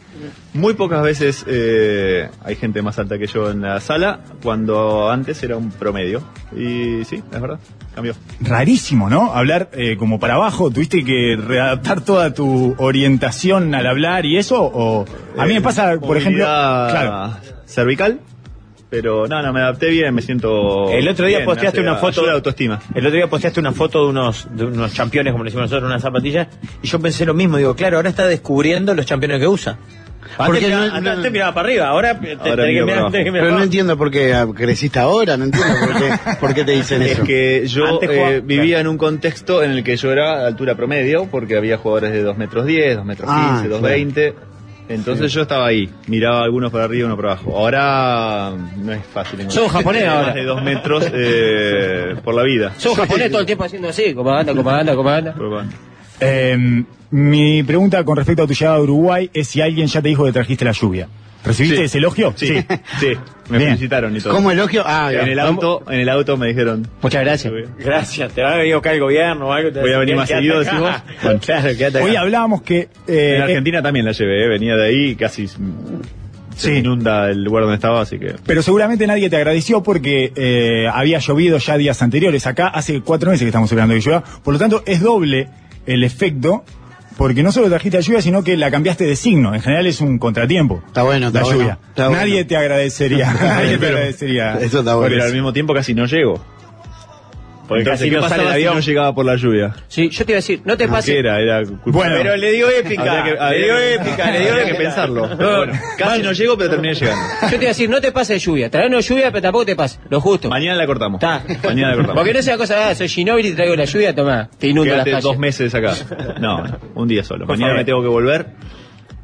S8: Muy pocas veces eh, hay gente más alta que yo en la sala, cuando antes era un promedio. Y sí, es verdad, cambió.
S6: Rarísimo, ¿no? Hablar eh, como para abajo, ¿tuviste que readaptar toda tu orientación al hablar y eso? O a mí me
S8: Eh,
S6: pasa, por ejemplo,
S8: movilidad
S6: claro,
S8: cervical, pero no, no, me adapté bien, me siento...
S4: El otro día
S8: Oh, bien,
S4: posteaste
S8: hace-
S4: una foto.
S8: ayuda a la autoestima.
S4: El otro día posteaste una foto de unos, de unos campeones, como le decimos nosotros, unas zapatillas. Y yo pensé lo mismo. Digo, claro, ahora está descubriendo los campeones que usa.
S7: Porque
S4: Antes, miraba-
S7: no-
S4: antes
S7: no-
S4: te miraba para arriba. Ahora te, tenés
S8: Ahora
S4: que
S8: miro para
S4: mirar,
S8: abajo.
S4: tenés que mirar
S7: Pero no
S4: para
S7: entiendo por qué ah, creciste ahora, no entiendo por qué, por qué te dicen
S8: Es
S7: eso.
S8: que yo
S4: Antes jugaba-
S8: eh, vivía en un contexto en el que yo era altura promedio, porque había jugadores de 2 metros 10, 2 metros 15,
S7: Ah,
S8: 2
S7: claro.
S8: 20. Entonces yo estaba ahí, miraba algunos para arriba, uno para abajo. Ahora mm, no es fácil.
S6: Eh,
S8: encontrar
S10: Sos japonés
S8: más
S10: ahora.
S8: de 2 metros eh, por la vida.
S10: Sos japonés todo el tiempo haciendo así, copaganda, copaganda, copaganda.
S8: Pero bueno.
S6: eh, mi pregunta con respecto a tu llegada a Uruguay es si alguien ya te dijo que trajiste la lluvia. ¿Recibiste
S8: Sí.
S6: ese elogio?
S8: Sí, sí, me
S6: Bien.
S8: felicitaron y todo.
S7: ¿Cómo elogio? Ah,
S8: En el auto, en el auto me dijeron.
S10: Muchas gracias.
S8: Voy
S4: arriba. Gracias. Te va a venir acá el gobierno o algo. te va
S8: a
S4: decir,
S8: venir más
S4: "Quédate
S8: seguido,
S4: acá".
S8: decís vos. Bueno,
S4: Claro, quédate acá.
S6: Hoy hablábamos que... eh,
S8: En Argentina también la llevé, eh, venía de ahí, casi mm, se
S6: Sí.
S8: inunda el lugar donde estaba, así que.
S6: Pero seguramente nadie te agradeció porque eh, había llovido ya días anteriores. Acá hace cuatro meses que estamos esperando que llueva. Por lo tanto, es doble el efecto porque no solo trajiste la lluvia, sino que la cambiaste de signo. En general es un contratiempo.
S7: Está bueno, está
S6: la
S7: bueno,
S6: lluvia.
S7: está bueno.
S6: Nadie te agradecería. nadie te
S8: Pero-
S6: agradecería.
S7: Eso está bueno.
S8: Pero al mismo tiempo casi no llego. Porque
S4: Entonces,
S8: casi
S4: ¿qué
S8: no sale el
S4: pasaba si
S8: avión.
S4: no
S8: no llegaba por la lluvia.
S10: Sí, yo te iba a decir, no te
S8: ¿Qué
S10: pases.
S8: era? Era culpa.
S6: Bueno.
S4: Pero le dio épica.
S8: Habría que,
S4: le dio épica, le dio
S8: habría que
S4: épica.
S8: pensarlo. Pero bueno, casi no llego, pero terminé llegando.
S10: Yo te iba a decir, no te pases lluvia. Traernos lluvia, pero tampoco te pases. Lo justo.
S8: Mañana la cortamos.
S10: Está.
S8: Mañana la cortamos.
S10: Porque no sea cosa, ah, soy Ginóbili y traigo la lluvia, tomá. Te inundo las
S8: Quédate
S10: calles.
S8: dos meses acá. No, no, un día solo.
S6: Por
S8: Mañana
S6: favor.
S8: me tengo que volver.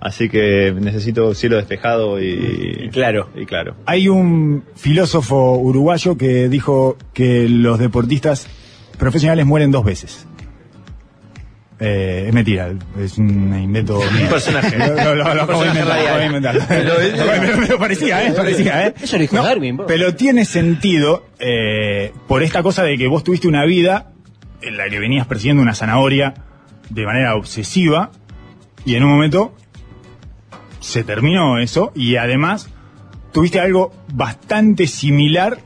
S8: Así que necesito cielo despejado y,
S4: Y claro.
S8: Y claro.
S6: Hay un filósofo uruguayo que dijo que los deportistas profesionales mueren dos veces. Eh, es mentira, es un invento. Un
S4: personaje.
S6: Lo, lo- lo- lo acabo de
S4: Personaje
S6: inventar, lo acabo de inventar. Pero- pero parecía, ¿eh? Parecía, ¿eh?
S10: Eso lo dijo Darwin, vos.
S6: Pero tiene sentido eh, por esta cosa de que vos tuviste una vida en la que venías persiguiendo una zanahoria de manera obsesiva y en un momento se terminó eso y además tuviste algo bastante similar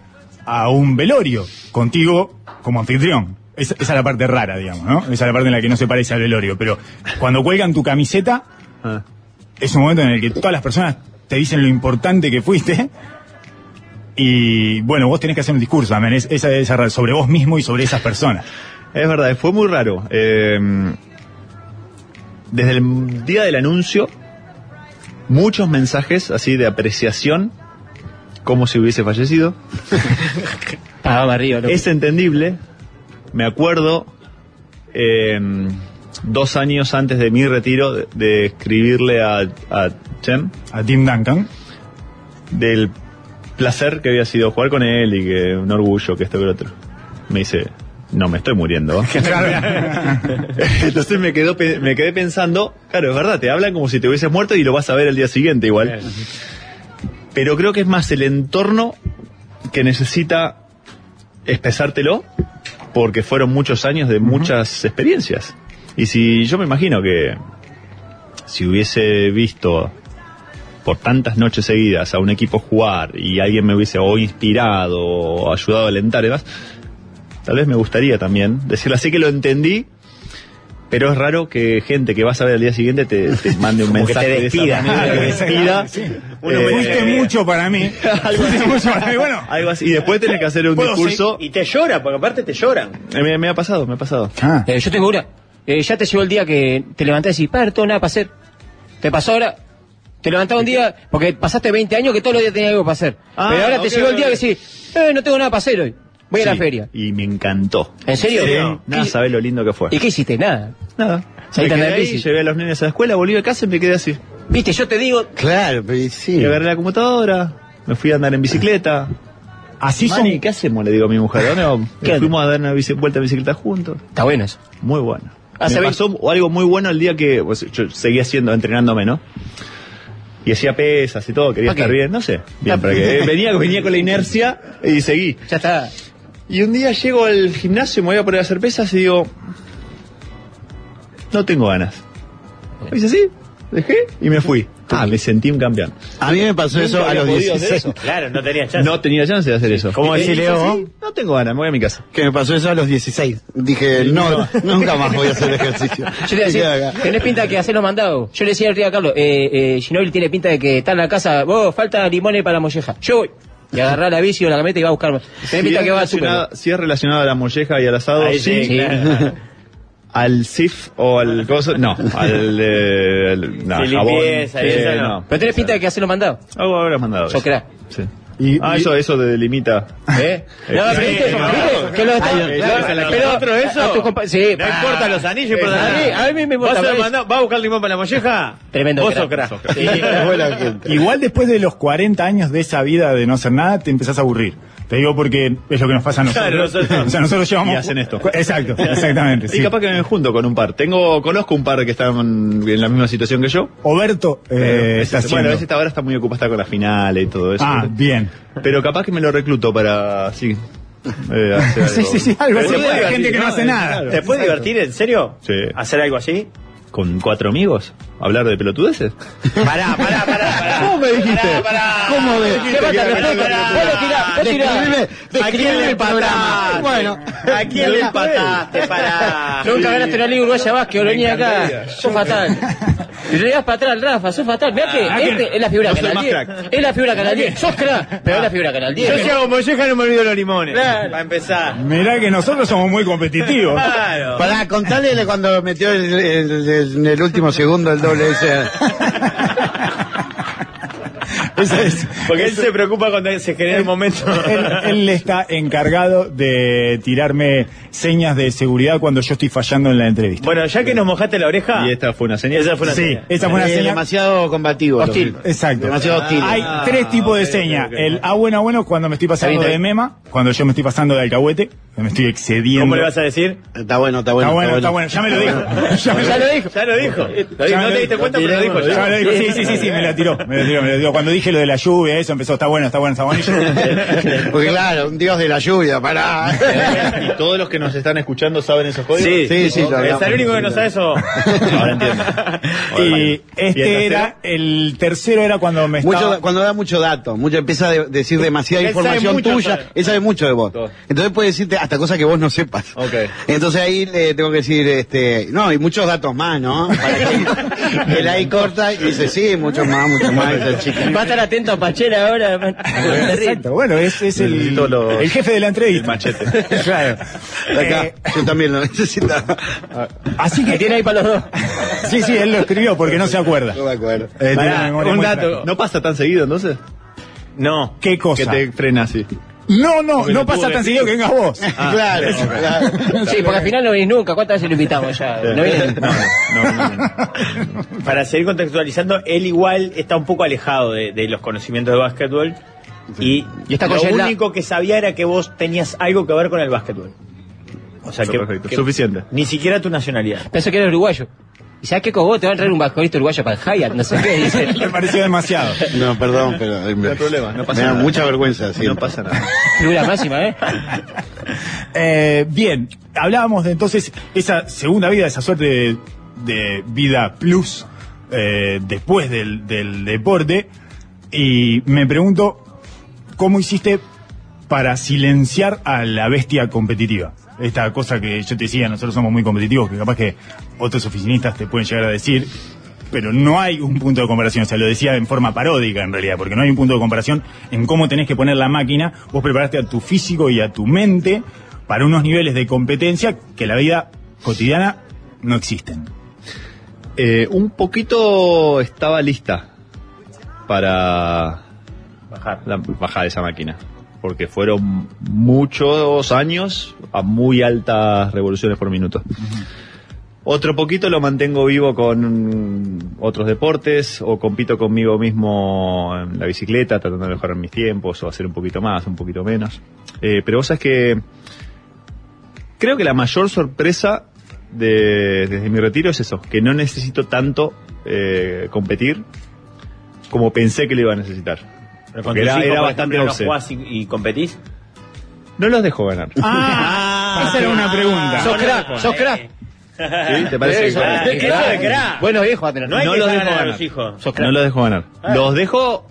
S6: a un velorio contigo como anfitrión. Es- esa es la parte rara, digamos, ¿no? Esa es la parte en la que no se parece al velorio, pero cuando cuelgan tu camiseta
S8: Ah.
S6: es un momento en el que todas las personas te dicen lo importante que fuiste y bueno, vos tenés que hacer un discurso también, es, esa, esa- sobre vos mismo y sobre esas personas.
S8: Es verdad, fue muy raro. Eh, desde el día del anuncio, muchos mensajes así de apreciación, como si hubiese fallecido.
S10: Ah, vamos arriba, loco.
S8: Es entendible. Me acuerdo eh, dos años antes de mi retiro de, de escribirle a, a Chem
S6: A Tim Duncan.
S8: del placer que había sido jugar con él y que un orgullo que esto que el otro. Me dice, no, me estoy muriendo.
S6: Eh,
S8: Entonces me, quedó, pe- me quedé pensando, claro, es verdad, te hablan como si te hubieses muerto y lo vas a ver el día siguiente igual. Pero creo que es más el entorno que necesita expresártelo porque fueron muchos años de muchas experiencias. Y si yo me imagino que si hubiese visto por tantas noches seguidas a un equipo jugar y alguien me hubiese o inspirado o ayudado a alentar y demás, tal vez me gustaría también decirle, así que lo entendí, pero es raro que gente que vas a ver al día siguiente te, te mande un
S4: Como que
S8: mensaje
S4: te despida.
S8: de esa manera, te despida.
S6: Uno
S8: Eh,
S6: fuiste mucho para mí. Fuiste mucho para mí. Bueno,
S8: algo así. Y después tenés que hacer un
S6: Puedo
S8: discurso.
S4: Y te llora, porque aparte te lloran.
S8: Eh, Me, me ha pasado, me ha pasado.
S6: Ah,
S10: Eh, yo tengo una. Eh, ya te llegó el día que te levantás y decís, padre, todo nada para hacer. Te pasó ahora. Te levantás un día porque pasaste 20 años que todos los días tenías algo para hacer.
S8: Ah,
S10: Pero ahora
S8: ok,
S10: te llegó el
S8: ok,
S10: día
S8: ok.
S10: que decís, eh, no tengo nada para hacer hoy. Voy a la
S8: Sí,
S10: feria.
S8: Y me encantó.
S10: ¿En serio?
S8: Sí,
S10: No.
S8: Nada,
S10: ¿Y-
S8: sabés lo lindo que fue.
S10: ¿Y qué hiciste? Nada.
S8: Nada.
S10: Ahí
S8: Me
S10: está
S8: quedé
S10: la
S8: ahí,
S10: crisis.
S8: llevé a los nenes a la escuela, volví a casa y me quedé así.
S10: Viste, yo te digo,
S7: Claro, pero sí.
S8: Y agarré la computadora, me fui a andar en bicicleta.
S6: Así son.
S8: Mani, ¿qué hacemos? Le digo a mi mujer. ¿Dónde vamos?
S10: ¿Qué
S8: Y
S10: onda?
S8: fuimos a dar una bici- vuelta en bicicleta juntos.
S10: está bueno eso.
S8: Muy bueno.
S10: Ah,
S8: me
S10: se ve-
S8: pasó algo muy bueno el día que pues, yo seguía haciendo, entrenándome, ¿no? Y hacía pesas y todo, quería
S10: ¿Para qué?
S8: estar bien, no sé. Bien, para que- venía, venía con la inercia y seguí.
S10: Ya está.
S8: Y un día llego al gimnasio, me voy a poner a hacer pesas y digo, no tengo ganas. Y dice, sí, dejé y me fui. Ah, me sentí un campeón.
S7: A mí me pasó eso
S8: Nunca
S7: a
S8: había
S7: los
S8: podido hacer
S7: 16.
S8: eso.
S4: Claro, no tenía chance.
S8: No tenía chance de hacer eso.
S4: ¿Cómo
S8: Y
S4: decís,
S8: hice
S4: Leo?
S8: así, No tengo ganas, me voy a mi casa.
S7: Que me pasó eso a los 16. Dije, no, nunca más voy a hacer ejercicio.
S10: Yo te iba a
S7: Y
S10: decir,
S7: quedé acá.
S10: tenés pinta de que hacer los mandados. Yo le decía al tío Carlos, eh, eh, Ginóbili tiene pinta de que está en la casa, vos, falta limones para la molleja. Yo voy. Y agarrar la bici o la camioneta y va a buscar. Tenés
S8: Si
S10: pinta
S8: es
S10: que va al súper.
S8: relacionado- Si es relacionado a la molleja y al asado,
S4: Ahí sí,
S8: sí.
S4: claro.
S8: Al SIF o al coso, no, al, eh, al- no,
S4: Sí,
S8: jabón,
S4: limpieza,
S8: sí,
S4: esa no.
S8: no.
S10: Pero tenés pinta de que hacer los mandados.
S8: Algo habrás mandado.
S10: Sos
S8: eso.
S10: crack.
S8: Sí.
S6: Y-
S8: ah,
S6: y-
S8: eso, eso te delimita.
S10: ¿Eh? No,
S8: Sí,
S10: pero viste,
S8: no.
S10: viste que lo está.
S8: Ay, claro,
S10: pero-
S8: a
S10: pero
S4: nosotros eso,
S10: a tu compa- sí,
S4: No
S10: pa.
S4: importa los anillos,
S10: Eh,
S4: importa
S10: a mí-
S4: nada.
S10: a mí me importa
S4: ¿Vas a,
S10: más.
S4: mandar- ¿Vas a buscar limón para la molleja?
S10: Tremendo
S4: Vos
S10: crack.
S4: sos crack. Sí.
S7: Buena gente.
S6: Igual después de los 40 años de esa vida de no hacer nada, te empezás a aburrir. Te digo porque es lo que nos pasa a nosotros.
S4: Claro, nosotros-
S6: o sea, nosotros llevamos...
S8: Y hacen esto.
S6: Exacto, exactamente.
S8: Y
S6: sí.
S8: capaz que me junto con un par. Tengo, conozco un par que están eh, en la misma situación que yo.
S6: Oberto eh,
S8: Pero
S6: está
S8: ese- bueno,
S6: haciendo-
S8: esta hora está muy ocupada con la final y todo eso.
S6: Ah, bien.
S8: Pero capaz que me lo recluto para, sí. eh, hacer
S6: Sí,
S8: algo.
S6: sí, sí, algo
S8: Pero
S6: así.
S8: se puede
S6: Hay
S8: divertir,
S6: gente que no hace nada.
S4: ¿Te puede divertir, en serio?
S8: Sí.
S4: ¿Hacer algo así?
S8: ¿Con cuatro amigos? ¿Hablar de pelotudeces?
S4: Pará, pará, pará. pará.
S8: ¿Cómo me dijiste?
S4: Pará, pará.
S7: ¿Cómo me
S4: dijiste?
S10: Levanta
S4: Pará,
S10: el respeto.
S4: pará.
S10: Vos lo tirás, vos tirás.
S7: Describime,
S4: le
S7: describime el programa.
S4: empataste?
S7: Bueno,
S4: ¿A quién le empataste? Pará.
S10: Nunca ganaste una liga uruguaya básquet, vení acá.
S8: encantaría.
S10: Sos fatal. Y le das para atrás al Rafa, sos fatal. Mirá que este es la figura
S8: No soy
S10: canal
S8: más
S10: 10.
S8: crack.
S10: Es la figura canal 10. Sos crack, pero es la figura canal
S4: Yo
S10: 10.
S4: si hago molleja no me olvido los limones.
S10: Claro.
S4: Para empezar.
S6: Mirá que nosotros somos muy competitivos.
S4: Claro.
S7: Pará, contale cuando metió el- el- el- en el último segundo el doble ese.
S6: Eso es.
S4: Porque él se preocupa cuando se genera el momento.
S6: Él, él está encargado de tirarme señas de seguridad cuando yo estoy fallando en la entrevista.
S4: Bueno, ya que nos mojaste la oreja.
S8: Y esta fue una señal.
S4: Esa fue una
S6: Sí,
S4: señal.
S6: esa fue una
S7: Eh,
S6: señal.
S7: demasiado combativo.
S10: Hostil.
S6: Exacto. Ah.
S7: Demasiado hostil.
S6: Hay tres tipos de señas. El ah bueno, ah bueno cuando me estoy pasando
S10: Está
S6: de
S10: bien,
S6: mema, cuando yo me estoy pasando de alcahuete, me estoy excediendo.
S4: ¿Cómo le vas a decir?
S7: Está bueno,
S6: Está
S7: está bueno.
S6: bueno, está bueno, ya me lo dijo. Ya me
S10: Ya
S6: lo
S10: lo dijo.
S4: Ya lo dijo. Lo
S6: Ya
S4: dijo.
S6: me
S4: No
S6: lo
S4: te diste
S6: dijo.
S4: cuenta, pero lo dijo.
S6: Ya me lo dijo. Sí, sí, sí, sí, me la tiró, me la tiró, me la tiró. Cuando dije lo de la lluvia, eso empezó, está bueno, está bueno, está bueno. Y yo-
S7: Porque claro, un dios de la lluvia, pará.
S8: Y todos los que nos están escuchando saben esos códigos.
S4: Sí, Eh,
S7: Sí, sí, lo
S4: Es
S7: hablamos.
S4: el único que no sabe eso.
S8: Ahora entiendo.
S6: Y este
S8: tercero?
S6: era, el tercero era cuando me
S7: Mucho-
S6: estaba...
S7: cuando da mucho dato, mucho, empieza a de- decir demasiada
S4: Él
S7: información
S4: sabe mucho,
S7: tuya,
S4: sabe.
S7: él sabe mucho de vos.
S8: Todo.
S7: Entonces puede decirte hasta cosas que vos no sepas.
S8: Ok.
S7: Entonces ahí le tengo que decir, este, no, y muchos datos más, ¿no? Para que él ahí corta y dice, sí, mucho más, mucho más, esa chica.
S10: Va a estar atento a Pachela ahora. man.
S6: Exacto, bueno, es, es el,
S8: Necesito los-
S6: el jefe de la entrevista.
S8: machete.
S6: claro.
S7: Acá,
S6: Eh,
S7: yo también lo necesitaba.
S6: así
S10: Que
S6: que...
S10: tiene ahí para los dos.
S6: Sí, sí, él lo escribió porque no se acuerda.
S7: No me acuerdo.
S6: Eh, tiene
S4: Pará,
S6: una memoria
S4: un
S6: muy
S4: dato.
S6: frágil.
S8: ¿No pasa tan seguido entonces?
S4: No.
S6: ¿Qué
S8: Que
S6: cosa?
S8: te frena así.
S6: No, no, no
S8: lo
S6: pasa
S8: tuve.
S6: tan seguido que vengas vos.
S8: Ah,
S7: claro, claro.
S10: Sí, porque al final no venís nunca. ¿Cuántas veces lo invitamos ya? No viene.
S8: no, no, no, no.
S4: Para seguir contextualizando, él igual está un poco alejado de, de los conocimientos de básquetbol. Y,
S10: Y está con
S4: lo
S10: Yelda.
S4: único que sabía era que vos tenías algo que ver con el básquetbol. O sea
S8: Eso,
S4: que,
S8: perfecto.
S4: que-
S8: Suficiente.
S4: Ni siquiera tu nacionalidad.
S10: Pensó que era uruguayo. ¿Y sabes qué cobo? Te va a traer un basquetbolista uruguayo para el Hyatt, no sé qué. Dice.
S6: Me pareció demasiado.
S7: No, perdón, pero... No
S8: hay problema, no pasa
S7: Me da
S8: nada.
S7: mucha vergüenza, sí.
S8: No pasa nada.
S10: Figura máxima, ¿eh?
S6: Eh, bien, hablábamos de entonces esa segunda vida, esa suerte de, de vida plus eh, después del, del deporte. Y me pregunto, ¿cómo hiciste para silenciar a la bestia competitiva? Esta cosa que yo te decía, nosotros somos muy competitivos, que capaz que otros oficinistas te pueden llegar a decir, pero no hay un punto de comparación. O sea, lo decía en forma paródica en realidad, porque no hay un punto de comparación en cómo tenés que poner la máquina. Vos preparaste a tu físico y a tu mente para unos niveles de competencia que en la vida cotidiana no existen.
S8: Eh, un poquito estaba lista para
S4: Bajar.
S8: la bajada de esa máquina. porque fueron muchos años a muy altas revoluciones por minuto. Otro poquito lo mantengo vivo con otros deportes o compito conmigo mismo en la bicicleta tratando de mejorar mis tiempos o hacer un poquito más, un poquito menos. Eh, pero vos sabés que creo que la mayor sorpresa de- desde mi retiro es eso, que no necesito tanto eh, competir como pensé que lo iba a necesitar.
S4: Con
S8: Porque
S4: tus
S8: era,
S4: hijos,
S8: era
S4: por
S8: bastante
S4: ejemplo, ¿no
S8: obse.
S4: jugás Ah, y, y competís?
S8: No los dejo ganar.
S6: Ah,
S8: Ah,
S6: Esa era una pregunta.
S4: Sos crack, sos crack.
S8: ¿Sí? ¿Te parece?
S4: Eso,
S8: que-
S4: eso de crack.
S10: Bueno, viejo, va a tener.
S4: No hay
S8: No
S4: que
S8: los
S4: ganar
S8: dejo
S4: a
S8: ganar.
S4: los hijos.
S10: Sos crack.
S8: No los dejo ganar.
S4: Ah.
S8: Los dejo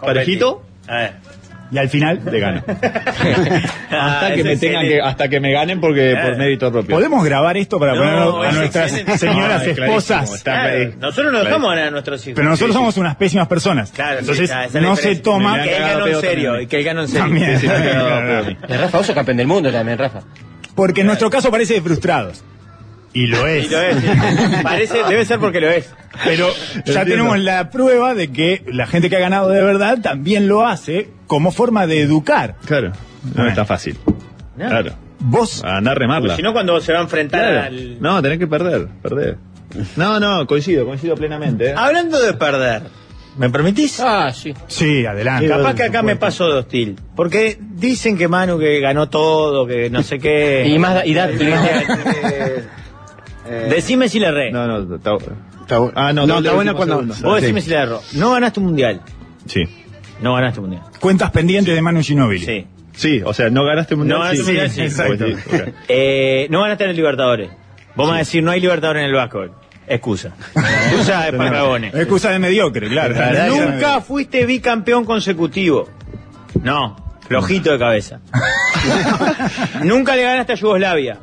S8: parejito
S4: A ver.
S6: Y al final,
S8: de gana.
S4: Ah,
S8: Hasta que
S4: es
S8: me tengan
S4: excelente.
S8: que, hasta que me ganen porque por mérito propio.
S6: ¿podemos grabar esto para
S4: No,
S6: ponerlo a
S4: es
S6: nuestras
S4: excelente.
S6: señoras
S8: No, es Ah, clarísimo,
S6: esposas?
S8: está
S4: Claro,
S8: claro.
S4: nosotros no dejamos ganar a nuestros hijos.
S6: Pero nosotros somos unas pésimas personas.
S4: Claro, sí,
S6: Entonces,
S4: está, esa es la
S6: no se
S4: diferencia.
S6: toma.
S8: Me
S4: Que él ganó en
S8: Cagado pedo
S4: serio.
S8: también.
S4: Y que él ganó en serio.
S6: También.
S8: Sí, sí, me han cagado pedo a mí.
S10: El Rafa, vos sos campeón del mundo también, Rafa.
S6: Porque en nuestro caso parece de frustrados. Y lo es.
S4: Y lo es. sí. Parece, debe ser porque lo es.
S6: Pero ya
S8: Entiendo.
S6: tenemos la prueba de que la gente que ha ganado de verdad también lo hace como forma de educar.
S8: Claro, no
S6: Bueno.
S8: es tan fácil. Claro,
S6: Vos,
S8: a andar remarla.
S4: Si no, cuando se va a enfrentar
S8: Claro.
S4: al.
S8: No, tenés que perder, perder. No, no, coincido, coincido plenamente. ¿eh?
S4: Hablando de perder, ¿me permitís?
S10: Ah, sí.
S6: sí, adelante.
S4: Capaz que acá me paso de hostil. Porque dicen que Manu que ganó todo, que no sé qué. Eh,
S10: Y más da- y da-
S4: Decime si le erré.
S8: No, no, está bueno.
S7: Está bu-
S8: Ah, no,
S7: no,
S8: dale
S7: está
S8: el
S7: bueno
S8: último
S7: cuando.
S8: segundo.
S4: Vos
S8: sí.
S4: decime si le erro. No ganaste un mundial.
S8: Sí.
S4: No ganaste un mundial.
S6: Cuentas pendientes de Manu Ginóbili.
S4: Sí.
S8: Sí, o sea, no ganaste un
S4: No
S8: mundial.
S4: ganaste
S8: sí.
S4: un mundial, sí.
S8: Exacto. ok.
S4: Eh, no ganaste en el Libertadores. Vos me vas a decir, no hay Libertadores en el básquetbol. Excusa. Excusa de Patagones.
S6: Excusa de mediocre, claro.
S4: Nunca fuiste bicampeón consecutivo. No, flojito de cabeza. Nunca le ganaste a Yugoslavia.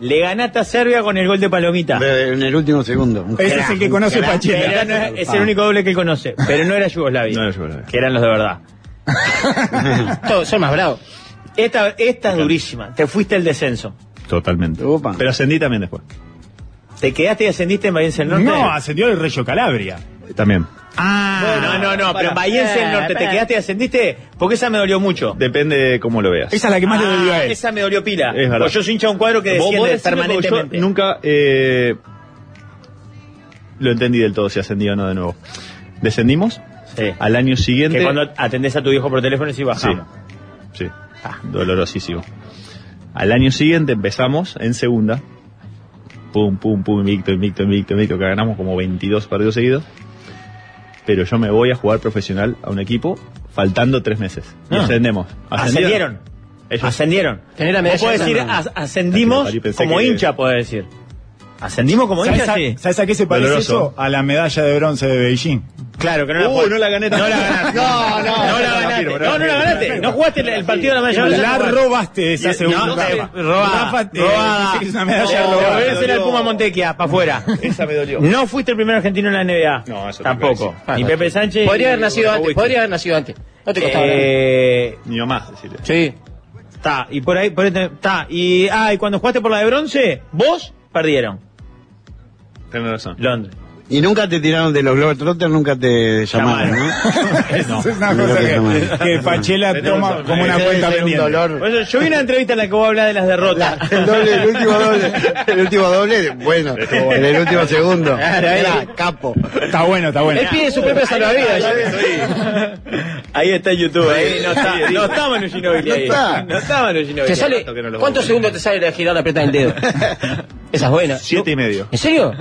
S4: Le ganaste a Serbia con el gol de Palomita.
S7: En el último segundo. Un
S6: Ese es el que conoce
S4: Era-
S6: Pachela.
S4: no es, es el único doble que él conoce, pero no era Yugoslavia.
S8: No era Yugoslavia.
S4: Que eran los de verdad.
S10: Todos son más bravos.
S4: Esta, esta es durísima. Te fuiste al descenso.
S8: Totalmente.
S7: Opa.
S8: Pero ascendí también después.
S4: Te quedaste y ascendiste en Valencia del Norte.
S6: No, ascendió el Reyo Calabria.
S8: También.
S6: Ah,
S4: No, no, no, pero en Bahiense del Norte
S10: Eh,
S4: te quedaste y ascendiste porque esa me dolió mucho.
S8: Depende de cómo lo veas.
S6: esa es la que más le dolió
S4: Ah,
S6: a él.
S4: esa me dolió pila.
S8: Es verdad.
S4: Pues yo soy hincha de un cuadro que
S8: Vos- vos
S4: desciende
S8: decime, porque
S4: permanentemente.
S8: Yo nunca eh, lo entendí del todo si ascendí o no de nuevo. Descendimos
S4: Sí.
S8: al año siguiente.
S4: Que cuando atendés a tu viejo por teléfono y
S8: Sí,
S4: bajamos.
S8: sí. Dolorosísimo. Al año siguiente empezamos en segunda. Pum, pum, pum, invicto, invicto, invicto, invicto. Que ganamos como 22 partidos seguidos. Pero yo me voy a jugar profesional a un equipo faltando tres meses. Y
S4: Ah.
S8: ascendemos.
S4: Ascendieron.
S8: Ellos-
S4: Ascendieron.
S10: Tener la
S4: Vos
S10: medalla.
S4: podés
S10: de
S4: decir,
S10: plata.
S4: as- ascendimos
S8: Pensé que-
S4: como hincha, podés decir. Ascendimos como
S6: ¿Sabes
S4: hincha,
S6: a,
S4: sí.
S6: sabes a qué se parece
S8: Doloroso.
S6: eso? A la medalla de bronce de Beijing.
S4: Claro, que no la
S8: Uh,
S4: podés-
S8: no la gané
S4: No la
S8: tampoco.
S4: ganaste.
S8: No,
S4: No
S8: no,
S4: la
S8: no,
S4: ganaste.
S8: no,
S4: No, no la ganaste. No jugaste el- el partido de la medalla.
S6: La robaste esa segunda.
S4: No, te-
S6: Rafa.
S4: robada.
S6: Rafa, te-
S4: robada.
S6: dice que es una medalla
S4: No,
S6: robada.
S4: volvés a ser el Puma Montequia, para afuera.
S8: Esa me dolió.
S4: No fuiste el primer argentino en la NBA.
S8: No, eso
S4: Tampoco.
S8: te
S10: iba a
S4: Ni
S10: decir.
S4: Pepe Sánchez.
S10: Podría haber
S4: ni-
S10: nacido antes,
S8: Bobovic.
S10: podría haber nacido antes. No te costaba nada.
S4: Eh,
S8: Mi mamá, decirle.
S10: Sí.
S4: Está, y por ahí, por ahí te- está. Y, ah, y cuando jugaste por la de bronce, vos perdieron.
S8: Tenés razón.
S4: Londres.
S7: Y nunca te tiraron de los Globetrotters, nunca te llamaron, ¿no?
S6: Esa es una
S7: No,
S6: cosa
S7: creo que
S6: que,
S7: jamás.
S6: que Pachela
S8: Tenés
S6: toma
S8: razón,
S6: como una
S7: Ese debe
S6: cuenta
S7: ser un
S6: pendiente.
S7: dolor.
S4: Por eso, yo vi una entrevista en la que vos hablás de las derrotas.
S7: El doble, el último doble. El último doble, bueno, en el último segundo.
S4: eh.
S7: Era capo.
S6: Está bueno, está bueno.
S10: Él pide su propia salvavidas.
S4: Ahí está YouTube. Ahí no está, no está Manu Ginóbili
S7: No
S4: ahí.
S7: está.
S4: No está Manu Ginóbili.
S10: Te sale,
S8: rato que no lo
S10: ¿Cuántos
S8: hago.
S10: segundos te sale de girar la preta del dedo? Esa es buena.
S8: Siete y medio.
S10: ¿En serio?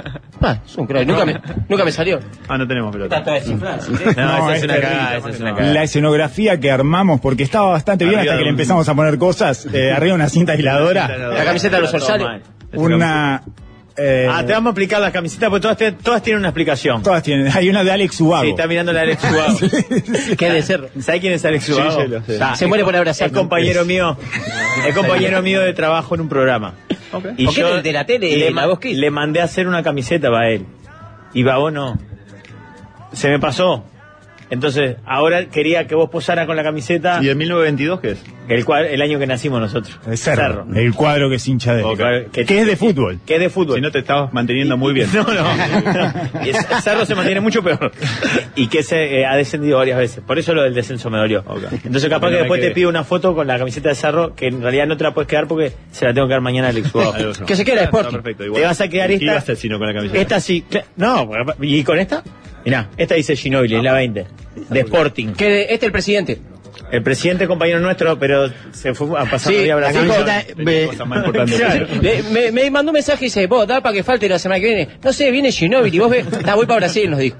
S10: Ah, es un crack. Nunca me, nunca me salió.
S8: Ah, no tenemos pelota.
S10: Tanto desinflar.
S4: No, esa es
S6: es
S4: una
S6: terrible,
S4: cagada, esa es una cagada.
S6: La escenografía que armamos, porque estaba bastante bien
S8: Arriba
S6: hasta que
S8: de
S6: le
S8: un-
S6: empezamos a poner cosas, eh, arriba una cinta aisladora,
S10: La camiseta de los Orsales.
S6: una... eh,
S4: Ah, te vamos a explicar las camisetas porque todas, te- todas tienen una explicación.
S6: todas tienen, hay una de Alex Ubago.
S4: Sí, está mirando la de Alex Ubago.
S10: ¿Qué de ser?
S4: ¿Sabes quién es Alex
S8: Sí,
S4: Ubago?
S8: sí, lo sé.
S4: Está,
S10: Se muere por abrazar.
S4: Es compañero mío. Es compañero mío de trabajo en un programa. Y
S10: ¿Por qué del de la tele,
S4: le,
S10: la
S4: ma-
S10: voz que hizo?
S4: le mandé "Oh, a hacer una camiseta para él. Y Babo no. Se me pasó. Entonces, ahora quería que vos posaras con la camiseta.
S8: ¿Y en 1922 qué es?
S4: El, cua- el año que nacimos nosotros.
S6: El cerro, El cuadro que es hincha de.
S4: Que,
S6: es de fútbol.
S4: Que es de fútbol. Si no
S8: te estabas manteniendo muy bien.
S4: No, no. Y es- el cerro se mantiene mucho peor. Y que se eh, ha descendido varias veces. Por eso lo del descenso me dolió. Entonces capaz
S8: Bueno,
S4: que
S8: me
S4: después te
S8: quedé.
S4: pido una foto con la camiseta de cerro, que en realidad no te la puedes quedar porque se la tengo que dar mañana al ex
S8: Que se quede la Sporting. Ah, perfecto, igual.
S4: Te vas a quedar
S8: ¿Y
S4: esta.
S8: qué iba a hacer si no con la camiseta?
S4: Esta sí. cla- No, ¿y con esta? Mirá, esta dice Ginobili,
S8: Ah.
S4: es la 20. De Sporting. Que este el presidente. El presidente compañero nuestro, pero se fue a pasar
S10: Sí,
S4: el día a
S10: la
S4: Brasil.
S10: camiseta-
S4: Tenía cosas más importantes.
S10: Claro. Le- me, me mandó un mensaje y dice, vos, da para que falte la semana que viene. No sé, viene Ginóbili, vos ves, da, voy para Brasil, nos dijo.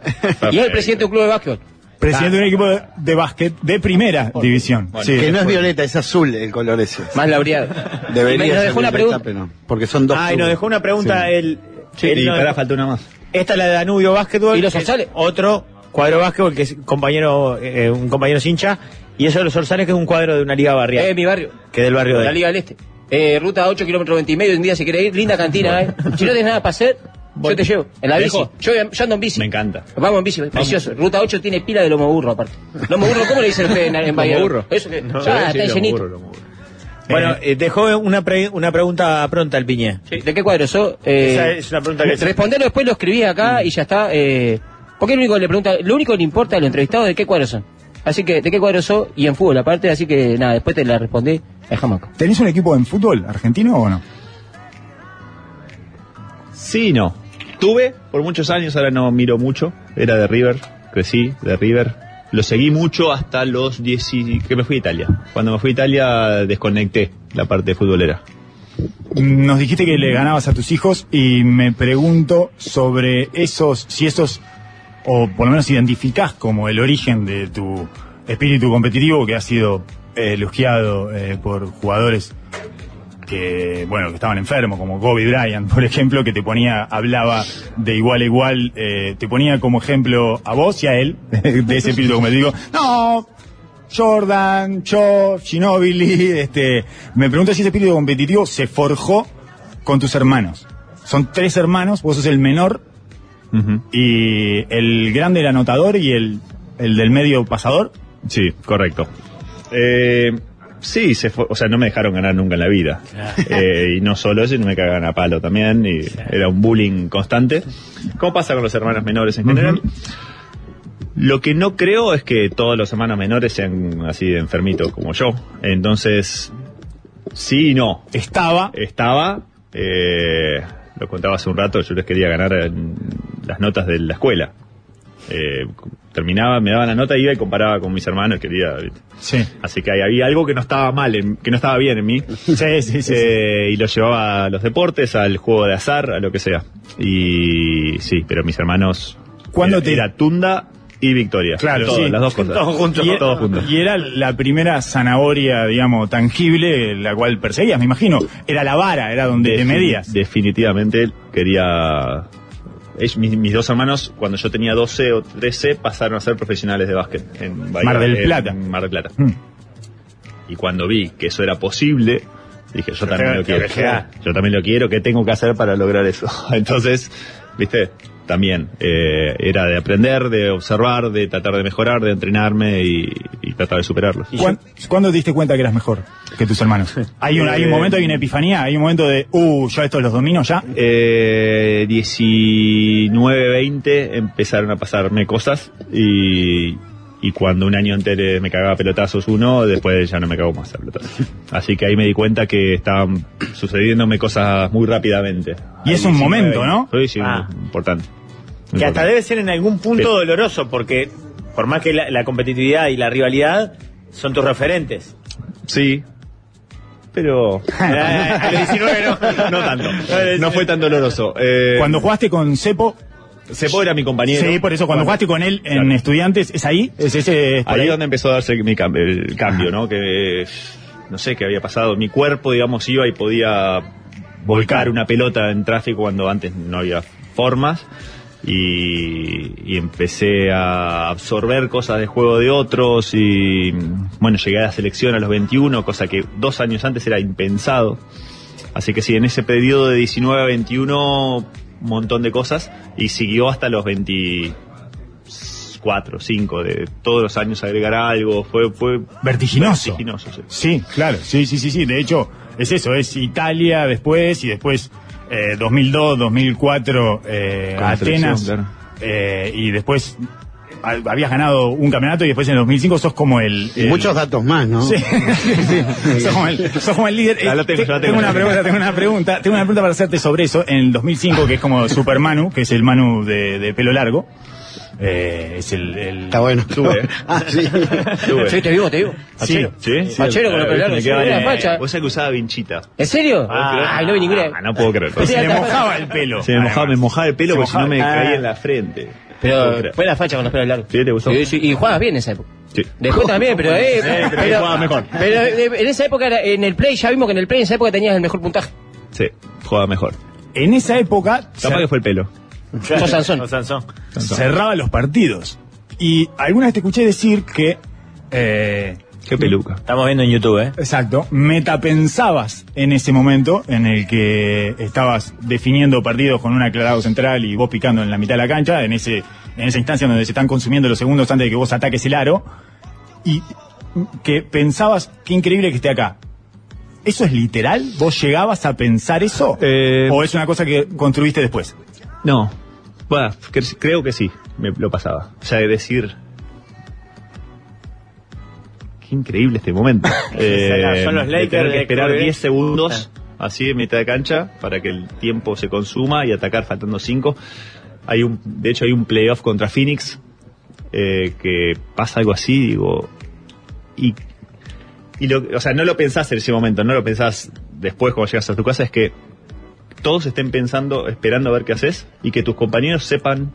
S10: Y es el presidente de un club de básquetbol.
S6: Presidente de un equipo de, de básquet de primera división. Sí,
S7: que no es
S6: después.
S7: violeta, es azul el color ese.
S10: Más laureado.
S7: Debería
S4: Y nos
S7: ser
S4: dejó una
S7: violeta,
S4: pregunta.
S7: pero no, porque son dos.
S4: Ah, y nos dejó una pregunta
S7: Sí.
S4: el. el-
S8: y
S4: no-
S8: pará, falta una más.
S4: Esta es la de Danubio Básquetbol.
S8: ¿Y los
S4: que es
S8: Orsales?
S4: Otro cuadro básquetbol que es compañero, eh, un compañero es hincha. Y eso de los Orsales, que es un cuadro de una liga barrial.
S10: Eh, mi barrio.
S4: Que del barrio de.
S10: La Liga del Este. Eh, ruta 8 kilómetros 20 y medio, un día si querés ir, linda cantina, eh. Si no tenés nada para hacer, yo te llevo. En la bici.
S8: ¿Lejos?
S10: Yo, yo ando en bici.
S8: Me encanta.
S10: Vamos en bici, precioso. Ruta 8 tiene pila de lomo burro aparte. Lomo burro, ¿cómo le dicen ustedes en, en Bahía?
S4: Lomo burro.
S10: Eso que,
S4: No,
S10: ya,
S4: sí,
S10: Ah, está
S4: lomo
S10: llenito.
S4: burro, Bueno, eh, dejó una, pre- una pregunta pronta al Piñé.
S10: ¿De qué cuadro sos? Eh,
S4: Esa es Mm. una pregunta que-
S10: Respondelo después, lo escribís acá y ya está. Eh, porque lo único que le pregunta, lo único que le importa a los entrevistados de qué cuadro son. Así que, ¿de qué cuadro sos? Y en fútbol aparte, así que nada, después te la respondí. Dejamos acá.
S6: ¿Tenés un equipo en fútbol argentino o no?
S8: Sí y no. Tuve por muchos años, ahora no miro mucho. Era de River, crecí de River. Lo seguí mucho hasta los 10 y- que me fui a Italia. Cuando me fui a Italia desconecté la parte futbolera.
S6: Nos dijiste que le ganabas a tus hijos y me pregunto sobre esos, si esos, o por lo menos identificás como el origen de tu espíritu competitivo que ha sido eh, elogiado eh, por jugadores que, bueno, que estaban enfermos, como Kobe Bryant, por ejemplo, que te ponía, hablaba de igual a igual, eh, te ponía como ejemplo a vos y a él, de ese espíritu competitivo. No, Jordan, Cho, Ginobili, este, me pregunto si ese espíritu competitivo se forjó con tus hermanos. Son tres hermanos, vos sos el menor y el grande el anotador y el, el del medio pasador.
S8: Sí, correcto. Eh, sí, se fue- o sea, no me dejaron ganar nunca en la vida. Eh, y no solo eso, sino me cagaban a palo también. Y era un bullying constante. ¿Cómo pasa con los hermanos menores en general? Lo que no creo es que todos los hermanos menores sean así de enfermitos como yo. Entonces, sí y no.
S6: Estaba.
S8: Estaba. eh, lo contaba hace un rato, yo les quería ganar en las notas de la escuela. Eh, terminaba, me daban la nota, iba y comparaba con mis hermanos, quería. ¿viste?
S6: Sí.
S8: Así que ahí había algo que no estaba mal, en- que no estaba bien en mí.
S6: Sí, sí, sí.
S8: Eh, y lo llevaba a los deportes, al juego de azar, a lo que sea. Y sí, pero mis hermanos.
S6: ¿Cuándo
S8: era,
S6: te-
S8: era Tunda y Victoria.
S6: Claro,
S8: Todo,
S6: sí.
S8: las dos cosas.
S6: Y,
S8: Todo
S6: era-
S8: junto.
S6: y era la primera zanahoria, digamos, tangible, la cual perseguías, me imagino. Era la vara, era donde te
S8: Defin-
S6: medías.
S8: Definitivamente quería. es- mis, mis dos hermanos, cuando yo tenía 12 o 13, pasaron a ser profesionales de básquet en Bahía-
S6: Mar del
S8: en
S6: Plata.
S8: Mar del Plata.
S6: Mm.
S8: Y cuando vi que eso era posible, dije, yo también
S6: Pero,
S8: lo quiero.
S6: pero, ya.
S8: Yo también lo quiero, ¿qué tengo que hacer para lograr eso? Entonces, viste, también eh, era de aprender, de observar, de tratar de mejorar, de entrenarme y, y tratar de superarlos.
S6: ¿Cuán- ¿Cuándo te diste cuenta que eras mejor que tus hermanos? Hay un, hay un
S8: Eh,
S6: momento, hay una epifanía, hay un momento de, uh, yo estos los domino ya.
S8: Eh, 19, 20 empezaron a pasarme cosas y, y cuando un año antes me cagaba pelotazos uno, después ya no me cago más a pelotazos. Así que ahí me di cuenta que estaban sucediéndome cosas muy rápidamente.
S6: Y es
S8: Ahí
S6: un
S8: 19,
S6: momento, ¿no?
S8: Sí, sí,
S4: Ah.
S8: importante.
S4: Que hasta
S8: Importante.
S4: debe ser en algún punto
S8: Sí.
S4: doloroso, porque por más que la, la competitividad y la rivalidad son tus referentes.
S8: Sí. Pero
S4: Eh, A los 19 no.
S8: Oh. no tanto, no fue tan doloroso. Eh,
S6: Cuando jugaste con Cepo,
S8: Cepo era mi compañero.
S6: sí, por eso, cuando jugaste con él en
S8: Claro.
S6: Estudiantes, ¿es ahí? ¿Es ese? es por
S8: ahí
S6: ahí?
S8: es donde empezó a darse mi cam- el cambio, ¿no? Que eh, no sé qué había pasado. Mi cuerpo, digamos, iba y podía volcar una pelota en tráfico cuando antes no había formas. Y, y empecé a absorber cosas de juego de otros y bueno, llegué a la selección a los 21, cosa que dos años antes era impensado. Así que sí, en ese periodo de 19 a 21, un montón de cosas y siguió hasta los 20,
S4: cuatro, cinco, de todos los años agregar algo, fue, fue
S6: Vertiginoso.
S4: vertiginoso, sí.
S6: Sí, claro, sí, sí, sí, sí. De hecho, es eso, es Italia después y después eh, 2002, 2004, eh,
S4: Con la selección,
S6: Atenas.
S4: claro.
S6: eh, y después ah, habías ganado un campeonato y después en el 2005 sos como el...
S7: Y
S6: el-
S7: muchos datos más, ¿no?
S6: Sí. sos, como el, sos como el líder.
S4: Ya lo tengo,
S6: Te-
S4: ya lo tengo.
S6: tengo. una pregunta, tengo una pregunta, tengo una pregunta para hacerte sobre eso. En el 2005, que es como Super Manu, que es el Manu de, de pelo largo, eh, es el... el-
S7: Está bueno.
S4: Tuve.
S7: Ah, sí.
S4: Tuve.
S10: Sí, te vivo, te vivo.
S6: Sí,
S4: ¿Sí? sí
S10: Fachero con los
S4: eh,
S10: pelardos,
S4: me
S10: sí,
S4: quedaba
S10: era
S4: en-
S10: facha.
S4: Vos sabés que usaba vinchita.
S10: ¿En serio? Ay, no vi ninguna.
S4: Ah, no puedo creer.
S6: Se le mojaba el pelo.
S4: Se me mojaba, me
S6: además.
S4: mojaba el pelo
S6: Se
S4: porque si no me
S6: mojaba.
S4: caía
S6: Ah.
S4: en la frente. No puedo
S10: Pero
S4: creer.
S10: fue la facha con los pelos largos.
S4: Sí, ¿te gustó?
S10: Sí, sí, y jugabas bien en esa época.
S4: Sí.
S10: Después también, pero, eh,
S4: pero que jugaba mejor.
S10: pero, eh, en esa época, era- en el play, ya vimos que en el play en esa época tenías el mejor puntaje.
S4: Sí, jugaba mejor.
S6: En esa época
S4: Capaz que fue el pelo.
S10: Sos Sansón.
S6: cerraba los partidos. Y alguna vez te escuché decir que, eh,
S4: Qué peluca.
S8: Estamos viendo en YouTube, ¿eh?
S6: exacto, metapensabas en ese momento en el que estabas definiendo partidos con un aclarado central y vos picando en la mitad de la cancha, en, ese, en esa instancia donde se están consumiendo los segundos antes de que vos ataques el aro, y que pensabas, qué increíble que esté acá. ¿Eso es literal? ¿Vos llegabas a pensar eso?
S4: Eh,
S6: ¿O es una cosa que construiste después?
S4: No. Bueno, cre- creo que sí, me lo pasaba. O sea, de decir. Qué increíble este momento. Eh,
S8: Son los
S4: de
S8: Lakers
S4: tener que
S8: de
S4: esperar
S8: Kobe. Ah.
S4: 10 segundos así en mitad de cancha para que el tiempo se consuma y atacar faltando 5. Hay un, de hecho, hay un playoff contra Phoenix eh, que pasa algo así, digo. Y, y lo- o sea, no lo pensás en ese momento, no lo pensás después cuando llegas a tu casa, es que todos estén pensando, esperando a ver qué haces y que tus compañeros sepan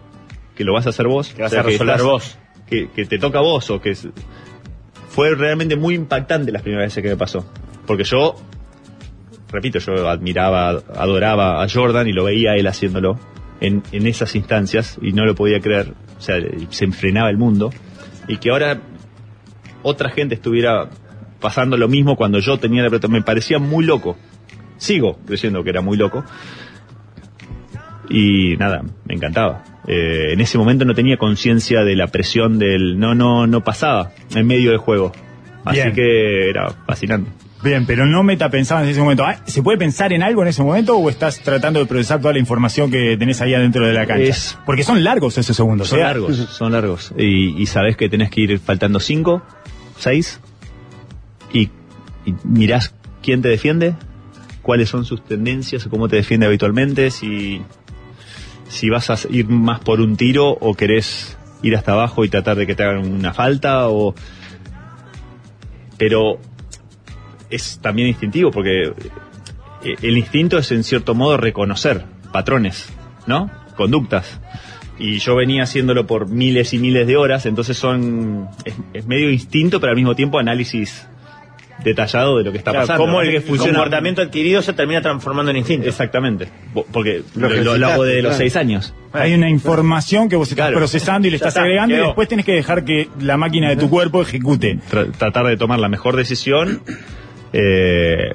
S4: que lo vas a hacer vos.
S8: Que vas
S4: o sea,
S8: a resolver
S4: estás-
S8: vos.
S4: Que, que te toca a vos o que es- fue realmente muy impactante las primeras veces que me pasó. Porque yo, repito, yo admiraba, adoraba a Jordan y lo veía a él haciéndolo en, en esas instancias y no lo podía creer. O sea, se enfrenaba el mundo. Y que ahora otra gente estuviera pasando lo mismo cuando yo tenía la pelota, me parecía muy loco. Sigo creyendo que era muy loco. Y nada, me encantaba. Eh, en ese momento no tenía conciencia de la presión del no, no, no pasaba en medio del juego. Así
S6: Bien.
S4: que era fascinante.
S6: Bien, pero no metapensabas en ese momento. Ah, ¿Se puede pensar en algo en ese momento o estás tratando de procesar toda la información que tenés ahí adentro de la cancha?
S4: Es-
S6: Porque son largos esos segundos.
S4: Son
S6: ¿eh?
S4: largos, son largos. Y, y sabés que tenés que ir faltando 5, 6, y, y mirás quién te defiende, cuáles son sus tendencias, cómo te defiende habitualmente, si, si vas a ir más por un tiro o querés ir hasta abajo y tratar de que te hagan una falta o... Pero es también instintivo porque eh, el instinto es en cierto modo reconocer patrones, ¿no? Conductas. Y yo venía haciéndolo por miles y miles de horas, entonces son es, es medio instinto, pero al mismo tiempo análisis detallado de lo que está
S8: Claro,
S4: pasando.
S8: cómo
S4: ¿no?
S8: el comportamiento adquirido se termina transformando en instinto.
S4: Exactamente, Bo- porque
S7: Lo
S4: lo,
S7: que
S4: lo- lo
S7: citaste,
S4: hago de los
S7: claro.
S4: seis años.
S6: Hay una información que vos estás
S4: Claro.
S6: procesando y le
S8: Ya
S6: estás
S8: está,
S6: agregando
S8: quedó.
S6: y después tenés que dejar que la máquina de tu cuerpo ejecute.
S4: Tra- tratar de tomar la mejor decisión, eh,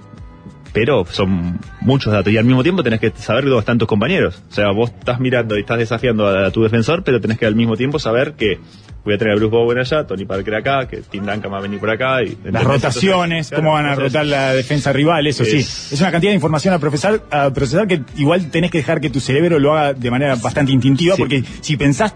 S4: pero son muchos datos. Y al mismo tiempo tenés que saber dónde están tus compañeros. O sea, vos estás mirando y estás desafiando a, a tu defensor, pero tenés que al mismo tiempo saber que voy a tener a Bruce Bowen allá, Tony Parker acá, que Tim Duncan va a venir por acá. Y,
S6: Las
S4: ¿entendés?
S6: rotaciones,
S4: Entonces,
S6: cómo van a
S4: claro, entonces-
S6: rotar la defensa rival, eso sí.
S4: Es-
S6: Es una cantidad de información a procesar, a procesar que igual tenés que dejar que tu cerebro lo haga de manera bastante instintiva
S4: Sí.
S6: porque si pensás,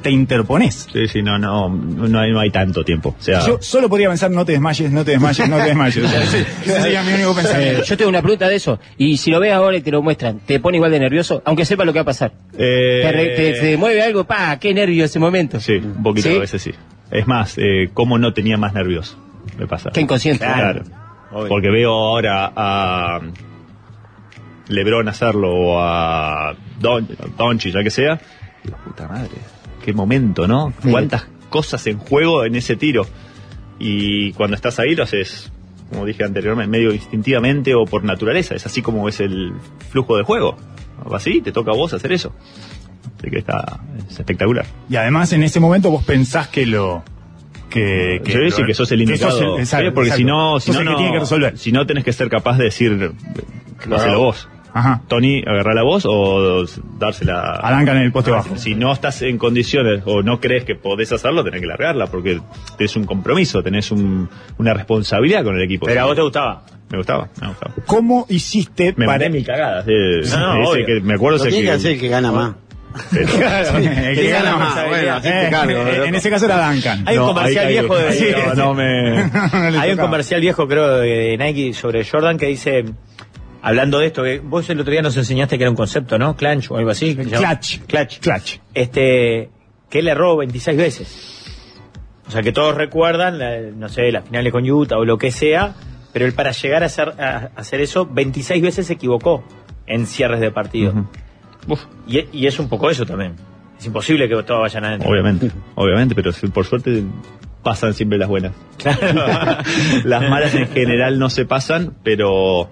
S6: te interponés.
S4: Sí, sí, no, no, no hay, no hay tanto tiempo. O sea,
S6: Yo solo podría pensar, no te desmayes, no te desmayes, no te desmayes. O sea, ese- Ese sería mi único
S10: Eh,
S6: pensamiento.
S10: Yo tengo una pregunta de eso. Y si lo ves ahora y te lo muestran, ¿te pone igual de nervioso? Aunque sepa lo que va a pasar.
S4: eh,
S10: Te, re- te- te mueve algo, pa, qué nervio ese momento.
S4: Sí, un poquito
S10: ¿Sí?
S4: a veces sí. Es más, eh, cómo no tenía más nervios, me pasa.
S10: Qué inconsciente.
S4: Claro.
S8: Obvio.
S4: Porque veo ahora a Lebron hacerlo o a Don, Donchi, ya que sea. Digo, puta madre, qué momento, ¿no?
S10: Sí.
S4: Cuántas cosas en juego en ese tiro. Y cuando estás ahí lo haces, como dije anteriormente, medio instintivamente o por naturaleza. Es así como es el flujo del juego. Así, te toca a vos hacer eso. Así que está, es espectacular.
S6: Y además en ese momento vos pensás que lo... Que,
S4: Yo voy a decir que sos el indicado.
S6: que sos el- exacto,
S4: ¿eh? porque
S6: exacto.
S4: si no, si
S6: Sos
S4: no,
S6: el que
S4: no-
S6: tiene que resolver.
S4: si no tenés que ser capaz de decir, hacelo vos.
S8: Tony, agarrar la voz o dársela.
S6: Arrancan en el poste bajo.
S8: Si no estás en condiciones o no crees que podés hacerlo, tenés que largarla porque tenés un compromiso, tenés un- una responsabilidad con el equipo.
S4: Pero a vos te gustaba.
S8: Me gustaba, me gustaba.
S6: ¿Cómo hiciste
S8: Me
S6: para
S8: mandé mi cagada. eh,
S6: No, no,
S8: ese
S6: obvio.
S8: que me acuerdo
S6: Lo
S8: ese
S6: tiene que hacer el que gana más.
S8: Pero-
S6: Sí, el que eh, gana eh, más, bueno, así te cargo, loco.
S4: Hay un
S6: No,
S4: comercial
S6: ahí
S4: viejo
S6: caigo.
S4: de.
S6: Sí,
S4: de-
S6: no me- No le
S4: Hay un
S6: tocaba.
S4: comercial viejo, creo, de de Nike sobre Jordan que dice. Hablando de esto, que vos el otro día nos enseñaste que era un concepto, ¿no? Clutch o algo así. que se llama.
S6: Clutch.
S4: Clutch.
S6: Clutch.
S4: Este. Que él erró 26 veces. O sea, que todos recuerdan, la- no sé, las finales con Utah o lo que sea, pero él para llegar a hacer, a- a hacer eso, 26 veces se equivocó en cierres de partido. y, y es un poco eso también. Es imposible que todos vayan adentro.
S8: Obviamente, obviamente, pero si- por suerte pasan siempre las buenas. las malas en general no se pasan, pero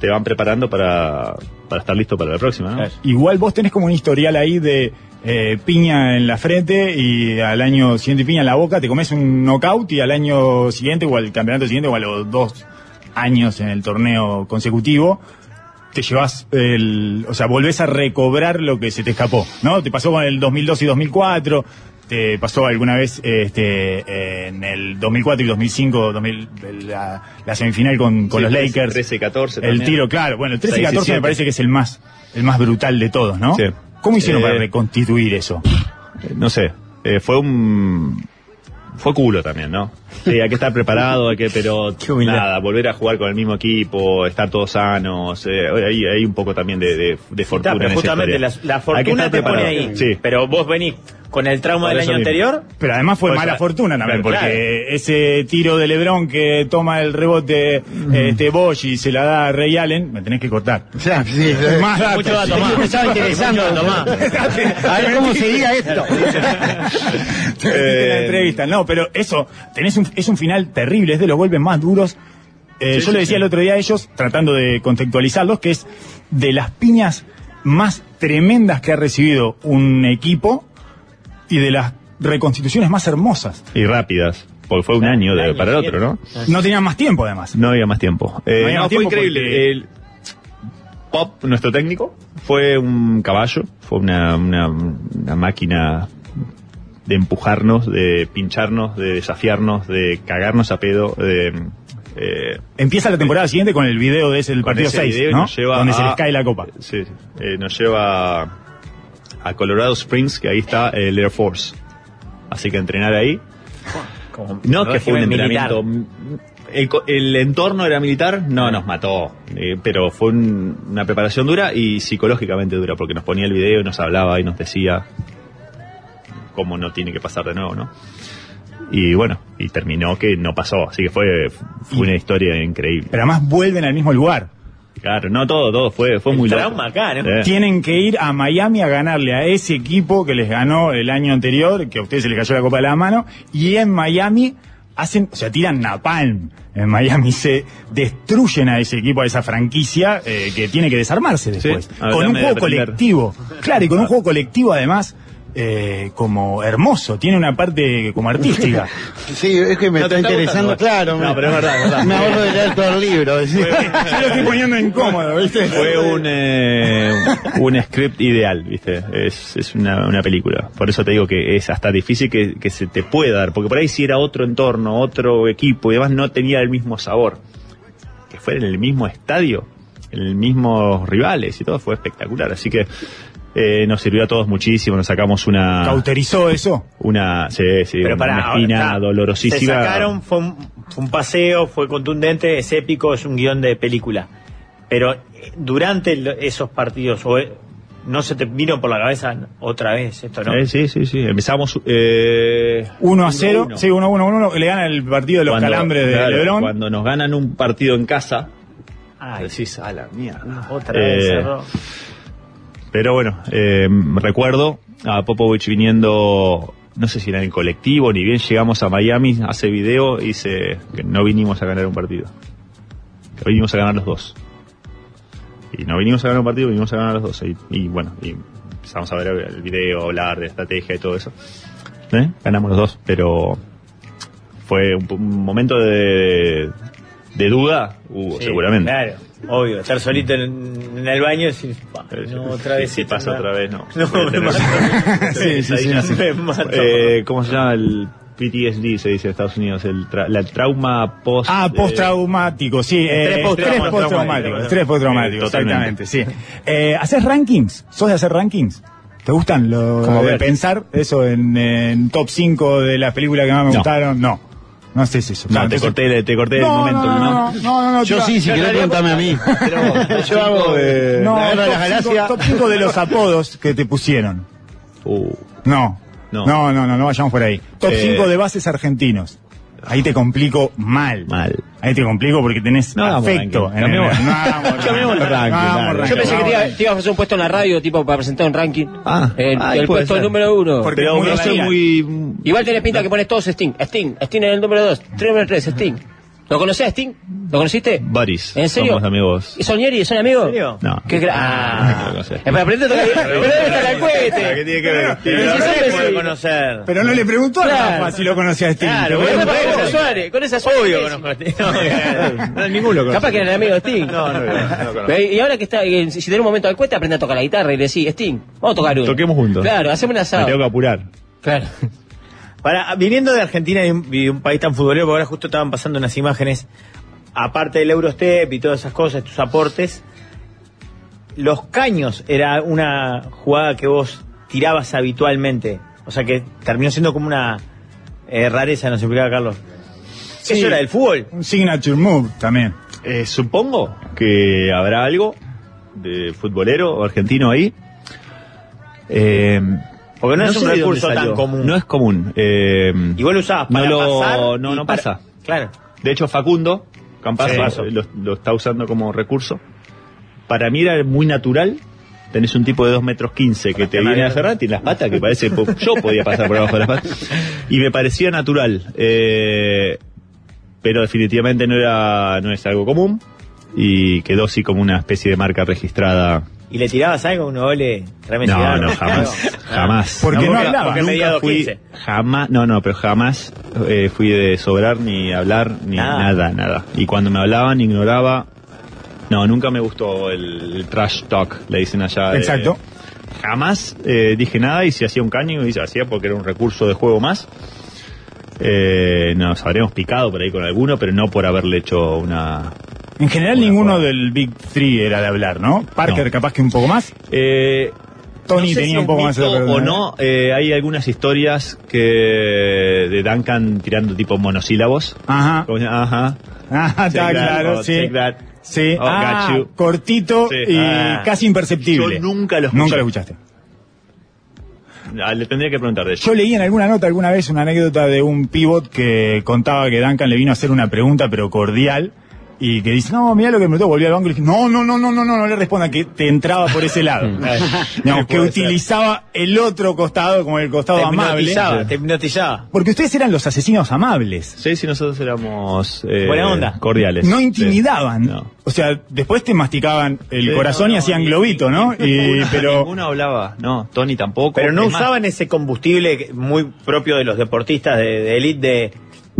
S8: te van preparando para, para estar listo para la próxima, ¿no?
S6: Igual vos tenés como un historial ahí de eh, piña en la frente y al año siguiente piña en la boca, te comes un knockout y al año siguiente o al campeonato siguiente o a los dos años en el torneo consecutivo, te llevas el, o sea, volvés a recobrar lo que se te escapó, ¿no? Te pasó con el 2002 y 2004, te pasó alguna vez este eh, en el 2004 y 2005, 2000, la, la semifinal con, con
S8: Sí,
S6: los
S8: trece-
S6: Lakers.
S8: 13, 14.
S6: El tiro, claro. Bueno, el 13 y 14 me parece que es el más, el más brutal de todos, ¿no?
S8: Sí.
S6: ¿Cómo hicieron
S8: Eh,
S6: para reconstituir eso?
S8: No sé, eh, fue un. Fue culo también, ¿no? Sí, hay que estar preparado, hay que, pero nada, volver a jugar con el mismo equipo, estar todos sanos, eh, hay, hay un poco también de, de, de
S4: Está,
S8: fortuna.
S4: pero
S8: en esa
S4: justamente la,
S8: historia.
S4: la
S8: Hay que
S4: fortuna
S8: estar
S4: te pone
S8: preparado.
S4: ahí.
S8: Sí.
S4: Pero vos venís con el trauma
S8: Por
S4: del
S8: eso
S4: año
S8: mismo.
S4: anterior.
S6: Pero además fue
S4: O sea,
S6: mala fortuna también,
S4: claro,
S6: porque ese tiro de Lebron que toma el rebote este Bosch y se la da a Ray Allen, me tenés que cortar. Más datos.
S7: Mucho dato más.
S6: Me estaba interesando.
S7: Mucho dato más.
S6: A ver cómo se diga esto.
S8: Eh,
S6: la entrevista. No, pero eso, tenés un, es un final terrible, es de los golpes más duros. Eh,
S8: Sí,
S6: yo
S8: sí,
S6: le decía
S8: sí.
S6: el otro día a ellos, tratando de contextualizarlos, que es de las piñas más tremendas que ha recibido un equipo y de las reconstituciones más hermosas.
S8: Y rápidas, porque fue un año de, para el otro, ¿no?
S6: No tenían más tiempo, además.
S8: No había más tiempo. Eh,
S6: No había
S8: no,
S6: más
S8: fue
S6: tiempo
S8: increíble.
S6: porque-
S8: El Pop, nuestro técnico, fue un caballo, fue una, una- una máquina de empujarnos, de pincharnos, de desafiarnos, de cagarnos a pedo, de... eh,
S6: Empieza la temporada siguiente con el video de ese, el
S8: Con
S6: partido
S8: ese
S6: 6,
S8: video
S6: ¿no?
S8: nos lleva
S6: donde se
S8: a-
S6: les cae la copa.
S8: sí, eh, nos lleva a- a Colorado Springs, que ahí está el Air Force. Así que entrenar ahí. No, que fue un entrenamiento. El, co- el entorno era militar, no nos mató, eh, pero fue un- una preparación dura y psicológicamente dura, porque nos ponía el video y nos hablaba y nos decía cómo no tiene que pasar de nuevo, ¿no? Y bueno, y terminó que no pasó, así que fue, fue una historia increíble.
S6: Pero además vuelven al mismo lugar.
S8: Claro, no todo, todo, fue, fue muy
S4: trauma
S8: loco.
S4: acá, ¿no?
S8: Eh.
S6: Tienen que ir a Miami a ganarle a ese equipo que les ganó el año anterior, que a ustedes se les cayó la copa de la mano, y en Miami hacen, o sea, tiran napalm. En Miami se destruyen a ese equipo, a esa franquicia eh, que tiene que desarmarse después.
S8: a ver,
S6: con un
S8: dame de
S6: juego
S8: aprender. Ah.
S6: colectivo. Claro, y con un juego colectivo además eh, como hermoso. Tiene una parte como artística.
S7: Sí, es que me
S8: No, te
S7: está,
S8: está
S7: interesando,
S8: gustando,
S7: claro.
S8: No,
S7: me-
S8: pero es verdad, es verdad.
S7: Me ahorro de leer todo el libro. sí.
S6: Yo lo estoy poniendo incómodo, ¿viste?
S8: Fue un, eh, un script ideal, ¿viste? Es, es una, una película. Por eso te digo que es hasta difícil que, que se te pueda dar, porque por ahí si era otro entorno, otro equipo y demás, no tenía el mismo sabor. Que fuera en el mismo estadio, en los mismos rivales y todo, fue espectacular. Así que eh, nos sirvió a todos muchísimo, nos sacamos una...
S6: ¿Cauterizó eso?
S8: Una, sí, sí,
S4: Pero
S8: una
S4: pará, ahora
S8: espina
S4: está.
S8: dolorosísima.
S4: Se sacaron, fue un, fue un paseo, fue contundente, es épico, es un guión de película. Pero eh, durante lo- esos partidos, o, eh, no se te vino por la cabeza otra vez esto, ¿no?
S8: Eh, sí, sí, sí. Empezamos eh,
S6: 1 a 0.
S8: 1-1.
S6: Sí, 1 a 1 1 Le gana el partido de los
S8: Cuando-
S6: calambres de
S8: claro,
S6: Lebron.
S8: Cuando nos ganan un partido en casa,
S4: Ay,
S8: decís, a la mierda.
S4: otra
S8: Eh,
S4: vez cerró.
S8: Pero bueno, eh, recuerdo a Popovich viniendo, no sé si era en el colectivo, ni bien llegamos a Miami, hace video y dice que no vinimos a ganar un partido. Que vinimos a ganar los dos. Y no vinimos a ganar un partido, vinimos a ganar los dos. Y, y bueno, y empezamos a ver el video, a hablar de estrategia y todo eso. ¿Eh? Ganamos los dos, pero fue un, un momento de, de duda, hubo
S4: Sí,
S8: seguramente.
S4: Claro. Obvio, estar solito en, en el baño y decir, "Pa, no, otra vez.
S8: Si
S4: esto,
S8: pasa
S4: no".
S8: otra vez, no.
S4: No, me
S8: Tenés-
S4: mato.
S8: Sí, sí, sí,
S4: Ahí
S8: sí.
S4: me mato.
S8: Eh, ¿Cómo se llama el PTSD? Se dice en Estados Unidos. El, tra- la trauma post.
S6: Ah,
S8: eh,
S6: postraumático, sí.
S8: Estrés
S6: eh,
S8: postraumático.
S6: estrés postraumático. Estrés postraumático,
S8: Eh, totalmente.
S6: exactamente, sí. Eh, ¿Haces rankings? ¿Sos de hacer rankings? ¿Te gustan los
S8: Como
S6: de
S8: ver.
S6: pensar eso en, en top 5 de las películas que más me
S8: No.
S6: gustaron? No. No haces eso.
S8: No, te
S6: entonces-
S8: corté, te corté el
S6: No,
S8: momento,
S6: no,
S8: ¿no?
S6: no, no, no, no, no,
S7: Yo
S6: te-
S7: sí, si querés preguntarme a mí. Yo hago eh,
S6: No,
S7: la
S6: top
S7: guerra de las
S6: cinco-
S7: galaxias.
S6: Top 5 de los apodos que te pusieron.
S8: Uh,
S6: No. No,
S8: No.
S6: no, no, no, vayamos por ahí. Top
S8: Eh.
S6: 5 de bases argentinos. Ahí te complico mal.
S8: mal.
S6: Ahí te complico porque tenés
S8: No hagamos
S6: afecto.
S8: ranking. Cambiemos-
S6: No hagamos
S8: Cambiemos el
S6: ranking.
S8: ranking,
S6: No hagamos
S8: dale.
S6: ranking.
S10: Yo pensé que
S6: No
S10: te iba,
S6: hagamos
S10: te iba a ofrecer un puesto en la radio, tipo, para presentar un ranking.
S8: Ah,
S10: el,
S8: ay,
S10: el
S8: puede
S10: puesto
S8: ser.
S10: número uno.
S6: Porque es
S8: Pero
S6: muy
S8: no soy
S6: variable.
S8: muy.
S10: Igual tenés pinta que pones todos Sting. Sting, Sting en el número 2, 3 número 3, Sting. ¿Lo conocés a Sting? ¿Lo conociste?
S8: Buddies.
S10: ¿En serio?
S8: Somos amigos.
S10: ¿Y son Yeri? ¿Son amigos?
S4: serio?
S8: No.
S10: ¿Qué gra-
S8: No
S10: ah.
S8: lo conocés.
S10: Eh, Pero aprende a tocar. Pero debe estar al
S8: ¿Qué
S10: cohete.
S8: tiene que ver?
S10: Pero si
S8: Sí,
S10: siempre
S4: Puedo
S10: sí.
S4: conocer.
S6: ranking. Pero no le preguntó a
S10: Claro.
S6: Rafa si lo conocía a Steve.
S4: Claro,
S10: Con
S4: bueno,
S10: esa-
S4: bueno,
S10: con esa
S4: bueno.
S10: Suárez, con esa Suárez.
S4: Obvio conozco a Sting. No, no, ninguno lo conoce.
S10: Capaz que eran amigos de Sting.
S8: No, no, no, no, no.
S10: Pero, Y ahora que está, eh, si tenés un momento al cuete, aprende a tocar la guitarra y le decís, Sting, vamos a tocar uno.
S8: Toquemos juntos.
S10: Claro, hacemos un
S8: Me tengo
S10: asado.
S8: que apurar.
S10: Claro.
S4: Para, viniendo de Argentina y un, y un país tan futbolero, porque ahora justo estaban pasando unas imágenes, aparte del Eurostep y todas esas cosas, tus aportes, los caños era una jugada que vos tirabas habitualmente. O sea que terminó siendo como una eh, rareza, nos explicaba Carlos.
S6: Sí.
S4: Eso era del fútbol.
S6: Un signature move también.
S8: Eh, supongo que habrá algo de futbolero o argentino ahí. Eh,
S4: Porque no, es
S8: sé
S4: un
S8: de
S4: recurso
S8: dónde
S4: tan
S8: salió.
S4: común.
S8: No es común. Eh,
S4: y vos lo usabas
S8: No
S4: para
S8: lo-
S4: pasar.
S8: no,
S4: y
S8: no
S4: para-
S8: pasa.
S4: Claro.
S8: De hecho, Facundo Campazo
S4: Sí.
S8: eh, lo, lo está usando como recurso. Para mí era muy natural. Tenés un tipo de 2 metros 15 que te viene a cerrar, tiene las patas que parece. po- Yo podía pasar por abajo de las patas. Y me parecía natural. eh, pero definitivamente no, era, no es algo común. Y quedó así como una especie de marca registrada.
S4: Y le tirabas algo, un ole tremendo.
S8: No, no, jamás. Jamás.
S6: Porque no,
S4: porque-
S6: hablaba.
S4: porque
S6: nunca
S4: medía dos
S6: fui-
S4: quince.
S8: Jamás, no, no, pero jamás eh, fui de sobrar ni hablar ni
S4: Nada.
S8: nada. nada, Y cuando me hablaban, ignoraba. No, nunca me gustó el, el trash talk, le dicen allá. de-
S6: Exacto.
S8: jamás eh, dije nada y si hacía un caño, y se hacía porque era un recurso de juego más. Eh, nos habríamos picado por ahí con alguno, pero no por haberle hecho una.
S6: En general
S8: Una
S6: ninguno
S8: jugada.
S6: del Big Three era de hablar, ¿no? Parker
S8: No.
S6: capaz que un poco más.
S8: Eh,
S6: Tony
S8: No sé
S6: tenía
S8: si
S6: un
S8: es
S6: poco más de
S8: mito
S6: acuerdo,
S8: o
S6: ¿no?
S8: no eh, hay algunas historias que de Duncan tirando tipo monosílabos
S6: Ajá.
S8: Como, ajá
S6: Ah, está
S8: Check that,
S6: claro,
S8: oh,
S6: sí.
S8: check that.
S6: Sí,
S8: Oh,
S6: Ah,
S8: got you.
S6: cortito
S8: Sí.
S6: y
S8: Ah.
S6: casi imperceptible.
S8: Yo nunca lo escuché.
S6: Nunca lo escuchaste.
S8: Ah, le tendría que preguntar de hecho.
S6: Yo leí en alguna nota alguna vez una anécdota de un pivot que contaba que Duncan le vino a hacer una pregunta, pero cordial, y que dice, no, mira lo que me preguntó, volví al banco y le dije, no, no, no, no, no, no, no le respondan, que te entraba por ese lado. Digamos, que
S8: Puede ser.
S6: utilizaba el otro costado como el
S4: Te
S6: costado amable.
S4: hipnotizaba, te hipnotizaba.
S6: Porque ustedes eran los asesinos amables.
S8: Sí, si nosotros éramos eh,
S4: Buena onda.
S8: cordiales.
S6: No
S8: Sí.
S6: intimidaban.
S8: No.
S6: O sea, después te masticaban el
S8: Sí,
S6: corazón
S8: no,
S6: y
S8: no,
S6: hacían
S8: ni-
S6: globito, ¿no? Y,
S8: Ninguno-
S6: pero
S8: Ninguno hablaba. No, Tony tampoco.
S4: Pero no
S8: Es más,
S4: usaban ese combustible que- muy propio de los deportistas de de élite de,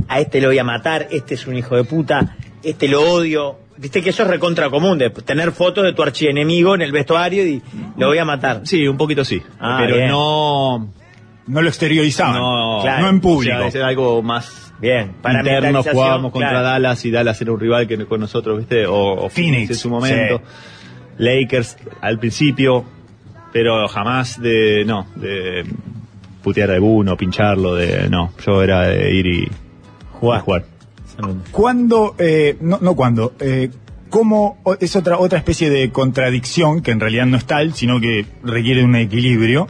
S4: a este lo voy a matar, este es un hijo de puta, este lo odio. Viste que eso es recontra común, de tener fotos de tu archienemigo en el vestuario y lo voy a matar.
S8: Sí, un poquito sí.
S4: Ah,
S8: pero
S4: bien.
S8: no.
S6: no lo exteriorizaban.
S8: No,
S6: No,
S8: claro.
S6: en público.
S8: O sea, es algo más
S4: Bien, para
S8: interno
S4: mentalización,
S8: jugábamos contra
S4: claro.
S8: Dallas y Dallas era un rival que con nosotros, ¿viste? O, o
S6: Phoenix,
S8: en su momento. Lakers al principio, pero jamás de, no, de putear a alguno, pincharlo, de, no, yo era de ir y
S4: Jugar.
S8: y jugar.
S6: ¿Cuándo, eh, no, no cuándo, eh, cómo o- es otra, otra especie de contradicción que en realidad no es tal, sino que requiere un equilibrio?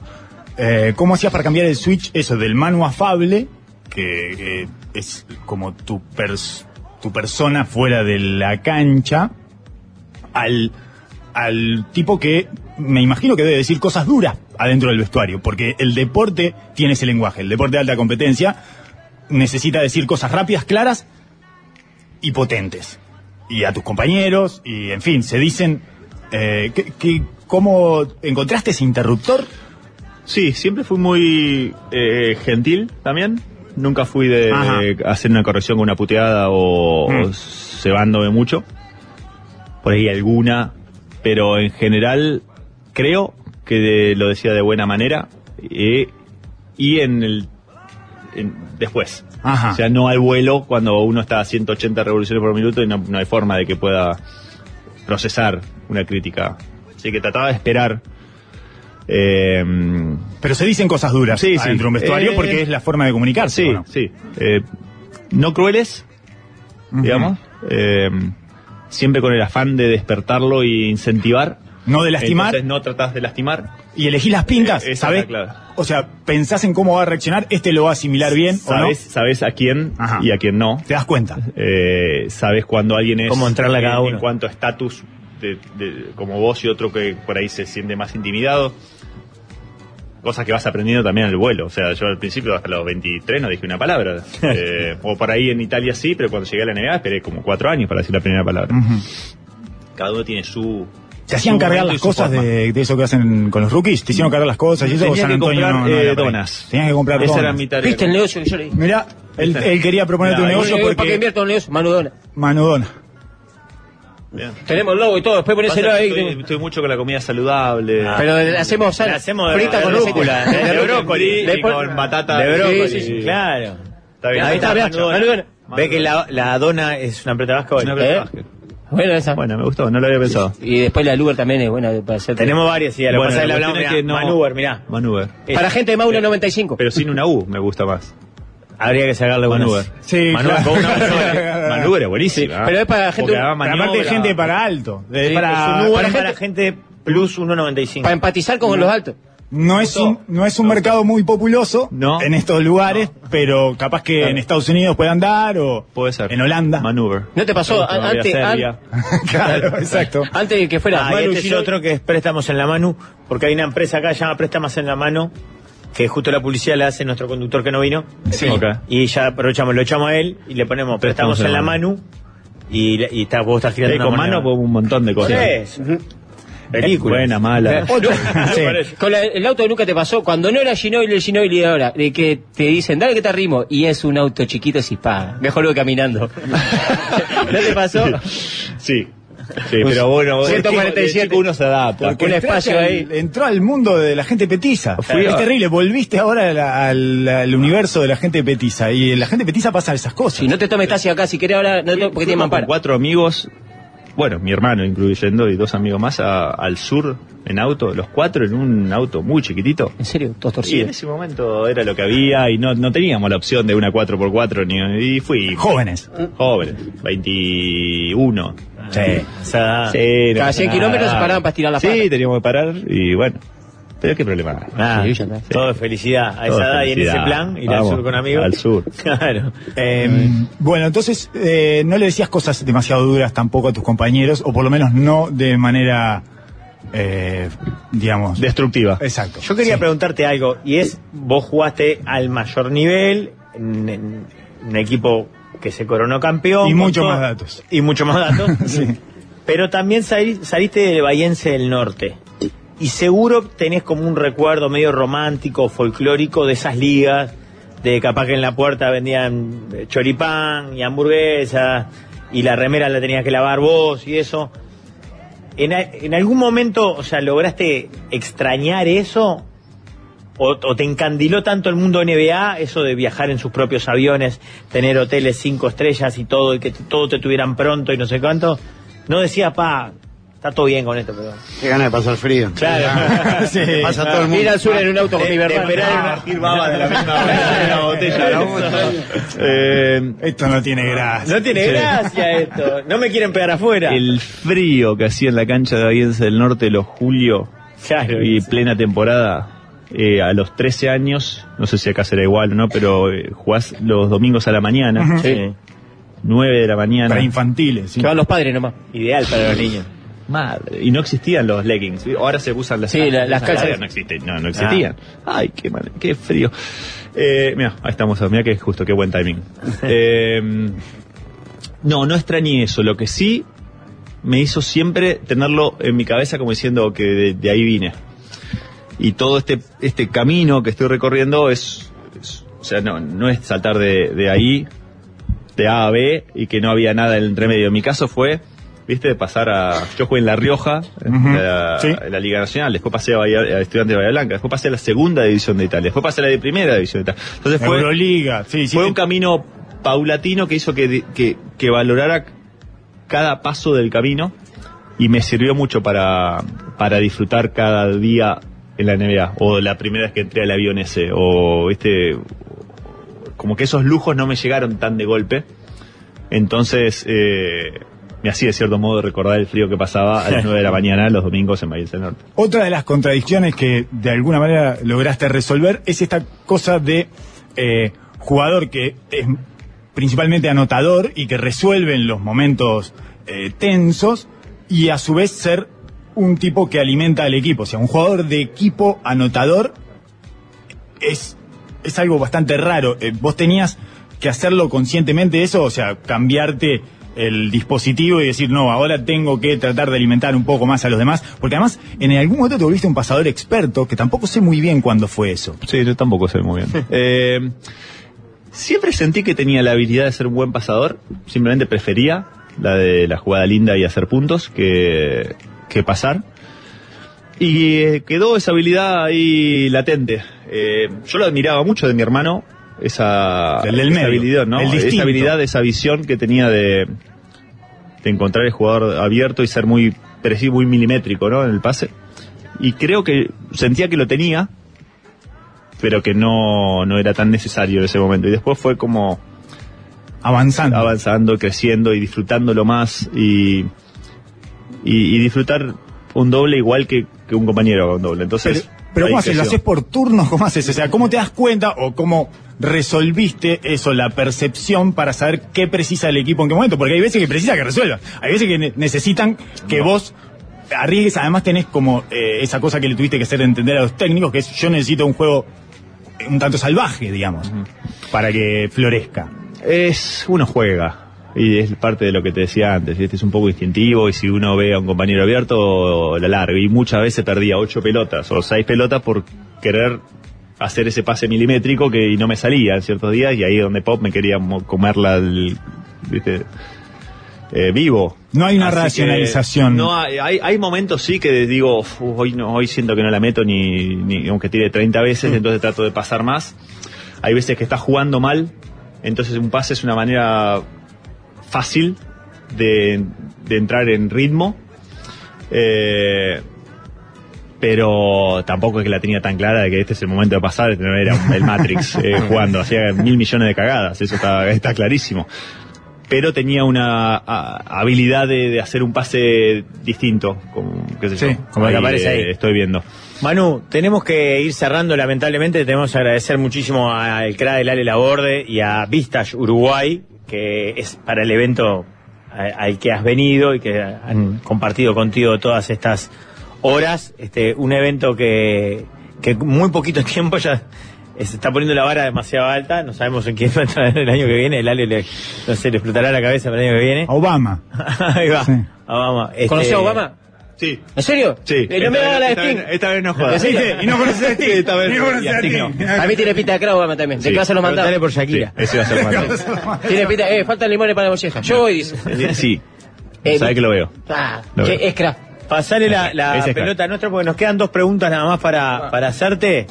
S6: Eh, ¿Cómo hacías para cambiar el switch, eso, del mano afable, que eh, es como tu, pers- tu persona fuera de la cancha, al, al tipo que me imagino que debe decir cosas duras adentro del vestuario, porque el deporte tiene ese lenguaje, el deporte de alta competencia necesita decir cosas rápidas, claras y potentes. Y a tus compañeros, y en fin, se dicen... Eh, que, que- ¿Cómo encontraste ese interruptor?
S8: Sí, siempre fui muy eh, gentil también. Nunca fui de
S6: Ajá.
S8: hacer una corrección con una puteada o,
S6: Mm.
S8: o cebándome mucho.
S5: por ahí alguna, pero en general creo que de- lo decía de buena manera eh, y en el en- después.
S6: Ajá.
S5: O sea, no al vuelo cuando uno está a 180 revoluciones por minuto y no, no hay forma de que pueda procesar una crítica. Así que trataba de esperar. Eh,
S6: Pero se dicen cosas duras
S5: Sí, sí.
S6: dentro de un vestuario
S5: Eh,
S6: porque es la forma de comunicarse.
S5: sí,
S6: ¿o no?
S5: sí. Eh, no crueles, digamos. Eh, siempre con el afán de despertarlo e incentivar.
S6: No de lastimar.
S5: Entonces no tratás de lastimar.
S6: Y elegís las pintas,
S5: Eh, esa es
S6: ¿sabés?
S5: la clave.
S6: O sea, pensás en cómo va a reaccionar, este lo va a asimilar bien o no.
S5: Sabes, sabes a quién
S6: Ajá.
S5: y a quién no.
S6: Te das cuenta.
S5: Eh, sabes cuando alguien es.
S4: Cómo entrarle a cada
S5: en-
S4: uno.
S5: En cuanto a estatus, de- de- como vos y otro que por ahí se siente más intimidado. Cosas que vas aprendiendo también al vuelo. O sea, yo al principio, hasta los 23, no dije una palabra. Eh, o por ahí en Italia sí, pero cuando llegué a la NBA esperé como cuatro años para decir la primera palabra.
S6: Ujú.
S5: Cada uno tiene su.
S6: ¿Te hacían
S5: su
S6: cargar
S5: momento y
S6: las
S5: su
S6: cosas
S5: forma.
S6: de, de eso que hacen con los rookies? ¿Te hicieron cargar las cosas y eso?
S5: Tenía
S6: ¿O San
S5: que
S6: Antonio
S5: comprar,
S6: no- no
S5: eh,
S6: era para
S5: donas.
S6: ahí? Tenías que comprar
S5: Esa
S6: donas.
S5: era mi tarea.
S10: ¿Viste el negocio que yo le dije?
S6: Mirá, él, él quería proponer tu
S5: Mirá,
S6: negocio
S5: yo-
S10: Oye, ¿Para qué
S6: porque...
S10: invierto en un negocio? Manudona.
S6: Manudona.
S5: Bien.
S10: Tenemos el logo y todo, después
S5: Pasa que
S10: ponéselo ahí.
S5: Estoy, estoy mucho con la comida saludable.
S10: Ah. Pero le hacemos sal,
S4: Le hacemos de-
S10: frita
S4: de
S10: con ¿eh?
S4: rúcula,
S10: aceite.
S4: de
S5: brócoli, ¿eh? y
S10: Después-
S5: con batata
S10: de brócoli.
S4: Sí, sí, sí. Claro.
S5: Está bien.
S4: Ahí está,
S5: Manudona.
S4: Nacho, Manudona. Ve que la, la dona es una plata vasca hoy.
S5: Es una plata
S10: ¿Eh? Bueno, esa.
S5: Bueno, me gustó, no lo había pensado.
S10: Y después la Luger también es buena para hacer.
S4: Tenemos varias ideas. Lo que
S5: Bueno,
S4: pasa es que
S5: la
S4: le hablamos
S5: cuestión
S4: mirá,
S5: es que no-
S4: Manuber, mirá.
S5: Manuber.
S10: Para gente de Mauro 95.
S5: Pero sin una U me gusta más.
S4: Habría que sacarle unas.
S5: Manuber.
S6: Sí,
S5: Manuber,
S6: claro.
S5: con una
S4: eh.
S5: Manuber. Manuber es buenísimo. ¿ah?
S10: pero es para gente-
S5: Porque además
S6: Pero aparte hay
S5: maniobra.
S6: gente para alto. eh,
S4: Sí,
S6: para-
S4: es un Uber
S6: para-
S4: para, gente plus 1.95.
S10: Para empatizar con los altos.
S6: No es un, no es un mercado muy populoso
S5: No.
S6: en estos lugares, pero capaz que en Estados Unidos puede andar o
S5: Puede ser.
S6: en Holanda.
S5: Manuber.
S10: ¿No te pasó?
S5: Todavía
S10: Antes,
S5: Serbia.
S6: claro, exacto.
S10: antes de que fuera.
S4: Ah, y este es otro que es préstamos en la mano, porque hay una empresa acá llamada Préstamos en la mano, que justo la publicidad la hace nuestro conductor que no vino.
S5: Sí. Ok.
S4: Y ya aprovechamos, lo echamos a él y le ponemos préstamos, en la mano. Y, la- y está, vos estás girando
S5: Eh,
S4: una
S5: con
S4: moneda.
S5: mano pongo un montón de cosas.
S4: Sí. Película.
S5: Buena, mala.
S6: Otro- sí.
S10: Con la- el auto que nunca te pasó, cuando no era Ginobili el Ginobili de ahora, de que te dicen, dale que te arrimo, y es un auto chiquito sin paga. Mejor voy caminando. ¿No te pasó?
S5: Sí. Sí,
S6: Pues
S5: pero bueno, de chico- de
S10: 147.
S5: chico uno se adapta.
S10: Porque- Un
S6: entraste
S10: espacio
S6: al-
S10: ahí.
S6: Entró al mundo de la gente petiza.
S5: Fui
S6: es
S5: a-
S6: terrible. Volviste ahora a la- al, al universo de la gente petiza. Y la gente petiza pasa esas cosas.
S10: Si no te tomes taxi acá, si querés ahora, no te- porque tiene
S5: Fuimos con
S10: mampara.
S5: cuatro amigos, bueno, mi hermano incluyendo y dos amigos más a- al sur en auto, los cuatro en un auto muy chiquitito.
S10: En serio, todos
S5: Y en
S10: torcidos.
S5: ese momento era lo que había y no, no teníamos la opción de una 4x4 ni, y fui
S6: Jóvenes.
S5: joven, 21.
S4: Ah.
S6: Sí.
S4: O sea,
S5: Sí, no
S10: Cada
S5: pasa
S10: 100
S5: nada.
S10: kilómetros se paraban para estirar la pata.
S5: Eh, Sí, teníamos que parar y bueno. Pero qué problema. hay.
S4: nada,
S10: Sí, ya está.
S4: Ah, todo es felicidad a esa
S5: Todo
S4: edad y en ese
S5: felicidad.
S4: plan, ir al
S5: Vamos,
S4: sur con amigos.
S5: al sur.
S4: Claro. Eh,
S6: Mm. Em, Bueno, entonces eh, no le decías cosas demasiado duras tampoco a tus compañeros, o por lo menos no de manera, eh, digamos.
S5: Destructiva.
S6: Exacto.
S4: Yo quería
S6: Sí.
S4: preguntarte algo, y es, vos jugaste al mayor nivel, en, en un equipo que se coronó campeón.
S6: Y
S4: con
S6: mucho
S4: todo-
S6: más datos.
S4: Y mucho más datos. Pero también sali- saliste del Bahiense del Norte. Y seguro tenés como un recuerdo medio romántico, folclórico de esas ligas, de capaz que en la puerta vendían eh, choripán y hamburguesas, y la remera la tenías que lavar vos y eso. ¿En, a- en algún momento, o sea, lograste extrañar eso? ¿O, o te encandiló tanto el mundo NBA, eso de viajar en sus propios aviones, tener hoteles cinco estrellas y todo, y que t- todo te tuvieran pronto y no sé cuánto? No decía, pa, está todo bien con esto, pero...
S7: Qué ganas de pasar frío.
S4: Claro.
S6: Sí.
S7: Pasa todo el mundo. Ah,
S10: Ir al sur en un auto con mi hermano.
S5: de la misma Eh,
S6: Esto no tiene gracia.
S4: No tiene gracia esto. No me quieren pegar afuera.
S5: El frío que hacía en la cancha de Aviense del Norte los julio
S4: Claro,
S5: y
S4: sí.
S5: plena temporada, eh, a los 13 años, no sé si acá será igual o no, pero eh, jugás los domingos a la mañana,
S10: Sí.
S5: 9 de la mañana.
S6: Para infantiles. sí.
S10: Que van los padres nomás.
S4: Ideal para los niños.
S5: Madre, y no existían los leggings. Ahora se usan las,
S10: Sí, la- las calzas.
S5: largas, No, existen, no, no existían. Ay, qué mal, qué frío. Eh, mira, ahí estamos. Mira que justo, qué buen timing. Eh, no, no extrañé eso. Lo que sí me hizo siempre tenerlo en mi cabeza como diciendo que de, de ahí vine. Y todo este, este camino que estoy recorriendo es, es- o sea, no, no es saltar de, de ahí, de A a B, y que no había nada en el entremedio. Mi caso fue
S8: ¿Viste? De pasar a. Yo jugué en La Rioja, en la,
S6: sí.
S8: en la Liga Nacional, después pasé a, Bahía- a Estudiantes de Bahía Blanca, después pasé a la Segunda División de Italia, después pasé a la de Primera División de Italia. Entonces fue,
S6: Euroliga, sí, sí.
S8: fue un camino paulatino que hizo que, que, que valorara cada paso del camino y me sirvió mucho para, para disfrutar cada día en la NBA o la primera vez que entré al avión ese o este como que esos lujos no me llegaron tan de golpe entonces eh, me hacía de cierto modo recordar el frío que pasaba a las 9 de la mañana los domingos en Bahía del Norte
S6: Otra de las contradicciones que de alguna manera lograste resolver es esta cosa de eh, jugador que es principalmente anotador y que resuelve en los momentos eh, tensos y a su vez ser un tipo que alimenta al equipo. O sea, un jugador de equipo anotador es, es algo bastante raro. Eh, vos tenías que hacerlo conscientemente eso, o sea, cambiarte el dispositivo y decir, no, ahora tengo que tratar de alimentar un poco más a los demás, porque además en algún momento te volviste un pasador experto, que tampoco sé muy bien cuándo fue eso.
S8: sí yo tampoco sé muy bien Eh, siempre sentí que tenía la habilidad de ser un buen pasador. Simplemente prefería la de la jugada linda y hacer puntos que, que pasar. Y eh, quedó esa habilidad ahí latente. Eh, yo lo admiraba mucho de mi hermano, esa,
S6: El del
S8: esa
S6: medio,
S8: habilidad, ¿no?
S6: el distinto.
S8: esa habilidad, esa visión que tenía de, de encontrar el jugador abierto y ser muy preciso, muy milimétrico, ¿no? En el pase. Y creo que sentía que lo tenía, pero que no, no era tan necesario en ese momento. Y después fue como
S6: Avanzando.
S8: avanzando, creciendo y disfrutándolo más y, y, y disfrutar un doble igual que, que un compañero haga un doble.
S6: Pero,
S8: Entonces,
S6: pero
S8: ahí
S6: ¿cómo haces? ¿Lo
S8: creció.
S6: haces por turnos? ¿Cómo haces? O sea, ¿cómo te das cuenta o cómo resolviste eso, la percepción para saber qué precisa el equipo en qué momento? Porque hay veces que precisa que resuelvan, hay veces que ne- necesitan que vos arriesgues, además tenés como eh, esa cosa que le tuviste que hacer entender a los técnicos, que es yo necesito un juego eh, un tanto salvaje, digamos, para que florezca.
S8: es uno juega y es parte de lo que te decía antes este es un poco instintivo y si uno ve a un compañero abierto la larga y muchas veces perdía ocho pelotas o seis pelotas por querer hacer ese pase milimétrico que y no me salía en ciertos días y ahí es donde Pop me quería mo- comerla el- ¿viste? Eh, vivo
S6: No hay una
S8: Así que
S6: racionalización.
S8: no hay, hay, hay momentos sí que digo, "Uf, hoy no, hoy siento que no la meto ni, ni aunque tire 30 veces,
S6: Mm.
S8: entonces trato de pasar más. Hay veces que estás jugando mal, entonces un pase es una manera fácil de, de entrar en ritmo. Eh, pero tampoco es que la tenía tan clara de que este es el momento de pasar, no era un- el Matrix eh, jugando, hacía mil millones de cagadas, eso está, está clarísimo. Pero tenía una a- habilidad de, de hacer un pase distinto, como, qué sé yo.
S6: Sí,
S4: como el que
S8: Ahí,
S4: aparece ahí.
S8: eh, Estoy viendo.
S4: Manu, tenemos que ir cerrando, lamentablemente. Tenemos que agradecer muchísimo al CRA del Ale Laborde y a Vistas Uruguay, que es para el evento a- al que has venido y que han compartido contigo todas estas horas. Este, un evento que, que muy poquito tiempo ya eh, se está poniendo la vara demasiado alta. No sabemos en quién va a entrar el año que viene. El Ale le, no sé, le explotará la cabeza para el año que viene.
S6: Obama.
S4: Ahí va.
S6: Sí.
S4: Obama. Este,
S10: ¿Conoció a Obama?
S8: Sí,
S10: ¿En serio?
S8: sí.
S10: Eh, no me hagas la de
S8: esta, vez,
S10: Sting.
S8: esta vez no jodas.
S6: ¿Viste? Y no conoces a ti.
S8: Esta vez
S6: Y no
S8: no.
S6: conoces
S8: Y a
S6: a
S8: Sting
S6: ti.
S8: no.
S10: A mí tiene pinta de crack Obama también. De
S8: Sí.
S10: clase lo mandaba.
S4: Preguntale por Shakira.
S8: Sí, ese va a ser Juan.
S10: Tiene pinta, eh, faltan limones para la bolleja. Yo voy, dice.
S8: Sí,
S10: Eh,
S8: sabe que lo veo.
S10: Ah,
S8: Lo
S10: che,
S8: veo.
S10: es crack.
S4: Pasale la, la
S8: Ese es
S4: pelota nuestra porque nos quedan dos preguntas nada más para, para hacerte.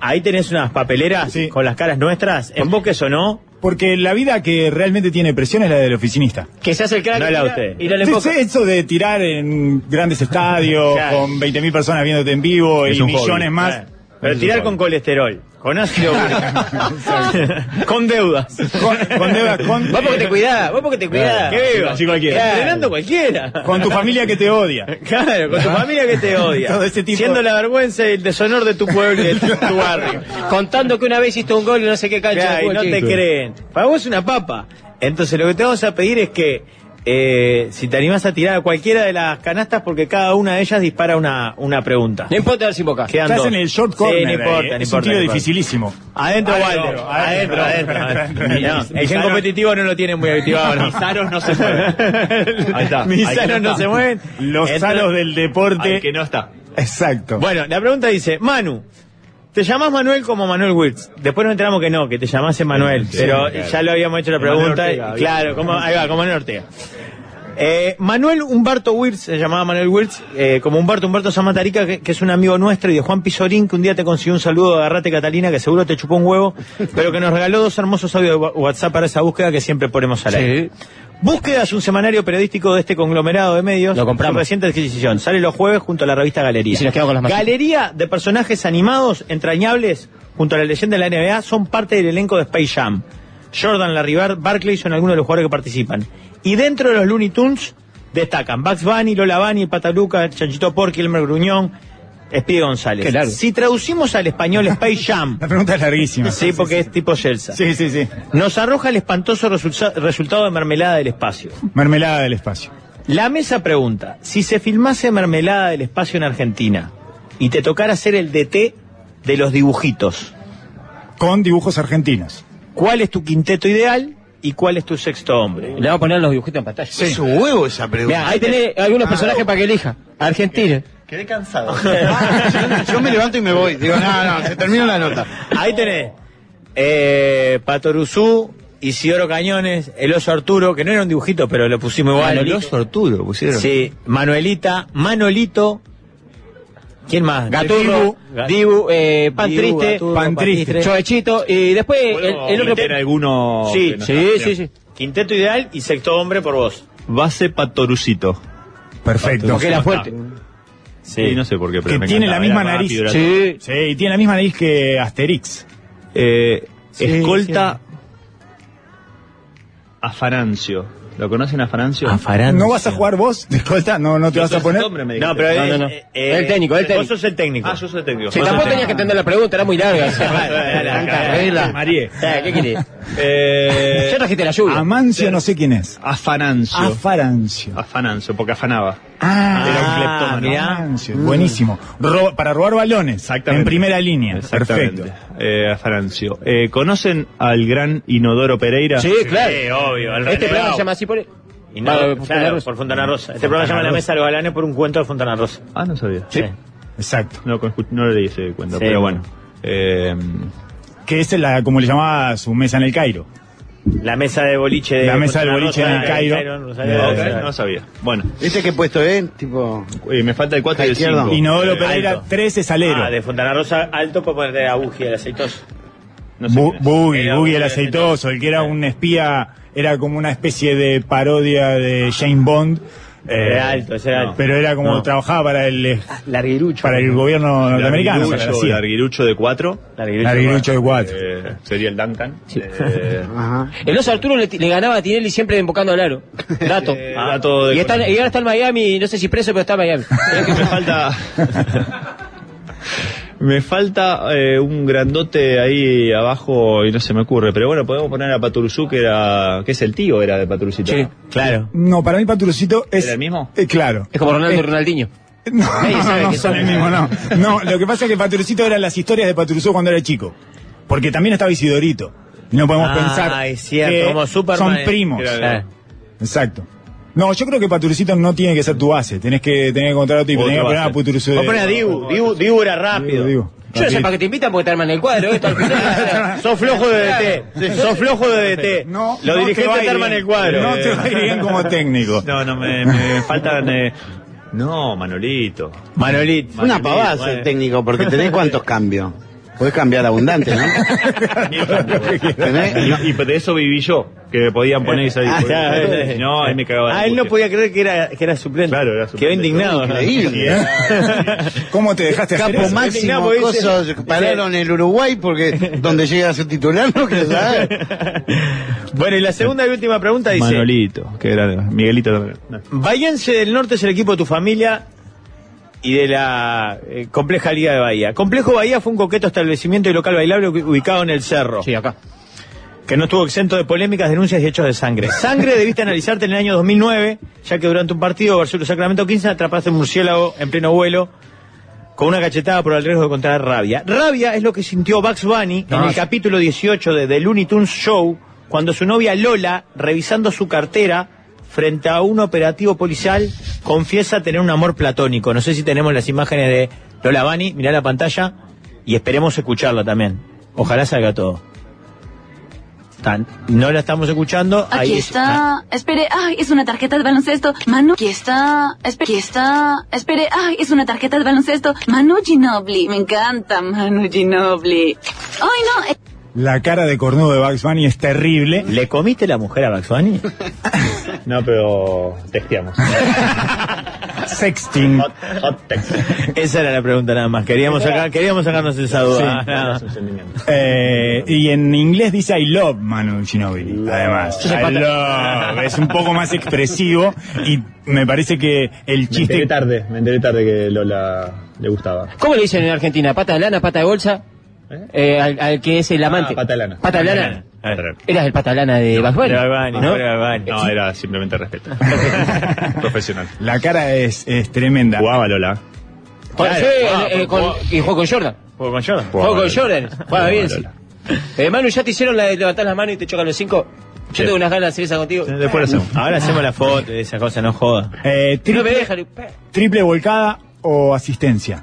S4: Ahí tenés unas papeleras
S6: Sí.
S4: con las caras nuestras, en boques o no.
S6: Porque la vida que realmente tiene presión es la del oficinista.
S10: Que se hace el crack
S4: No
S10: y
S4: la
S10: tira-
S4: usted.
S10: y no le
S6: Sí,
S10: enfoca.
S6: sí, eso de tirar en grandes estadios
S4: Claro.
S6: con 20.000 personas viéndote en vivo
S8: Es
S6: y
S8: un hobby.
S6: millones más.
S4: Eh, Pero tirar con colesterol, con ácido úrico, con deudas.
S6: Con, con deuda, con,
S10: Vos porque te cuidás, vos porque te cuidás.
S4: Que viva.
S8: Así cualquiera.
S4: Claro. Entrenando cualquiera.
S6: con tu familia que te odia.
S4: Claro, con tu familia que te odia.
S6: Todo ese tipo-
S4: Siendo la vergüenza y el deshonor de tu pueblo y de tu tu barrio.
S10: Contando que una vez hiciste un gol y no sé qué cancha.
S4: Claro,
S10: de
S4: y
S10: fútbol,
S4: no
S10: che.
S4: te creen. Para vos es una papa. Entonces lo que te vamos a pedir es que eh, si te animás a tirar a cualquiera de las canastas, porque cada una de ellas dispara una, una pregunta.
S10: No importa a ver si boca.
S4: Quedan
S6: Estás
S4: dos.
S6: en el short
S4: Sí,
S6: corner.
S4: no
S6: ahí.
S4: importa, no
S6: es un
S4: importa,
S6: tiro
S4: no importa.
S6: dificilísimo. Adentro,
S4: Adentro, Walter. Adentro,
S6: adentro,
S4: adentro.
S6: adentro,
S4: adentro.
S6: adentro.
S4: No, el gen
S6: Misaros-
S4: competitivo no lo tiene muy activado. ¿no?
S8: Mis aros no se mueven. Ahí está.
S4: Mis
S8: Ahí
S4: aros no
S8: está.
S4: se mueven.
S6: Los
S4: Entra-
S6: salos del
S8: Al
S6: deporte.
S8: que no está.
S6: Exacto.
S4: Bueno, la pregunta dice, Manu, ¿te llamás Manuel como Manuel Wills? Después nos enteramos que no, que te llamás Manuel,
S8: Sí,
S4: pero
S8: claro.
S4: ya lo habíamos hecho la
S8: Emanuel
S4: pregunta.
S8: Ortega,
S4: claro, como, ahí va, como Manuel Ortega. Eh, Manuel Humberto Wirtz, se llamaba Manuel Wirtz, eh, como Humberto Humberto Zamatarica, que, que es un amigo nuestro, y de Juan Pisorín, que un día te consiguió un saludo de Agarrate Catalina, que seguro te chupó un huevo, pero que nos regaló dos hermosos audios de wa- WhatsApp para esa búsqueda que siempre ponemos al aire. Búsqueda es un semanario periodístico de este conglomerado de medios.
S10: Lo compramos.
S4: Su reciente adquisición. Sale los jueves junto a la revista Galería.
S10: Y si nos quedamos con las más-
S4: Galería de personajes animados, entrañables, junto a la leyenda de la NBA, son parte del elenco de Space Jam. Jordan, Larribar, Barclay son algunos de los jugadores que participan. Y dentro de los Looney Tunes destacan Bugs Bunny, Lola Bunny, Pataluca, Chanchito Porky, Elmer Gruñón, Espide González.
S6: Qué largo.
S4: Si traducimos al español Space Jam,
S6: La pregunta es larguísima.
S4: sí, porque es tipo Yelsa,
S6: Sí, sí, sí.
S4: nos arroja el espantoso resulsa- resultado de Mermelada del Espacio.
S6: Mermelada del espacio.
S4: La mesa pregunta, si se filmase Mermelada del Espacio en Argentina y te tocara ser el DT de los dibujitos,
S6: Con dibujos argentinos.
S4: ¿cuál es tu quinteto ideal y cuál es tu sexto hombre?
S10: Le vamos a poner los dibujitos en pantalla.
S7: Es un huevo esa pregunta.
S10: Mirá, ahí tenés algunos personajes para que elija. Argentina.
S8: Quedé cansado.
S7: yo, yo me levanto y me voy. Digo, no, no, se termina la nota.
S4: Ahí tenés, eh, Patoruzú, Isidoro Cañones, El Oso Arturo, que no era un dibujito, pero lo pusimos igual.
S7: Arturo pusieron.
S4: Sí, Manuelita, Manolito, ¿quién más?
S10: Gaturro,
S4: Dibu,
S10: Dibu, eh, Pan
S4: Dibu,
S10: Triste,
S4: Gaturro,
S10: Pan
S4: Pan
S10: Triste,
S4: Triste.
S10: Chovechito, y después el,
S8: ¿Puedo
S10: el otro.
S8: meter alguno?
S4: Sí,
S8: que no
S10: Sí,
S8: está?
S10: sí,
S8: Bien.
S10: sí.
S4: Quinteto ideal y sexto hombre por vos.
S8: Base Patorucito.
S6: Perfecto.
S10: Porque era fuerte.
S8: Sí. no sé por qué, pero
S6: Que
S8: me
S6: tiene
S8: encantaba,
S6: la misma
S8: era
S6: nariz.
S8: rápido, era todo.
S10: Sí.
S6: Sí, y tiene la misma nariz que Asterix.
S8: Eh,
S4: Sí,
S8: escolta Afanancio. ¿Lo conocen a Afanancio?
S6: ¿No vas a jugar vos? de escolta? ¿No, no te vas a poner?
S4: No, pero
S10: No,
S4: eh,
S10: no, no.
S4: eh, eh,
S10: El técnico, el
S4: Vos
S10: técnico.
S4: sos el técnico.
S8: Ah, yo soy técnico.
S10: Sí,
S8: Yo
S10: tampoco
S8: soy
S10: tenías que entender la pregunta, era muy larga.
S7: Carrera.
S8: Marie.
S10: O sea, ¿Qué querés?
S8: Eh,
S10: Ya trajiste la lluvia.
S6: Amancio no sé quién es.
S4: Ah.
S8: Afanancio.
S6: Afarancio.
S8: Afanancio, porque afanaba.
S6: Ah,
S8: Era un cleptómano.
S6: Afarancio. Buenísimo. Ro- para robar balones.
S8: Exactamente.
S6: En primera línea.
S8: Exactamente.
S6: Perfecto.
S8: Eh, Afanancio. Eh, ¿Conocen al gran Inodoro Pereira?
S10: Sí, claro.
S4: Sí, obvio. el
S10: Este
S4: renegado.
S10: programa se llama así por.
S4: Y no,
S10: Claro,
S4: claro,
S10: Fontana Rosa.
S4: por Fontana Rosa. Este programa se llama La Mesa de los Galanes por un cuento de Fontana Rosa.
S8: Ah, no sabía.
S4: Sí.
S6: Exacto.
S8: No, con- no le hice cuenta,
S4: Sí.
S8: pero bueno. Eh,
S6: Que es la, como le llamaba su mesa en el Cairo.
S4: La mesa de boliche de
S6: La mesa del
S4: Fontana
S6: boliche
S4: Rosa, eh,
S6: en el Cairo.
S4: en
S8: ah,
S4: Rosario.
S8: ok,
S4: Claro.
S8: no sabía. Bueno,
S4: Ah,
S7: ¿Viste qué puesto es? Tipo.
S8: eh, me falta el 4 y el
S7: Izquierdo.
S8: 5.
S6: Inodoro Pereira,
S4: alto.
S6: 13 salero.
S4: Ah, de Fontana Rosa alto para ponerte a Buji, el aceitoso.
S8: No sé
S6: Bu-
S8: quién es.
S6: Boogie,
S4: Era
S6: Boogie
S4: un-
S6: el aceitoso, el que era un espía, era como una especie de parodia de Jane Bond. eh,
S4: Era alto, ese era alto.
S6: Pero era como
S4: No.
S6: trabajaba para el eh,
S4: Larguirucho.
S6: para el gobierno norteamericano, para la
S8: Larguirucho, eh,
S6: CIA.
S8: Larguirucho de 4.
S4: Larguirucho.
S6: Larguirucho de cuatro.
S8: sería el Duncan. Eh,
S7: Ajá.
S10: El oso Arturo le, le ganaba a Tinelli siempre embocando al aro. Dato.
S8: Eh,
S4: Ah,
S8: dato de
S10: y, está- y ahora está en Miami, no sé si preso, pero está en Miami.
S8: creo que me falta. Me falta eh, un grandote ahí abajo y no se me ocurre. Pero bueno, podemos poner a Paturuzú, que era. que es el tío, era de Paturucito.
S10: Sí.
S8: ¿no? Claro.
S6: No, para mí Paturucito es.
S8: ¿Era el mismo?
S6: Eh, claro.
S10: Es como Ronaldo y Ronaldinho.
S6: No,
S10: Nadie sabe
S6: no
S10: que
S6: son
S10: son.
S6: el mismo, no. No, lo que pasa es que Paturucito eran las historias de Paturucito cuando era chico. Porque también estaba Isidorito. Y no podemos
S4: Ah,
S6: pensar.
S4: es cierto,
S6: que
S4: como Superman.
S6: Son primos.
S4: Claro.
S6: Exacto. No, yo creo que Paturucito no tiene que ser tu base. Tenés que, tenés que encontrar otro tipo.
S8: Otro
S6: Tenés que poner
S8: base.
S6: a Paturucito.
S4: Vos ponés a Dibu, Dibu, Dibu era rápido.
S6: Dibu,
S10: Yo no sé para qué te invitan porque te arman el cuadro. esto al final.
S4: Sos flojo de DT. Sos flojo de DT.
S6: No, no
S4: Los
S6: te va a
S4: dirigentes
S6: ir
S4: te arman
S6: bien.
S4: el cuadro.
S6: No te va a ir bien como técnico.
S8: No, no, me, me faltan. eh, no, Manolito.
S4: Manolit.
S7: Una pavada ser técnico, porque tenés cuántos cambios. Podés cambiar abundante, ¿no? Tenés- no.
S8: Y, y de eso viví yo, que me podían poner y salir.
S4: Ah, claro,
S8: Porque-
S4: claro.
S8: No, ahí me cagaba. de
S4: Ah, él no
S8: angustia.
S4: podía creer que era, que era suplente.
S8: Claro, era suplente.
S4: Quedó indignado. ¿eh?
S7: Increíble.
S6: ¿Cómo te dejaste hacer
S7: Campo
S6: eso?
S4: Indignado,
S7: máximo,
S4: porque dice-
S7: cosas, pararon el Uruguay porque donde llega a ser titular no que sabe.
S4: bueno, y la segunda y última pregunta dice:
S8: Manolito, que era Miguelito también. No.
S4: Bahiense del Norte es el equipo de tu familia y de la eh, compleja Liga de Bahía. Complejo Bahía fue un coqueto establecimiento y local bailable ubi- ubicado en el cerro.
S10: Sí, acá.
S4: que no estuvo exento de polémicas, denuncias y hechos de sangre. Sangre debiste analizarte en el año 2009, ya que durante un partido versus Sacramento 15 atrapaste un murciélago en pleno vuelo con una cachetada por el riesgo de contraer rabia. Rabia es lo que sintió Bugs Bunny en el capítulo 18 de The Looney Tunes Show, cuando su novia Lola, revisando su cartera frente a un operativo policial, confiesa tener un amor platónico. No sé si tenemos las imágenes de Lola Bunny, mirá la pantalla y esperemos escucharla también. Ojalá salga todo.
S13: Tan- no la estamos escuchando.
S14: Aquí
S13: ahí-
S4: Ah,
S14: está. Espere, ay, es una tarjeta de baloncesto. Manu, aquí está. Espere, aquí está. Espere, ay, es una tarjeta de baloncesto. Manu Ginobili. Me encanta Manu Ginobili. Ay, no. eh,
S6: La cara de cornudo de Bugs Bunny es terrible.
S13: ¿Le comiste la mujer a Bugs Bunny?
S4: No, pero testeamos.
S6: Sexting.
S13: Esa era la pregunta nada más. Queríamos, sacar, queríamos sacarnos esa duda. Nada.
S6: Eh, y en inglés dice I love Manu Ginobili, además.
S13: Zapata.
S6: I love. Es un poco más expresivo y me parece que el
S4: Me enteré
S6: chiste.
S4: tarde, me enteré tarde que Lola le gustaba.
S10: ¿Cómo le dicen en Argentina? ¿Pata de lana, pata de bolsa? Eh, al, al que es el amante.
S4: Ah, pata de lana.
S10: ¿Pata de lana?
S4: Claro.
S10: Eras el pata de lana de Bugs Bunny,
S13: Era Bunny,
S10: ¿no?
S13: era Bunny.
S4: No, era simplemente respeto. Profesional.
S6: La cara es, es tremenda.
S4: Jugaba Lola.
S10: Con-
S13: Claro,
S10: sí,
S13: jugaba,
S10: eh, eh, con-
S13: jugaba.
S10: y jugó con Jordan.
S13: ¿Por mayor?
S10: Jugó con
S4: Lola.
S10: Jordan. Juega
S4: Jugaba
S10: bien, sí.
S4: Lola.
S10: Eh, Manu, ¿ya te hicieron la de levantar las manos y te chocan los cinco? Yo
S4: Sí.
S10: tengo unas ganas de hacer esa contigo.
S4: Eh, Después lo hacemos.
S13: Ahora hacemos la foto de esa cosa, no joda.
S6: Eh,
S10: No me
S6: triple,
S10: dejan. y- pe-
S6: triple volcada o asistencia.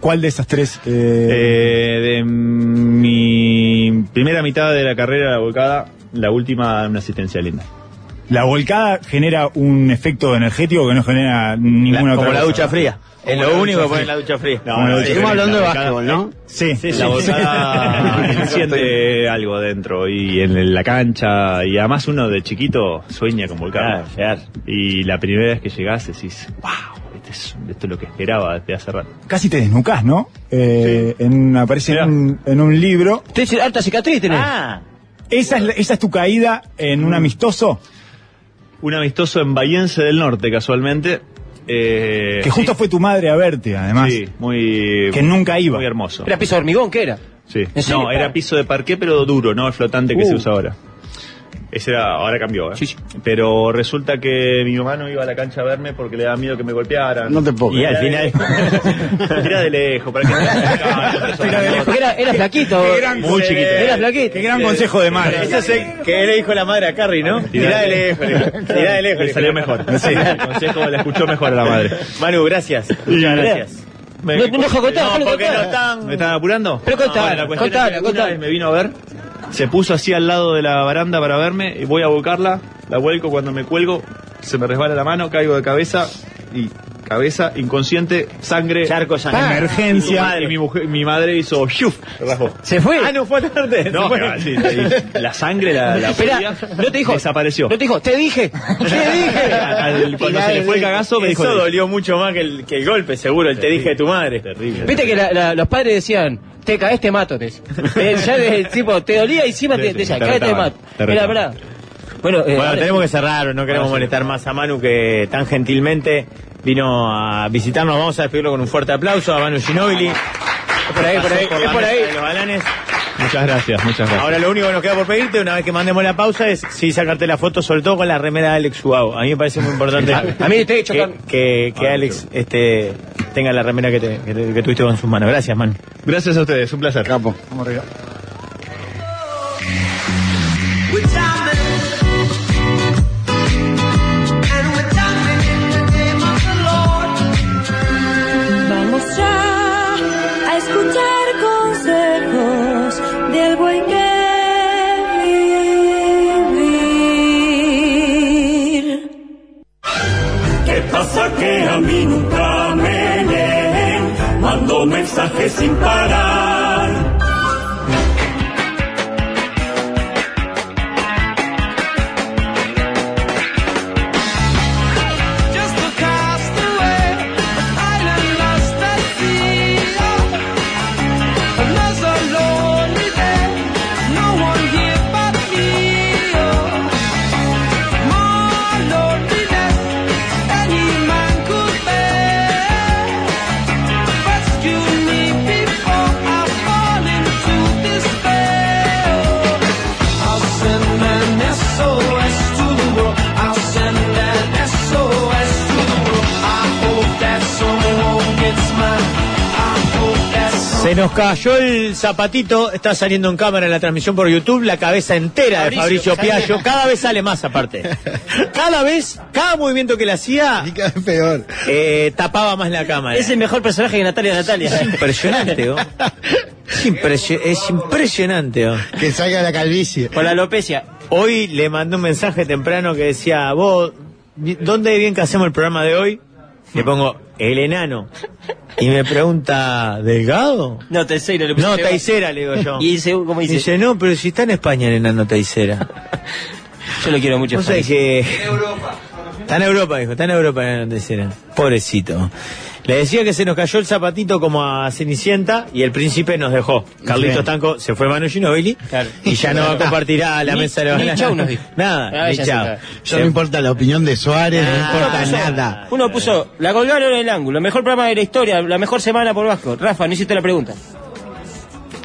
S6: ¿Cuál de esas tres? eh,
S4: Eh, de mi primera mitad de la carrera, la volcada, la última, una asistencia linda.
S6: La volcada genera un efecto energético que no genera
S13: La-
S6: ninguna otra
S13: como la
S6: cosa.
S13: ducha fría. Es lo
S6: Como la
S13: único
S6: ducha
S13: que pone en
S6: fría.
S13: la ducha fría.
S6: Como
S4: No,
S6: la
S4: no,
S6: ducha
S4: sí,
S7: Seguimos
S6: fría.
S7: hablando de
S4: la
S7: básquetbol, ¿no?
S6: Sí,
S4: Sí, la volcada enciende algo dentro y en la cancha y además uno de chiquito sueña con volcada.
S13: Claro, llegar.
S4: Y la primera vez que llegás decís, wow, este es- esto es lo que esperaba desde hace rato.
S6: Casi te desnucas, ¿no? Eh, en- aparece en
S4: Mirá.
S6: un, en un libro.
S10: Tenés harta cicatriz, tenés.
S13: Ah,
S6: ¿Esa es, la- ¿Esa es tu caída en un amistoso?
S4: Un amistoso en Bahiense del Norte, casualmente. eh,
S6: Que justo fue tu madre a verte, además.
S4: Sí, muy...
S6: Que nunca iba.
S4: Muy hermoso.
S10: Era piso de hormigón, ¿qué era?
S4: Sí.
S10: ¿En serio? Ah.
S4: No, era piso de parqué, pero duro, no el flotante que
S10: Uh.
S4: se usa ahora. Ese era, ahora cambió, ¿eh?
S10: Sí, sí.
S4: Pero resulta que mi mamá no iba a la cancha a verme porque le daba miedo que me golpearan.
S7: No te puedo
S13: y al final.
S4: Tira de lejos, para que
S6: Tira de lejos.
S10: Porque era, era flaquito.
S4: Muy chiquito.
S10: Era flaquito.
S6: Qué gran consejo de madre.
S13: Eso es el que le dijo la madre a Carrie, ¿no? Tirá de lejos. le dijo. Tirá de lejos.
S4: Le salió mejor. Sí, el consejo la escuchó mejor a la madre.
S13: Manu, gracias. Muchas gracias.
S4: Me-
S10: No, no, no, contá,
S4: No,
S10: déjalo
S4: porque
S10: contar.
S4: no están- ¿Me están apurando?
S10: Pero contá,
S4: bueno, la cuestión
S10: contá,
S4: es que una
S10: contá.
S4: vez Me vino a ver, se puso así al lado de la baranda para verme, y voy a buscarla, la vuelco, cuando me cuelgo, se me resbala la mano, caigo de cabeza, y cabeza, inconsciente, sangre.
S13: Charco sangre.
S4: Mi
S6: Emergencia.
S4: madre, mi, mujer- mi madre hizo ¡Shuf! Rajó.
S10: Se fue.
S13: Ah, no fue a tarde.
S4: No, sí, sí. la sangre, la, la
S10: Espera,
S4: furia,
S10: no te dijo.
S4: Desapareció.
S10: No te dijo, te dije. Te dije.
S4: Al- cuando se le fue el cagazo, me dijo.
S13: Eso dolió mucho más que el, que el golpe, seguro. El te dije de tu madre. Terrible.
S10: Viste que la- la- los padres decían, te caes, te mato. te decían. Eh, ya de- tipo, te dolía y encima
S4: Sí,
S10: te,
S4: sí,
S10: te decían,
S4: te
S10: caes, te
S4: retaban,
S10: mato.
S4: te
S10: Mira,
S4: retaban.
S10: pará. Bueno, eh,
S13: Bueno,
S10: ahora-
S13: tenemos que cerrar, no queremos
S4: sí.
S13: molestar más a Manu que tan gentilmente vino a visitarnos. Vamos a despedirlo con un fuerte aplauso a Manu Ginobili.
S10: por ahí, por ahí,
S13: Pasó
S10: es
S13: la
S10: por
S13: mesa
S10: ahí.
S13: de los balanes.
S4: Muchas gracias, muchas gracias.
S13: Ahora lo único que nos queda por pedirte, una vez que mandemos la pausa, es sí sacarte la foto, sobre todo con la remera de Alex Suau. A mí me parece muy importante
S10: A- a mí te he Ah, hecho
S13: que,
S10: cam-
S13: que, que Alex este, tenga la remera que, te- que te- que tuviste con sus manos. Gracias, Manu.
S4: Gracias a ustedes, un placer.
S7: Capo.
S1: We're diamonds, and we're diamond in the name of the Lord.
S15: Vamos ya a escuchar consejos del buen que vivir.
S1: ¿Qué pasa que a mí nunca me leen? Mando mensajes sin parar. Just a castaway, island lost at sea. Oh, Another lonely day, no one here but me. Oh, more loneliness any man could bear. Rescue me before I fall into despair. I'll send an SOS to the world. I'll send an SOS to the world. I hope that someone gets mine. I hope that
S13: Se nos cayó el zapatito, está saliendo en cámara en la transmisión por YouTube, la cabeza entera de Fabricio
S7: Fabricio,
S13: Piaggio, cada vez sale más aparte. Cada vez, cada movimiento que le hacía,
S7: Y cada vez peor.
S13: eh, tapaba más la cámara.
S10: Es el mejor personaje de Natalia Natalia.
S13: impresionante, ¿no?
S4: Es, impresio- es impresionante.
S7: Que salga la calvicie.
S4: Con la alopecia. Hoy le mandé un mensaje temprano que decía, vos, ¿dónde bien que hacemos el programa de hoy? Le pongo, el enano. Y me pregunta, ¿delgado?
S10: No, Teixeira le
S4: No,
S10: pusiste vos.
S4: Taisera, le digo yo.
S10: Y dice, ¿cómo
S4: Y
S10: dice?
S4: dice, no, pero si está en España el enano Taisera.
S10: Yo lo quiero mucho.
S4: Vos sabés que... Está en Europa, dijo, está en Europa el enano Taisera. Pobrecito. Le decía que se nos cayó el zapatito como a Cenicienta y el príncipe nos dejó. Carlitos
S16: Bien.
S4: Tanco se fue Manu Ginobili y ya no va a compartir a la
S10: Ni-
S4: mesa de los
S10: ni
S4: galanes.
S10: chau nos dijo.
S4: Nada,
S10: Ah,
S4: ni
S10: ya
S4: chau.
S10: se sabe.
S7: Ya no importa la opinión de Suárez, no
S4: Ah,
S7: importa nada.
S10: Uno puso, la colgaron en el ángulo, mejor programa de la historia, la mejor semana por Vasco. Rafa, no hiciste la pregunta.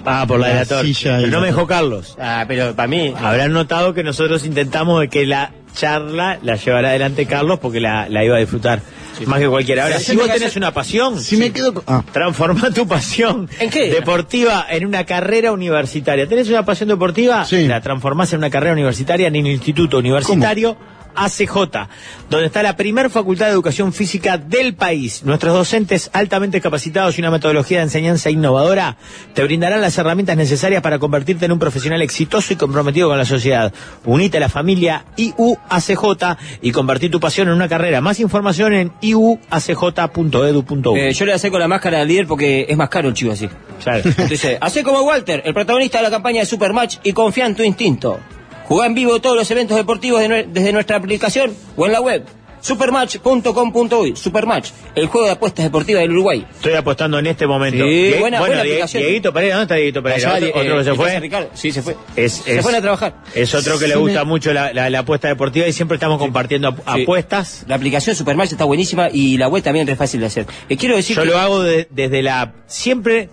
S4: Ah, por la de la
S7: La
S4: torre.
S7: silla y
S4: Pero no
S7: la
S4: me
S7: torre.
S4: dejó Carlos.
S10: Ah, pero para mí,
S4: Habrán notado que nosotros intentamos de que la charla la llevará adelante Carlos porque la, la iba a disfrutar más que cualquiera. Ahora,
S10: Sí,
S4: si
S10: sí,
S4: vos
S10: porque
S4: tenés
S10: hace-
S4: una pasión,
S7: Si me quedo con- ah.
S4: transforma tu pasión
S10: ¿En qué?
S4: deportiva en una carrera universitaria. ¿Tenés una pasión deportiva?
S7: Sí.
S4: La transformás en una carrera universitaria en el Instituto Universitario ACJ, donde está la primer facultad de educación física del país. Nuestros docentes altamente capacitados y una metodología de enseñanza innovadora te brindarán las herramientas necesarias para convertirte en un profesional exitoso y comprometido con la sociedad. Unite a la familia IUACJ y convertir tu pasión en una carrera. Más información en iuacj.edu.u.
S10: eh, yo le acerco la máscara al líder porque es más caro el chivo así.
S4: Claro.
S10: Dice, hacé como Walter, el protagonista de la campaña de Supermatch y confía en tu instinto. Jugá en vivo todos los eventos deportivos de nue- desde nuestra aplicación o en la web. Supermatch.com.uy Supermatch, el juego de apuestas deportivas del Uruguay.
S4: Estoy apostando en este momento.
S10: Sí,
S4: Die- bueno,
S10: buena- buena
S4: Die-
S10: aplicación.
S4: Dieguito Pereira, ¿dónde está Dieguito Pereira?
S10: Allá,
S4: otro,
S10: eh,
S4: otro que se
S10: el Tata
S4: fue.
S10: Ricardo. Sí, se fue.
S4: Es-
S10: se
S4: es-
S10: fueron a trabajar.
S4: Es otro que le
S7: Sí,
S4: gusta
S7: me-
S4: mucho la, la- la apuesta deportiva y siempre estamos compartiendo ap-
S10: Sí.
S4: apuestas.
S10: La aplicación Supermatch está buenísima y la web también es re fácil de hacer. Eh, quiero decir
S4: Yo
S10: que-
S4: lo hago de- desde la... Siempre...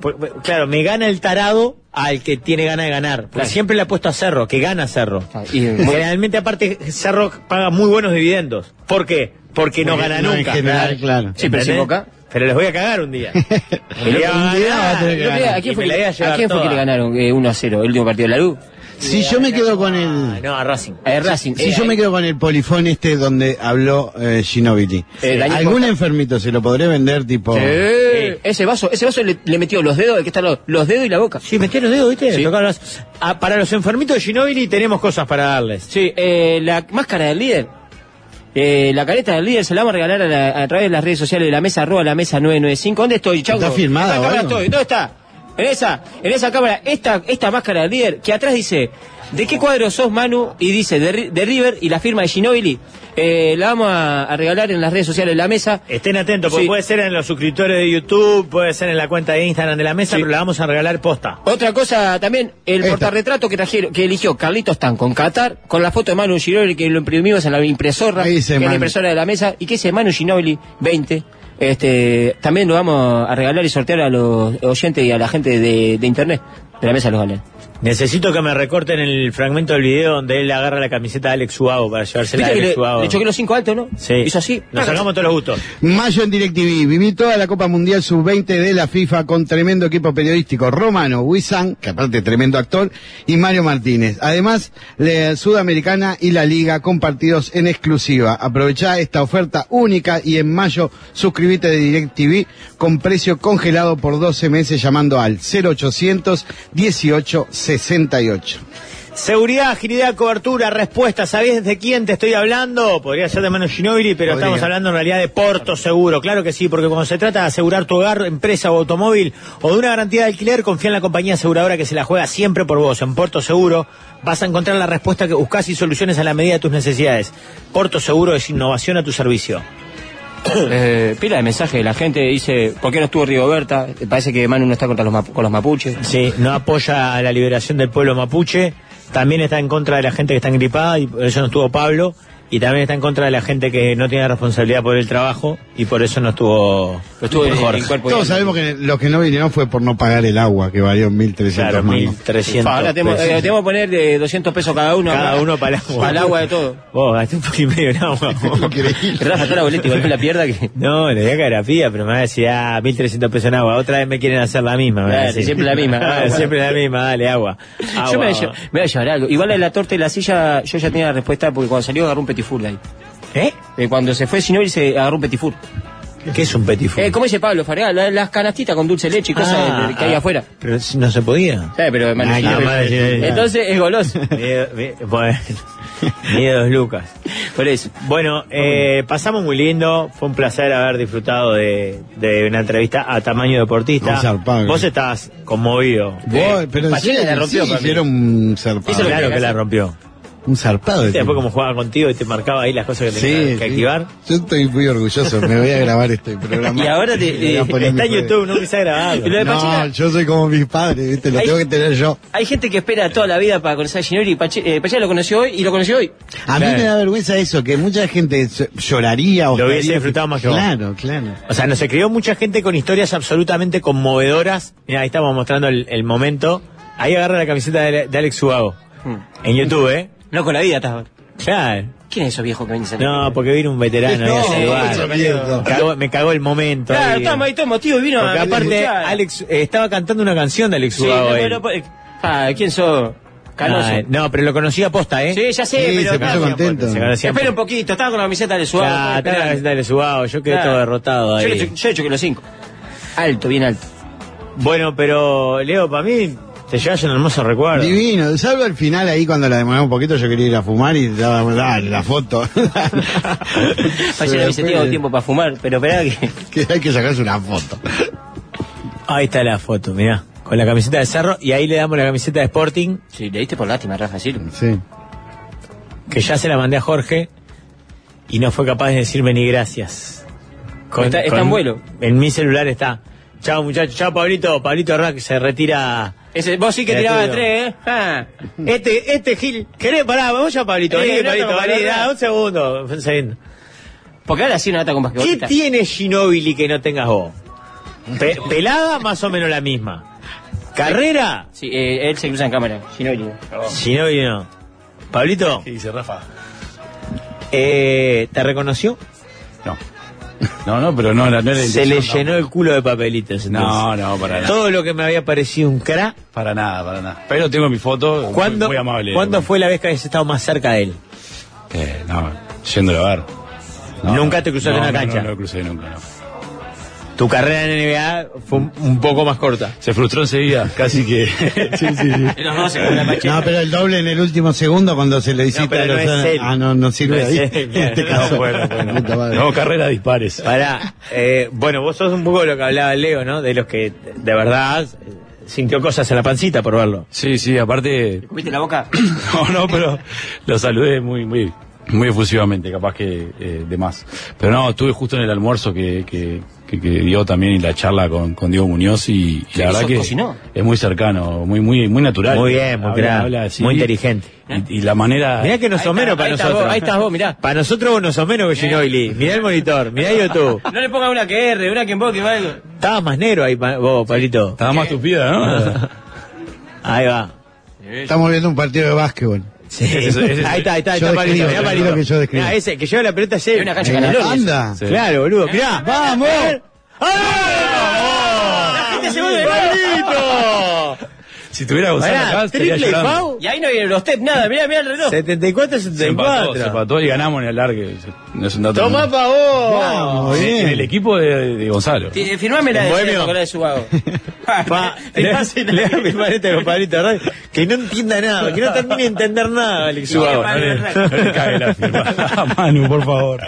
S4: por- por- Claro, me gana el tarado al que tiene ganas de ganar. Porque
S10: Claro.
S4: siempre le apuesto a Cerro, que gana Cerro.
S10: Ah, y-
S4: Generalmente, aparte, Cerro paga muy buenos dividendos. ¿Por qué? Porque no
S7: Porque
S4: gana
S7: no, en
S4: nunca.
S7: general, claro.
S10: Sí, pero si
S4: ¿Entendés?
S10: Boca-
S4: Pero les voy a cagar un día. Un día va a
S7: Un día
S4: ganar,
S7: va a tener que
S4: y
S10: El otro día, ¿A quién
S4: me
S10: fue,
S4: la
S10: que,
S4: iba a llevar
S10: a quién fue que
S4: toda.
S10: le ganaron eh, 1 a 0 el último partido de la luz?
S7: Si yo me quedo con
S4: Ah,
S7: el.
S4: no, a Racing.
S10: Eh, Racing.
S7: Si
S10: eh,
S7: yo me quedo con el polifón este donde habló eh, Ginobili.
S10: Eh, Daniel
S7: Algún
S10: Costa.
S7: enfermito se lo podré vender, tipo.
S10: Eh, Ese vaso, ese vaso le, le metió los dedos, el que está al lado, los dedos y la boca.
S4: Sí, metí los dedos, ¿viste?
S10: Sí.
S4: Tocaron las- Ah, para los enfermitos de Ginobili tenemos cosas para darles.
S10: Sí, eh, la máscara del líder. eh, la careta del líder se la vamos a regalar a, la- a través de las redes sociales de la mesa, arroba la mesa 995. ¿Dónde estoy? Chau.
S7: ¿Está firmada
S10: ¿Dónde
S7: o algo?
S10: estoy? ¿Dónde está? En esa, en esa cámara, esta, esta máscara del líder, que atrás dice, ¿de qué cuadro sos Manu? Y dice, de, Ri- de River y la firma de Ginobili. Eh, la vamos a, a regalar en las redes sociales de la mesa.
S4: Estén atentos, porque
S10: Sí.
S4: puede ser en los suscriptores de YouTube, puede ser en la cuenta de Instagram de la mesa, pero la vamos a regalar posta.
S10: Otra cosa también, el
S7: Esta.
S10: portarretrato que trajeron, que eligió Carlitos Tan con Qatar, con la foto de Manu Ginobili que lo imprimimos en la impresora,
S7: Ahí dice
S10: que es la
S7: Manu.
S10: impresora de la mesa, y que dice Manu Ginobili 20. Este, también lo vamos a regalar y sortear a los oyentes y a la gente de, de internet, de la mesa de los galenos.
S4: Necesito que me recorten el fragmento del video donde él agarra la camiseta de Alex Suago para llevársela a
S10: Viste que
S4: Alex
S10: le,
S4: Suago.
S10: le choqué los cinco altos, ¿no?
S4: Sí.
S10: Hizo así.
S4: Nos
S10: taca,
S4: sacamos todos los gustos.
S7: Mayo en DirecTV. Viví toda la Copa Mundial Sub-20 de la FIFA con tremendo equipo periodístico. Romano, Wisan, que aparte es tremendo actor, y Mario Martínez. Además, la Sudamericana y la Liga con partidos en exclusiva. Aprovechá esta oferta única y en mayo suscríbete de DirecTV con precio congelado por 12 meses llamando al 0800 18 68.
S4: Seguridad, agilidad, cobertura, respuesta. ¿Sabés de quién te estoy hablando? Podría ser de Manu Ginobili, pero
S7: Podría.
S4: estamos hablando en realidad de Porto Seguro. Claro que sí, porque cuando se trata de asegurar tu hogar, empresa o automóvil o de una garantía de alquiler, confía en la compañía aseguradora que se la juega siempre por vos. En Porto Seguro vas a encontrar la respuesta que buscas y soluciones a la medida de tus necesidades. Porto Seguro es innovación a tu servicio.
S10: eh, pila de mensaje de la gente, dice, ¿por qué no estuvo Rigoberta? Eh, Parece que Manu no está contra los mapu- con los mapuches.
S4: Sí, no apoya la liberación del pueblo mapuche, también está en contra de la gente que está gripada y por eso no estuvo Pablo, y también está en contra de la gente que no tiene responsabilidad por el trabajo y por eso no estuvo,
S10: Lo estuvo en- en cuerpo y
S7: Todos
S10: alma.
S7: sabemos que lo que no vinieron fue por no pagar el agua, que valió 1.300
S4: claro,
S7: mangos.
S4: 1300.
S10: Ahora tenemos, eh,
S4: pesos.
S10: tenemos que poner de 200 pesos cada uno.
S4: Cada uno para el agua.
S10: Para el agua de todo.
S4: Vos, gasté un poquito y medio en agua. vos.
S7: Increíble.
S10: Rafa, está la boleta, igual que la pierda que...
S4: No, le voy a caer a pía, pero me va a decir, ah, 1300 pesos en agua. Otra vez me quieren hacer la misma. me va a
S10: Dale,
S4: decir.
S10: siempre la misma,
S4: Ah,
S10: agua.
S4: siempre la misma, dale, agua.
S10: yo
S4: Agua,
S10: me voy, a
S4: agua.
S10: llevar, me voy a llevar algo. Igual la de la torta y la silla, yo ya tenía la respuesta porque cuando salió agarró un petifur de ahí.
S4: ¿Eh?
S10: Eh, cuando se fue Shinobi se agarró un petifur.
S4: ¿Qué es un petit food?
S10: Eh, como dice Pablo Farea, la- las canastitas con dulce de leche y cosas
S4: Ah,
S10: de- que hay
S4: ah,
S10: afuera.
S4: Pero si no se podía.
S10: ¿Sabes? Pero hermano,
S4: Ay,
S10: sí.
S4: la madre, sí, sí, sí.
S10: Entonces es goloso.
S4: Miedo- mi- bueno, miedos Lucas.
S10: Por eso.
S4: Bueno, eh, pasamos muy lindo. Fue un placer haber disfrutado de, de una entrevista a tamaño deportista.
S7: Un zarpado.
S4: Vos estás conmovido.
S7: Vos, pero en
S10: Pacheco
S7: serio,
S10: la rompió
S7: sí,
S10: para mí.
S7: hicieron un zarpado.
S10: Hizo lo
S4: Claro
S10: que
S4: que la rompió.
S7: Un zarpado. de
S4: Viste, Después
S7: tipo.
S4: como jugaba contigo y te marcaba ahí las cosas que
S7: Sí,
S4: tenías que
S7: sí.
S4: activar.
S7: Yo estoy muy orgulloso, me voy a grabar este programa.
S10: Y ahora te-
S7: Le voy a
S10: eh,
S7: poner
S4: Está en
S7: mi juego.
S4: YouTube, no quise grabarlo.
S10: Y lo de
S7: No,
S10: Pacheca-
S7: yo soy como mis padres, ¿viste? lo
S10: Ahí-
S7: tengo que tener yo.
S10: Hay gente que espera toda la vida para conocer a Ginori y Pache, eh, Pacheco lo conoció hoy y lo conoció hoy.
S7: A mí
S4: Claro.
S7: me da vergüenza eso, que mucha gente so- lloraría o
S4: Lo hubiese
S7: estaría-
S4: disfrutado más que vos.
S7: Claro, claro.
S4: O sea, nos escribió mucha gente con historias absolutamente conmovedoras. Mirá, ahí estamos mostrando el, el momento. Ahí agarra la camiseta de, de Alex Subago.
S10: Hmm.
S4: En YouTube, ¿eh?
S10: No con la vida, estaba.
S4: Claro.
S10: ¿Quién es esos viejos que vienen saliendo?
S4: No, porque vino un veterano. ahí a saludar.
S7: eso mierda.
S4: Me cagó- me cagó el momento.
S10: Claro,
S4: ahí.
S10: estamos ahí todos motivos y vino
S4: Porque
S10: a
S4: aparte,
S10: escuchar.
S4: Alex eh, estaba cantando una canción de Alex
S10: Sí,
S4: Subago.
S10: no,
S4: él.
S10: no, pues, ah, ¿quién sos? Canoso.
S4: Ah, no, pero lo conocía posta, ¿eh?
S10: Sí, ya sé,
S7: Sí,
S10: pero.
S7: se puso
S10: claro,
S7: contento.
S4: Se conocía
S10: Espera un
S4: posta.
S10: poquito, estaba con la camiseta de Suárez.
S4: Ya, estaba la camiseta de Alex Subago. Yo quedé
S10: Claro.
S4: todo derrotado
S10: Yo,
S4: ahí.
S10: le cho- yo le choqué los cinco. Alto, bien alto.
S4: Bueno, pero Leo, para mí te llevas un hermoso recuerdo.
S7: Divino, salvo al final ahí cuando la demoré un poquito, yo quería ir a fumar y daba dale, la foto.
S10: Ayer no hubiese tenido tiempo para fumar, pero esperá que.
S7: que hay que sacarse una foto.
S4: Ahí está la foto, mirá. Con la camiseta de Cerro y ahí le damos la camiseta de Sporting,
S10: Sí, le diste por lástima, Rafa Silva.
S7: Sí.
S4: que ya se la mandé a Jorge y no fue capaz de decirme ni gracias.
S10: Está- está en vuelo.
S4: En mi celular está. Chao muchachos, chao Pablito, Pablito Rack se retira.
S10: Ese, vos sí que
S4: Era
S10: tirabas de
S4: tuyo.
S10: tres, ¿eh? Ah.
S4: Este, este Gil, querés parar, vamos ya Pablito, vení,
S10: Eh, no,
S4: Pablito,
S10: no,
S4: vení,
S10: no, no.
S4: da, un segundo, un segundo.
S10: Porque ahora sí una nata con
S4: ¿Qué
S10: basquetbolista.
S4: tiene Ginobili que no tengas vos? Pe- pelada, más o menos la misma. Carrera,
S10: Sí, eh, él se cruza en cámara. Ginobili.
S4: Ginobili no. Pablito,
S8: ¿Qué dice Rafa?
S4: eh, ¿te reconoció?
S6: No. No, no, pero no, no era
S4: Se le llenó el culo de papelitos. entonces.
S6: No, no, para nada.
S4: Todo lo que me había parecido un cra.
S6: Para nada, para nada. Pero tengo mi foto. muy-
S4: ¿Cuándo,
S6: Muy amable.
S4: ¿cuándo fue la vez que has estado más cerca de él?
S6: Eh, no, yéndolo a ver.
S4: Nunca te cruzaste
S6: no,
S4: en la
S6: no,
S4: cancha.
S6: No, no, crucé nunca, no.
S4: Tu carrera en NBA fue un, un poco más corta.
S6: Se frustró enseguida, casi que. sí, sí, sí.
S10: Los dos se cruza la pacheca.
S7: No, pero el doble en el último segundo cuando se le visita
S4: pero
S7: a
S4: no
S7: los-
S4: es él.
S7: Ah, no, no sirve
S4: No es
S7: ahí.
S4: él,
S7: en este
S4: claro.
S7: caso.
S4: No, bueno, bueno.
S7: Puta madre.
S6: No, carrera dispares.
S4: Pará, eh, bueno, vos sos un poco de lo que hablaba Leo, ¿no? De los que de verdad eh, sintió cosas en la pancita por verlo.
S6: Sí, sí, aparte.
S10: ¿Comiste la boca?
S6: No, no, pero lo saludé muy, muy, muy efusivamente, capaz que eh, de más. Pero no, estuve justo en el almuerzo que, que, que- que dio también y la charla con, con Diego Muñoz y, y la
S10: ¿Hizo-
S6: verdad que
S10: cocinó?
S6: es muy cercano, muy, muy, muy natural.
S4: Muy bien, muy
S6: Habla-
S4: crack,
S6: habla así.
S4: muy inteligente.
S6: Y, y la manera.
S4: Mirá que no
S10: Ahí
S4: sos menos
S10: está,
S4: para
S10: ahí estás
S4: nosotros.
S10: vos, ahí estás vos, mirá.
S4: Para nosotros vos no sos menos que Ginobili. Mirá el monitor, mirá YouTube.
S10: No le pongas una que R, una que emboque o algo.
S4: Estabas más negro ahí pa- vos, Pablito.
S6: Estaba más tupida, ¿no?
S4: Ahí va.
S7: Estamos viendo un partido de básquetbol.
S4: Sí. ahí está, ahí está, ahí
S7: Yo
S4: está Pablito.
S7: describo,
S4: Mirá,
S7: yo
S4: Pablito.
S7: creo que yo describo.
S4: Mirá, ese que lleva la pelota ayer.
S10: Es una cancha
S7: En la
S10: Canelones.
S7: banda.
S6: Sí.
S4: Claro, boludo. Mirá. ¡Vamos! ¡Ah!
S10: La gente se vuelve
S4: ¡Pablito!
S6: Si tuviera Gonzalo
S4: Pará,
S6: acá, estaría
S4: triple y
S6: llorando.
S4: foul.
S10: Y ahí no vienen los steps, nada, mirá, mirá el reloj.
S4: 74
S6: Se empató, se
S4: 74.
S6: empató y ganamos en el alargue. No es un dato.
S4: Tomá pa' vos.
S7: Vamos,
S6: Sí,
S7: bien.
S6: en el equipo de, de Gonzalo.
S10: Ti- eh, Firmame la
S4: ¿En
S10: de
S4: Bohemio?
S10: Cerro, con la de Subago.
S4: Pa,
S10: Te
S4: le
S10: pasa
S4: le voy a firmar este compadrito de radio, que no entienda nada, que no termine de entender nada, Alex Subago.
S10: no le-
S6: No le cague la firma. Manu, por favor.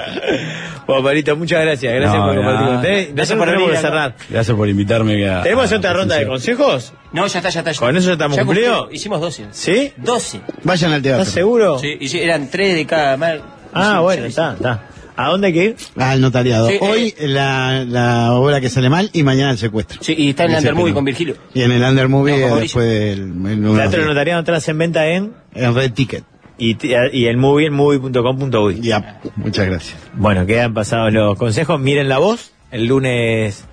S4: Bueno, Pablito, muchas gracias. Gracias
S6: No,
S4: por compartir
S6: nada.
S4: con ustedes. Nosotros
S10: Gracias por
S4: tenemos
S10: venir
S4: que
S10: acá.
S4: cerrar.
S6: Gracias por invitarme. A,
S4: ¿Tenemos
S6: a-
S4: otra ronda de consejos?
S10: No, ya está, ya está. ya
S4: ¿Con eso ya estamos
S10: cumplió.
S4: cumplidos?
S10: Hicimos 12.
S4: ¿Sí?
S10: 12.
S7: Vayan al teatro.
S4: ¿Estás seguro?
S10: Sí, y sí, eran 3 de cada mal.
S4: Oh. Ah, bueno, está, está. ¿A dónde hay que ir?
S7: Al Ah, notariado.
S10: Sí,
S7: Hoy
S4: eh.
S7: la, la obra que sale mal y mañana el secuestro.
S10: Sí, y está en el
S7: Ese
S10: Undermovie
S7: tema.
S10: con Virgilio.
S7: Y en el Under Movie
S10: No, con
S7: eh,
S10: Mauricio.
S7: después del. en unos
S4: Teatro
S7: días.
S4: Notariado entras en venta en
S7: En Red Ticket.
S4: y, te- y el movie en movie.com.uy.
S7: Ya, muchas gracias.
S4: Bueno, quedan pasados los consejos. Miren la voz el lunes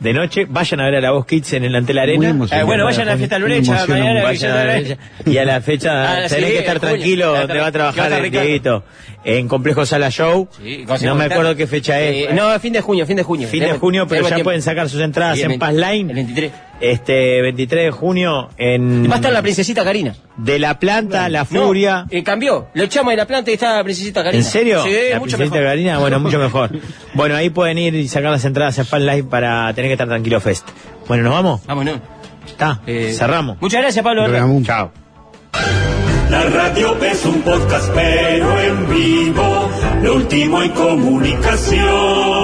S4: de noche. Vayan a ver a la voz Kids en el Antel
S7: Muy
S4: Arena.
S7: emocionante.
S10: Eh, bueno, vayan a la fiesta
S7: Me
S10: Lurecha,
S7: emociona
S10: mañana
S7: mucho.
S4: Vayan
S10: la
S4: a la
S10: Villa
S4: fecha. Y a la fecha
S10: Ah, sí,
S4: tenés que estar
S10: en junio.
S4: tranquilo
S10: Está
S4: donde va a
S10: tranquilo.
S4: trabajar
S10: Está
S4: el
S10: Ricardo.
S4: Dieguito. En Complejo Sala Show.
S10: Sí,
S4: no
S10: consejo
S4: me
S10: de
S4: acuerdo
S10: tarde.
S4: qué fecha es.
S10: Eh, no, fin de junio, fin de junio.
S4: Fin de
S10: Tenemos-
S4: junio, pero
S10: tenemos
S4: ya
S10: tiempo.
S4: pueden sacar sus entradas
S10: Sí, el
S4: en
S10: veinte-
S4: Paz Line.
S10: El 23.
S4: Este 23 de junio en.
S10: Va a estar la princesita Karina.
S4: De la planta, la
S10: No,
S4: furia.
S10: eh, cambió. Lo echamos de la planta y está la princesita
S4: ¿En
S10: Karina.
S4: serio?
S10: Sí,
S4: ¿La
S10: mucho
S4: Princesita
S10: mejor.
S4: Karina? Bueno, mucho mejor. Bueno, ahí pueden ir y sacar las entradas a Fan Live para tener que estar tranquilo Fest. Bueno, ¿nos vamos?
S10: Vámonos. Eh,
S4: Está, cerramos.
S10: Muchas gracias, Pablo.
S4: Chao.
S6: La radio es un podcast, pero en vivo, lo último en comunicación.